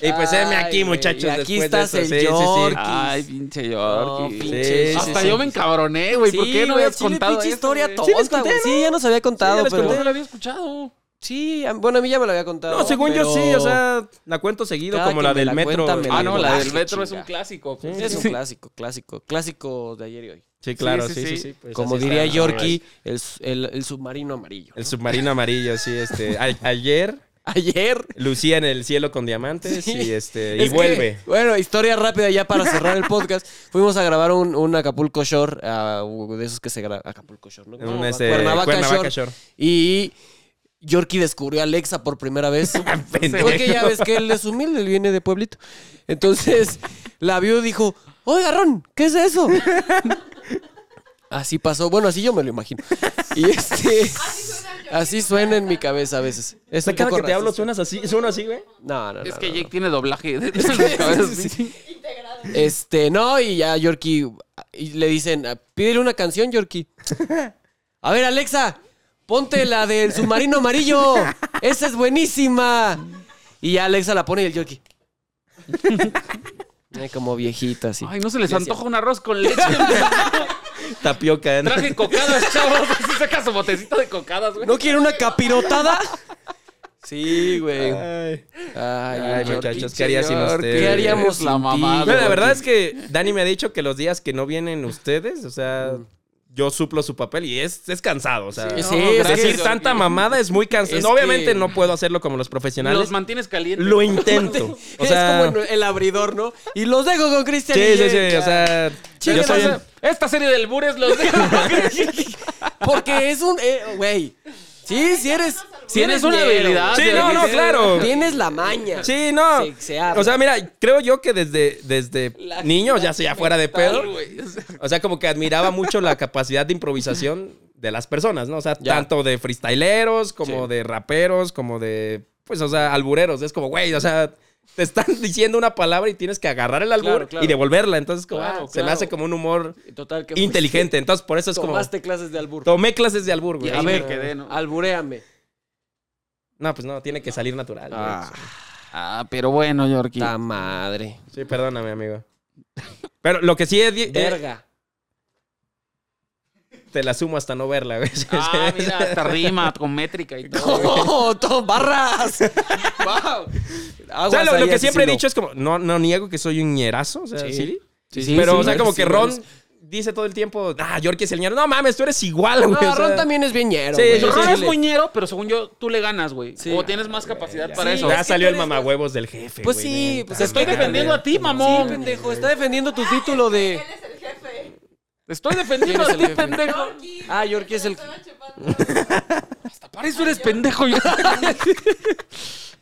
Speaker 3: Y pues heme
Speaker 1: Ay,
Speaker 3: aquí,
Speaker 1: güey,
Speaker 3: muchachos.
Speaker 1: y aquí
Speaker 3: después de
Speaker 1: estás
Speaker 3: eso.
Speaker 1: el
Speaker 3: Sí, Ah. sí, sí.
Speaker 1: Yorkie.
Speaker 2: Ay, pinche Yorkie.
Speaker 1: No,
Speaker 3: pinche
Speaker 2: Hasta
Speaker 3: sí,
Speaker 2: yo
Speaker 3: sí.
Speaker 2: me encabroné, güey. ¿Por
Speaker 1: Sí,
Speaker 2: qué no
Speaker 1: güey,
Speaker 2: habías
Speaker 1: chile,
Speaker 2: contado
Speaker 1: pinche
Speaker 2: esto,
Speaker 1: historia
Speaker 2: güey?
Speaker 1: tosca,
Speaker 3: Sí les conté,
Speaker 1: güey. Sí, ya nos había contado,
Speaker 3: Sí, ya les
Speaker 2: Pero
Speaker 1: pero...
Speaker 2: no lo había escuchado.
Speaker 1: Sí, a- bueno, a mí ya me lo había contado.
Speaker 3: No, según yo
Speaker 1: pero-
Speaker 3: sí, o sea, la cuento seguido
Speaker 1: Cada
Speaker 3: como
Speaker 1: que
Speaker 3: la
Speaker 1: me
Speaker 3: del
Speaker 1: la
Speaker 3: metro.
Speaker 1: cuenta, me
Speaker 3: güey.
Speaker 2: Ah, no, la
Speaker 1: Ah,
Speaker 2: del
Speaker 1: sí,
Speaker 2: metro es un
Speaker 1: chinga.
Speaker 2: clásico.
Speaker 3: Sí,
Speaker 1: Es un
Speaker 2: Sí.
Speaker 1: clásico, clásico, clásico de ayer y hoy.
Speaker 3: Sí, claro,
Speaker 2: Sí,
Speaker 3: sí,
Speaker 2: sí,
Speaker 3: sí.
Speaker 2: sí.
Speaker 3: sí, pues
Speaker 1: Como
Speaker 3: así
Speaker 1: diría
Speaker 3: está.
Speaker 1: Yorkie, el, el- el submarino amarillo. [laughs]
Speaker 3: El submarino amarillo, sí, este. a- ayer
Speaker 1: Ayer.
Speaker 3: lucía en el cielo con diamantes
Speaker 1: Sí.
Speaker 3: y este.
Speaker 1: Es
Speaker 3: Y
Speaker 1: que,
Speaker 3: vuelve.
Speaker 1: bueno, historia rápida ya para cerrar el podcast. Fuimos a grabar un, un Acapulco Shore, ah, de esos que se graban. Acapulco Shore, ¿no?
Speaker 3: En
Speaker 1: No,
Speaker 3: un este,
Speaker 1: Cuernavaca, Shore.
Speaker 3: Shore.
Speaker 1: Y Yorkie descubrió a Alexa por primera
Speaker 3: [laughs]
Speaker 1: vez.
Speaker 3: Ah, Pendejo.
Speaker 1: Porque ya ves que él es humilde, él viene de pueblito. Entonces la vio y dijo, oiga Ron, ¿qué es eso? Así pasó, bueno, así yo me lo imagino. Y este, así suena en mi cabeza a veces. Es un
Speaker 3: Cada
Speaker 1: poco
Speaker 3: que te hablo
Speaker 1: racista.
Speaker 3: suenas así, suena así, güey.
Speaker 1: No, no, no,
Speaker 2: Es que
Speaker 1: no,
Speaker 2: Jake
Speaker 1: no.
Speaker 2: tiene doblaje. de- de sus cabezas,
Speaker 1: Sí, sí.
Speaker 4: Integrado.
Speaker 1: Este, no, y ya Yorkie y le dicen, pídele una canción, Yorkie. A ver, Alexa, ponte la del submarino amarillo. Esa es buenísima. Y ya Alexa la pone y el
Speaker 2: [laughs]
Speaker 1: Yorkie. Ay, como viejita, así.
Speaker 2: Ay, no se les
Speaker 1: Le hacía-
Speaker 2: antoja un arroz con leche.
Speaker 3: Tapioca. ¿no?
Speaker 2: Traje cocadas, chavos. Así saca su botecito de cocadas, güey.
Speaker 1: ¿No quiere una capirotada? Sí, güey. Ay,
Speaker 3: Ay.
Speaker 1: Ay, Yorkie.
Speaker 3: muchachos, ¿qué haría sin
Speaker 2: Yorkie,
Speaker 3: ustedes?
Speaker 1: ¿Qué haríamos
Speaker 2: la
Speaker 1: sin
Speaker 2: mamada,
Speaker 1: ti?
Speaker 3: Bueno, la verdad
Speaker 1: Yorkie?
Speaker 3: es que Dani me ha dicho que los días que no vienen ustedes, o sea, yo suplo su papel y es, es cansado, o sea.
Speaker 1: Mm. Sí,
Speaker 2: No,
Speaker 1: es que-
Speaker 3: Decir tanta mamada es muy cansado.
Speaker 1: Es
Speaker 3: No, obviamente
Speaker 1: que-
Speaker 3: no puedo hacerlo como los profesionales.
Speaker 2: Los mantienes calientes.
Speaker 3: Lo intento.
Speaker 1: [laughs]
Speaker 3: O
Speaker 1: es
Speaker 3: sea,
Speaker 1: como el abridor, ¿no? Y los dejo con Cristian.
Speaker 3: sí,
Speaker 1: y
Speaker 3: sí,
Speaker 1: Jake.
Speaker 3: sí. O sea, yo
Speaker 2: Chinguen
Speaker 3: soy
Speaker 2: a
Speaker 3: el-
Speaker 2: su- Esta serie del Bures los dejo.
Speaker 1: [laughs] Porque es un. eh, Güey. sí, si eres. Si
Speaker 2: Tienes
Speaker 1: eres
Speaker 2: una
Speaker 1: ñero,
Speaker 2: habilidad.
Speaker 3: Sí,
Speaker 2: de-
Speaker 3: no, no,
Speaker 2: de-
Speaker 3: claro.
Speaker 1: Tienes la maña.
Speaker 3: Sí, no.
Speaker 1: Se- se habla.
Speaker 3: o sea, mira, creo yo que desde, desde
Speaker 2: La
Speaker 3: niño, ya sea fuera de pedo,
Speaker 2: Tal, güey. O sea,
Speaker 3: o sea, como que admiraba mucho la capacidad de improvisación de las personas, ¿no? O sea,
Speaker 1: Ya.
Speaker 3: tanto de freestyleros, como de raperos, como de, pues, o sea, albureros. Es como, güey, o sea, te están diciendo una palabra y tienes que agarrar el albur
Speaker 1: Claro, claro.
Speaker 3: y devolverla. Entonces, como,
Speaker 1: Claro,
Speaker 3: ah, se me
Speaker 1: claro.
Speaker 3: hace como un humor
Speaker 1: Total, que.
Speaker 3: inteligente. Entonces, por eso es como,
Speaker 1: Tomaste clases de albur.
Speaker 3: tomé clases de albur,
Speaker 2: Y
Speaker 3: güey.
Speaker 2: ahí
Speaker 1: A
Speaker 2: me
Speaker 1: ver,
Speaker 2: quedé, ¿no?
Speaker 1: alburéame.
Speaker 3: No, pues no, tiene que salir natural. güey.
Speaker 1: Ah,
Speaker 2: Ah, pero bueno, Yorkie.
Speaker 1: la madre.
Speaker 3: Sí, perdóname, amigo. Pero lo que sí es...
Speaker 1: Verga.
Speaker 3: Te la sumo hasta no verla, güey.
Speaker 2: Ah, mira, hasta rima con métrica y todo.
Speaker 1: ¡Oh, Tom [laughs] Barras! ¡Wow!
Speaker 3: O sea, lo, lo que siempre he dicho es como, no, no niego que soy un ñerazo, o sea,
Speaker 1: Sí.
Speaker 3: sí.
Speaker 2: Sí,
Speaker 3: pero,
Speaker 2: sí,
Speaker 3: o sea,
Speaker 2: sí,
Speaker 3: como
Speaker 2: sí,
Speaker 3: que
Speaker 2: sí,
Speaker 3: Ron
Speaker 2: eres-
Speaker 3: dice todo el tiempo, ah, Yorkie es el ñero. No mames, tú eres igual, güey.
Speaker 1: No,
Speaker 3: Pues, o sea,
Speaker 1: Ron también es bien ñero.
Speaker 3: Sí,
Speaker 1: güey.
Speaker 3: sí,
Speaker 2: Ron
Speaker 3: sí.
Speaker 2: es muñero, pero según yo, tú le ganas, güey.
Speaker 1: Sí.
Speaker 2: O tienes más capacidad para
Speaker 3: Ya
Speaker 2: eso.
Speaker 1: es
Speaker 3: Ya
Speaker 1: que
Speaker 3: salió
Speaker 1: tú
Speaker 3: el
Speaker 1: eres-
Speaker 3: mamahuevos del jefe.
Speaker 1: Pues
Speaker 3: güey,
Speaker 1: sí,
Speaker 3: neta,
Speaker 1: pues
Speaker 2: Te estoy
Speaker 3: madre.
Speaker 2: defendiendo a ti,
Speaker 1: Sí,
Speaker 2: mamón.
Speaker 1: pendejo. Está defendiendo tu título de.
Speaker 4: Él es el jefe.
Speaker 2: Te estoy defendiendo a
Speaker 1: ¿Quién es
Speaker 2: ti,
Speaker 1: el jefe?
Speaker 2: pendejo.
Speaker 4: Yorkie.
Speaker 1: Ah, Yorkie es el-
Speaker 4: Estaba chupando.
Speaker 2: Para eso eres pendejo. yo. [laughs]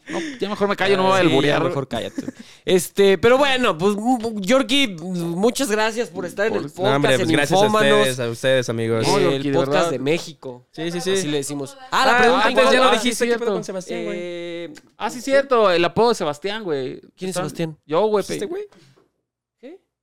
Speaker 2: No, Ah, ya mejor me callo, no me voy a
Speaker 1: Sí,
Speaker 2: alburear.
Speaker 1: ya Mejor cállate. Este, pero bueno, pues mm, Yorkie, muchas gracias por estar en el podcast.
Speaker 3: No, hombre, pues
Speaker 1: en
Speaker 3: gracias a
Speaker 1: Infómanos,
Speaker 3: ustedes, a ustedes, amigos.
Speaker 1: eh,
Speaker 2: No, Yorkie, de
Speaker 1: el podcast
Speaker 2: verdad.
Speaker 1: de México.
Speaker 3: Sí, sí,
Speaker 1: Así
Speaker 3: sí.
Speaker 1: le decimos.
Speaker 3: Ah,
Speaker 1: Ah, la pregunta
Speaker 3: antes
Speaker 1: igual-
Speaker 3: ya lo
Speaker 1: ah,
Speaker 2: sí,
Speaker 3: dijiste. ¿Qué pedo
Speaker 2: cierto.
Speaker 3: con Sebastián, güey?
Speaker 1: eh,
Speaker 2: Ah, sí, cierto. El apodo de Sebastián, güey.
Speaker 1: ¿Quién es
Speaker 2: Están-
Speaker 1: Sebastián?
Speaker 2: Yo, güey.
Speaker 3: ¿Este
Speaker 2: pe-
Speaker 3: güey?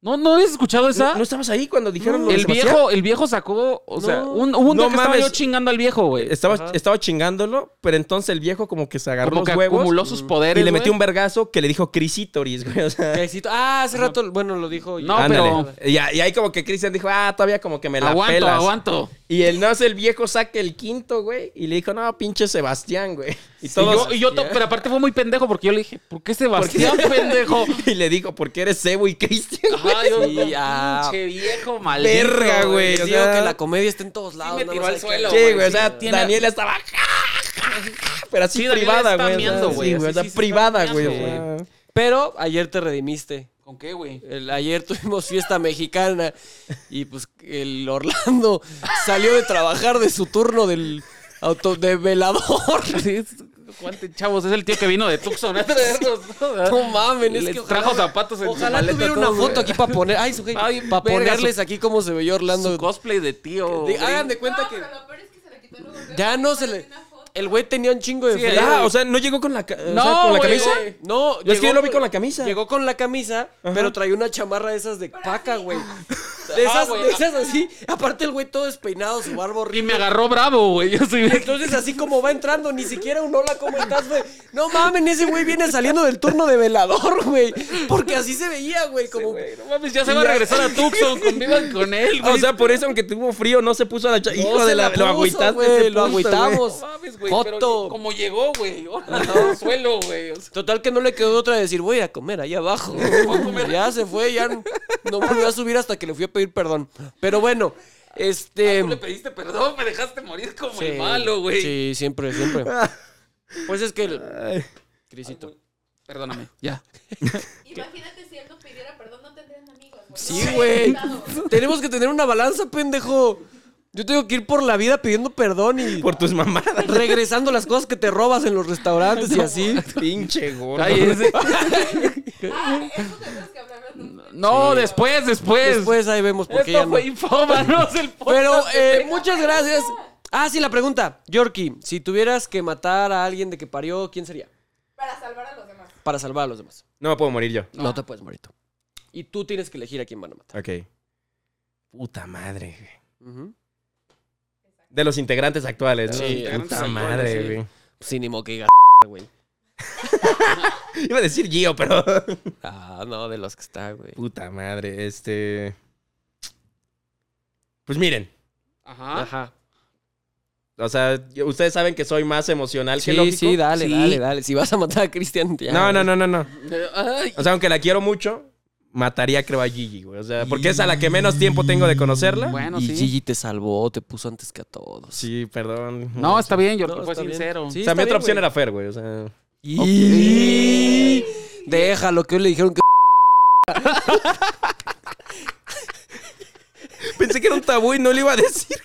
Speaker 2: No, ¿no habías escuchado esa?
Speaker 3: ¿No, no estabas ahí cuando dijeron lo de
Speaker 2: el
Speaker 3: Sebastián?
Speaker 2: viejo, el viejo sacó, o sea,
Speaker 1: No.
Speaker 2: un, hubo un día
Speaker 3: No
Speaker 2: que estaba
Speaker 3: mames.
Speaker 2: yo chingando al viejo, güey.
Speaker 3: Estaba, estaba chingándolo, pero entonces el viejo como que se agarró
Speaker 2: Como que mm,
Speaker 3: los huevos.
Speaker 2: acumuló sus poderes.
Speaker 3: Y le metió
Speaker 2: güey.
Speaker 3: un vergazo que le dijo Crisitoris, güey. O sea,
Speaker 1: Gaisito- Ah, hace rato, bueno, lo dijo.
Speaker 2: No,
Speaker 1: Ándale.
Speaker 2: pero-
Speaker 3: Y, a- y ahí como que Cristian dijo, ah, todavía como que me la
Speaker 2: Aguanto,
Speaker 3: pelas.
Speaker 2: aguanto.
Speaker 3: Y el no el viejo saca el quinto, güey. Y le dijo, no, pinche Sebastián, güey. Y
Speaker 2: Y
Speaker 3: todos.
Speaker 2: yo, y yo to- pero aparte fue muy pendejo porque yo le dije, ¿eh? ¿por qué Sebastián,
Speaker 3: ¿Por qué?
Speaker 2: [laughs] pendejo?
Speaker 3: [laughs] Y le dijo, porque eres Sebo y [laughs] Cristian,
Speaker 2: [laughs]
Speaker 3: güey.
Speaker 2: Ay, yo,
Speaker 1: Sí, ah.
Speaker 2: pinche viejo maldito.
Speaker 3: Verga, güey.
Speaker 1: Les
Speaker 3: O
Speaker 1: digo
Speaker 3: sea,
Speaker 1: que la comedia está en todos lados.
Speaker 2: me
Speaker 1: nada
Speaker 2: tiró
Speaker 1: más
Speaker 2: al
Speaker 1: hay que-
Speaker 2: suelo,
Speaker 3: Sí, güey. O sea,
Speaker 2: tiene-
Speaker 3: Daniela estaba. Pero así
Speaker 2: Sí, Daniela
Speaker 3: privada,
Speaker 2: está
Speaker 3: güey. o sea,
Speaker 2: meando, güey,
Speaker 3: sí, güey. O
Speaker 2: así
Speaker 3: sea,
Speaker 2: sí está
Speaker 3: privada, güey.
Speaker 2: meando,
Speaker 3: o sea.
Speaker 1: Pero ayer te redimiste.
Speaker 2: ¿Con qué, güey?
Speaker 1: El- ayer tuvimos fiesta mexicana y pues el Orlando [laughs] salió de trabajar de su turno del auto de velador.
Speaker 2: Cuánte chavos, es el tío que vino [laughs] de Tucson a traernos.
Speaker 3: [laughs]
Speaker 1: No mames, es
Speaker 2: Les
Speaker 1: que ojalá-
Speaker 2: trajo zapatos en su
Speaker 1: Ojalá
Speaker 2: maleta
Speaker 1: tuviera
Speaker 2: a
Speaker 1: una
Speaker 2: todos,
Speaker 1: foto
Speaker 2: güey.
Speaker 1: aquí para poner. Ay, su
Speaker 2: Ay,
Speaker 1: Para
Speaker 2: verga,
Speaker 1: ponerles
Speaker 2: su-
Speaker 1: aquí cómo se veía Orlando.
Speaker 2: Su cosplay de tío.
Speaker 1: De- Ah,
Speaker 2: gringo.
Speaker 1: [laughs] Hagan de cuenta
Speaker 4: No,
Speaker 1: que
Speaker 4: pero lo peor es que se la quitó luego, luego,
Speaker 1: ya no se
Speaker 4: para
Speaker 1: le.
Speaker 4: una foto.
Speaker 1: El güey tenía un chingo de
Speaker 2: Sí,
Speaker 1: frío.
Speaker 3: Ah, o sea, no llegó con la, ca- o sea,
Speaker 2: No,
Speaker 3: con la
Speaker 2: güey.
Speaker 3: camisa.
Speaker 1: No,
Speaker 3: Yo es que yo
Speaker 1: llegó
Speaker 3: lo vi con la camisa.
Speaker 1: Llegó con la camisa, pero traía una chamarra de esas de paca, güey. De
Speaker 2: Ah,
Speaker 1: esas,
Speaker 2: güey.
Speaker 1: de esas así. Aparte el güey todo despeinado, su barba
Speaker 2: Y
Speaker 1: horrible.
Speaker 2: me agarró bravo, güey. Yo soy
Speaker 1: Entonces así como va entrando, ni siquiera un hola, ¿cómo estás, güey? No mames, ese güey viene saliendo del turno de velador, güey. Porque así se veía, güey, como...
Speaker 2: No mames, ya se va a regresar a Tucson. Convivan con él,
Speaker 3: Ah,
Speaker 2: güey.
Speaker 3: o sea, por eso, aunque tuvo frío, no se puso la cha-
Speaker 1: No,
Speaker 3: Hijo
Speaker 1: se
Speaker 3: de la.
Speaker 1: puso,
Speaker 3: lo agüitaste.
Speaker 1: güey,
Speaker 3: ese
Speaker 1: Lo
Speaker 3: punto, güey.
Speaker 1: agüitamos.
Speaker 2: no mames, güey.
Speaker 1: Joto.
Speaker 2: Pero como llegó, güey. [laughs] Ahora al suelo, güey. O sea,
Speaker 1: Total que no le quedó otra de decir, voy a comer allá
Speaker 2: [laughs]
Speaker 1: abajo. [laughs] ya se fue, ya no no volvió a subir hasta que le fui a pedir perdón. Pero bueno, este...
Speaker 2: Ah, tú le pediste perdón, me dejaste morir como
Speaker 1: Sí,
Speaker 2: el malo, güey.
Speaker 1: Sí, siempre,
Speaker 2: [laughs]
Speaker 1: siempre. Pues es que...
Speaker 3: Ay.
Speaker 1: Crisito.
Speaker 2: Perdóname, ya.
Speaker 4: Imagínate si él no pidiera perdón, no tendrían amigos. güey.
Speaker 1: Sí,
Speaker 4: No,
Speaker 1: güey.
Speaker 4: no, güey.
Speaker 1: Tenemos que tener una balanza, pendejo. Yo tengo que ir por la vida pidiendo perdón y
Speaker 3: [laughs] Por tus mamadas.
Speaker 1: regresando las cosas que te robas en los restaurantes y así.
Speaker 3: [laughs] Pinche gordo.
Speaker 2: Ay, ese-
Speaker 4: Ah, eso tenemos que hablarlo en un-
Speaker 2: No, después, después.
Speaker 1: Después ahí vemos por qué ya
Speaker 2: Esto
Speaker 1: no.
Speaker 2: fue Infómanos, [laughs] el podcast.
Speaker 1: Pero
Speaker 2: de-
Speaker 1: eh, muchas gracias. Ah, sí, la pregunta. Yorkie, si tuvieras que matar a alguien de que parió, ¿quién sería?
Speaker 4: Para salvar a los demás.
Speaker 1: Para salvar a los demás.
Speaker 3: No me puedo morir yo.
Speaker 1: No, te puedes morir tú. Y tú tienes que elegir a quién van a matar.
Speaker 3: Ok. Puta madre, güey.
Speaker 1: Ujú.
Speaker 3: De los integrantes actuales, ¿no?
Speaker 1: Sí, integrantes
Speaker 3: Puta
Speaker 1: actuales,
Speaker 3: madre,
Speaker 1: sí.
Speaker 3: güey.
Speaker 1: Pues, Sí, ni modo que "Ah, diga, güey.
Speaker 3: [laughs] Iba a decir Gio, pero.
Speaker 1: Ah, no, de los que está, güey.
Speaker 3: Puta madre, este. Pues miren,
Speaker 2: Ajá.
Speaker 1: Ajá.
Speaker 3: o sea, yo- ustedes saben que soy más emocional que
Speaker 1: Sí,
Speaker 3: lógico.
Speaker 1: sí, dale,
Speaker 3: Sí.
Speaker 1: dale, dale. Si vas a matar a Cristian, ya.
Speaker 3: No, no, no, no, no.
Speaker 2: Ay,
Speaker 3: O sea, aunque la quiero mucho, mataría creo a Gigi, güey. O sea, porque es a la que menos tiempo tengo de conocerla.
Speaker 2: Bueno,
Speaker 1: y
Speaker 2: sí.
Speaker 1: Gigi te salvó, te puso antes que a todos.
Speaker 3: Sí, perdón.
Speaker 2: No, está bien, yo
Speaker 1: No,
Speaker 2: fue
Speaker 1: está bien.
Speaker 2: sincero. [laughs]
Speaker 1: Sí,
Speaker 3: O
Speaker 1: está
Speaker 3: sea, mi
Speaker 1: bien,
Speaker 3: otra opción
Speaker 1: güey.
Speaker 3: era Fer, güey. O sea.
Speaker 1: Y... Déjalo, que hoy le dijeron que...
Speaker 3: [laughs] Pensé que era un tabú y no le iba a decir.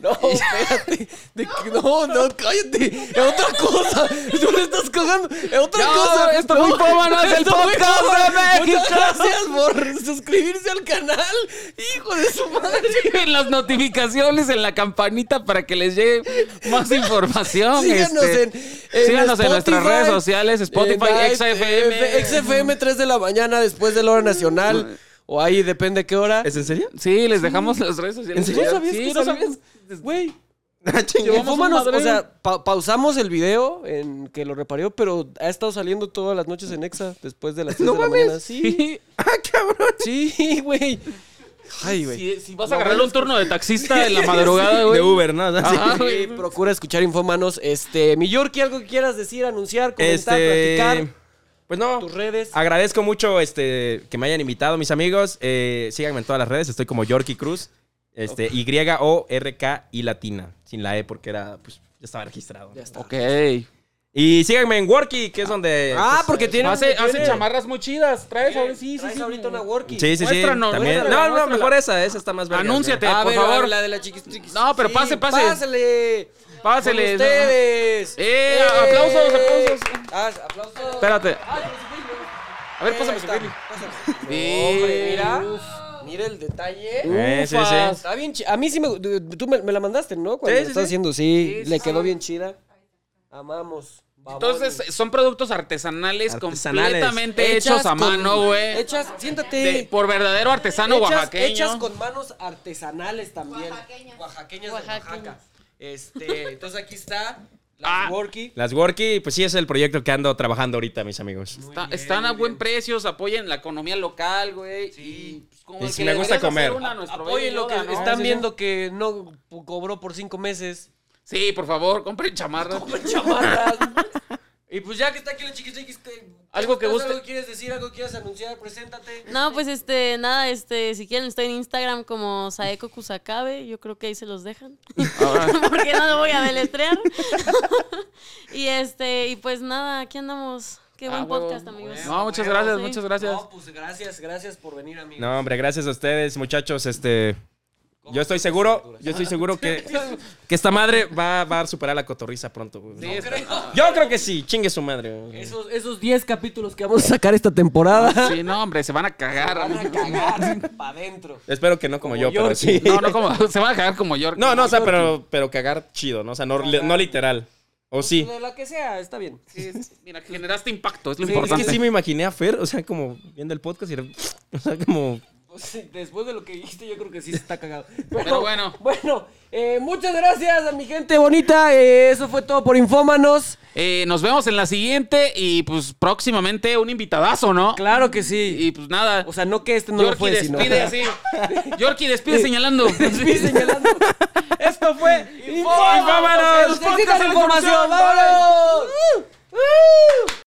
Speaker 1: No, espérate. De que- No, no, cállate. Es otra cosa. Tú le estás cagando. Es otra
Speaker 2: Ya,
Speaker 1: cosa.
Speaker 2: esto
Speaker 1: No,
Speaker 2: fue Infómanos, el
Speaker 1: esto fue
Speaker 2: podcast de
Speaker 1: Infómanos.
Speaker 2: México.
Speaker 1: Muchas gracias por suscribirse al canal. Hijo de su madre.
Speaker 2: Activen las notificaciones en la campanita para que les llegue más información.
Speaker 1: [laughs] Síganos
Speaker 2: este.
Speaker 1: en, en
Speaker 2: síganos en nuestras
Speaker 1: Spotify, Eh,
Speaker 2: redes sociales, Spotify,
Speaker 1: en
Speaker 2: XFM.
Speaker 1: XFM 3 de la mañana después de la hora
Speaker 2: Pues,
Speaker 1: nacional. O ahí, depende qué hora.
Speaker 3: ¿Es en serio?
Speaker 2: Sí, les dejamos las redes sociales.
Speaker 1: ¿En serio sabías
Speaker 2: Sí,
Speaker 1: que
Speaker 2: no
Speaker 1: sabías?
Speaker 2: sabías.
Speaker 1: Güey,
Speaker 3: [laughs] Ah, chinga.
Speaker 2: Llevamos un
Speaker 1: infómanos, o
Speaker 2: madrero.
Speaker 1: sea, pa- pausamos el video en que lo reparió, pero ha estado saliendo todas las noches en Exa después de las 3
Speaker 3: No
Speaker 1: de la
Speaker 3: mames.
Speaker 1: mañana. Sí,
Speaker 3: [laughs] Ah, cabrón.
Speaker 1: sí, [laughs] güey. Ay, güey.
Speaker 2: Si, si vas a agarrar un turno de [laughs] taxista en la madrugada, Ah, güey.
Speaker 3: De Uber, ¿no? O sea, [laughs] sí.
Speaker 2: Ajá,
Speaker 1: Sí,
Speaker 2: ah, güey.
Speaker 1: [laughs] procura escuchar Infomanos. Este, mi Yorkie, algo que quieras decir, anunciar, comentar,
Speaker 3: Este.
Speaker 1: platicar,
Speaker 3: Pues no.
Speaker 1: tus redes.
Speaker 3: Agradezco mucho este, que me hayan invitado, mis amigos. Eh, síganme en todas las redes. Estoy como Yorkie Cruz. Este, Y-O-R-K y latina. Sin la E porque era, pues, ya estaba registrado.
Speaker 1: Ya está.
Speaker 2: Ok.
Speaker 3: Y síganme en Worky, que es donde...
Speaker 1: Ah,
Speaker 3: pues,
Speaker 1: porque tiene.
Speaker 2: Hace, hace
Speaker 1: tiene-
Speaker 2: chamarras muy chidas. Traes ahorita,
Speaker 1: Traes
Speaker 2: sí, sí, sí.
Speaker 1: ahorita una Worky.
Speaker 3: Sí, sí, sí.
Speaker 2: Muéstranos,
Speaker 3: También-
Speaker 2: muéstrala,
Speaker 3: no, no,
Speaker 2: muéstrala.
Speaker 3: mejor esa. Esa está más verga. Ah,
Speaker 2: Anúnciate,
Speaker 1: A
Speaker 2: por
Speaker 1: ver,
Speaker 2: favor.
Speaker 1: la de la chiquis chiquis.
Speaker 2: No, pero pase, pase.
Speaker 1: Pásale.
Speaker 2: Pásele.
Speaker 1: Con ustedes.
Speaker 2: Eh, aplausos, aplausos.
Speaker 1: Ah, aplausos.
Speaker 2: Espérate.
Speaker 1: Ay, pero sí, no.
Speaker 2: A ver,
Speaker 1: Eh,
Speaker 2: pásame
Speaker 1: ahí
Speaker 2: su
Speaker 1: está,
Speaker 2: Kirby.
Speaker 1: pásame.
Speaker 2: Sí.
Speaker 1: Hombre, mira. Mira el detalle.
Speaker 3: Eh, sí,
Speaker 2: Ufas.
Speaker 3: sí.
Speaker 1: Está bien chida. A mí sí me. Tú me, me la mandaste, ¿no? Cuando
Speaker 3: Sí,
Speaker 1: la
Speaker 3: sí,
Speaker 1: estás
Speaker 3: sí.
Speaker 1: haciendo, sí.
Speaker 2: Sí, sí,
Speaker 1: le quedó
Speaker 2: sí.
Speaker 1: bien chida. Amamos.
Speaker 2: Entonces, son productos artesanales,
Speaker 3: Artesanales.
Speaker 2: completamente hechos a mano, güey.
Speaker 1: Hechas, siéntate.
Speaker 2: De- Por verdadero artesano
Speaker 1: hechas,
Speaker 2: oaxaqueño.
Speaker 1: hechas con manos artesanales también.
Speaker 4: Oaxaqueñas.
Speaker 1: Oaxaqueñas de Oaxaca.
Speaker 4: Oaxaqueñas.
Speaker 1: Este, entonces aquí está
Speaker 2: Ah.
Speaker 1: la Worky.
Speaker 3: Las Worky, pues sí, es el proyecto que ando trabajando ahorita, mis amigos.
Speaker 2: Está- están a buen precio, apoyen la economía local, güey. pues, Sí.
Speaker 3: Y si me gusta comer.
Speaker 1: Apoyen lo que están viendo que no pu- cobró por cinco
Speaker 2: [laughs]
Speaker 1: meses.
Speaker 2: Sí, por favor, compren chamarras.
Speaker 1: Compren chamarras. y pues ya que está aquí la chiquis chiquis, que-
Speaker 2: Algo que
Speaker 1: ¿tienes
Speaker 2: guste.
Speaker 1: ¿Algo que quieres decir? ¿Algo que quieras anunciar? Preséntate.
Speaker 7: No, pues este, nada, este, si quieren estoy en Instagram como Saeko Kusakabe, yo creo que ahí se los dejan.
Speaker 2: Ah.
Speaker 7: [laughs] Porque no lo voy a deletrear. [laughs] y este, y pues nada, aquí andamos. Qué buen
Speaker 2: Ah, huevo.
Speaker 7: podcast, amigos.
Speaker 2: No, muchas
Speaker 1: Huevo,
Speaker 2: gracias,
Speaker 7: sí.
Speaker 2: muchas gracias.
Speaker 1: No, pues gracias, gracias por venir, amigo.
Speaker 3: No, hombre, gracias a ustedes, muchachos. Este, Yo estoy seguro, yo estoy seguro
Speaker 2: [laughs]
Speaker 3: que, que esta madre [laughs] va, va a superar la cotorriza pronto, güey. No,
Speaker 2: este, ah.
Speaker 3: Yo creo que sí, chingue su madre. güey.
Speaker 1: Esos, esos 10 capítulos que vamos a sacar esta
Speaker 2: [laughs]
Speaker 1: temporada.
Speaker 2: Sí, no, hombre, se van a cagar.
Speaker 1: [laughs]
Speaker 8: para adentro.
Speaker 3: Espero que no como, yo,
Speaker 1: yo,
Speaker 3: pero sí.
Speaker 2: No, no, como, [laughs] se van a cagar como York.
Speaker 3: [laughs] No, no, o sea, pero, pero cagar chido, ¿no? O sea, no, li- no literal. O sí.
Speaker 1: Pues De la que sea, está bien.
Speaker 2: Mira, que generaste impacto, es lo
Speaker 3: Es
Speaker 2: importante.
Speaker 3: que sí me imaginé a Fer, o sea, como viendo el podcast y era, [laughs] o sea, como
Speaker 1: Pues sí, después de lo que dijiste, yo creo que sí se está cagado. [laughs] Pero,
Speaker 2: Pero bueno.
Speaker 1: Bueno, eh, muchas gracias a mi gente bonita. Eh, eso fue todo por Infómanos.
Speaker 2: Eh, nos vemos en la siguiente y pues próximamente un invitadazo, ¿no?
Speaker 1: Claro que sí.
Speaker 2: Y pues nada.
Speaker 1: O sea, no que este no lo
Speaker 2: Yorkie
Speaker 1: fue,
Speaker 2: despide
Speaker 1: [laughs] sino.
Speaker 2: así.
Speaker 1: [laughs]
Speaker 2: Yorkie despide señalando.
Speaker 1: Despide señalando. Esto fue Infómanos.
Speaker 2: Infómanos.
Speaker 1: Necesitan información. ¡Vámonos! ¡Uh! ¡Uh!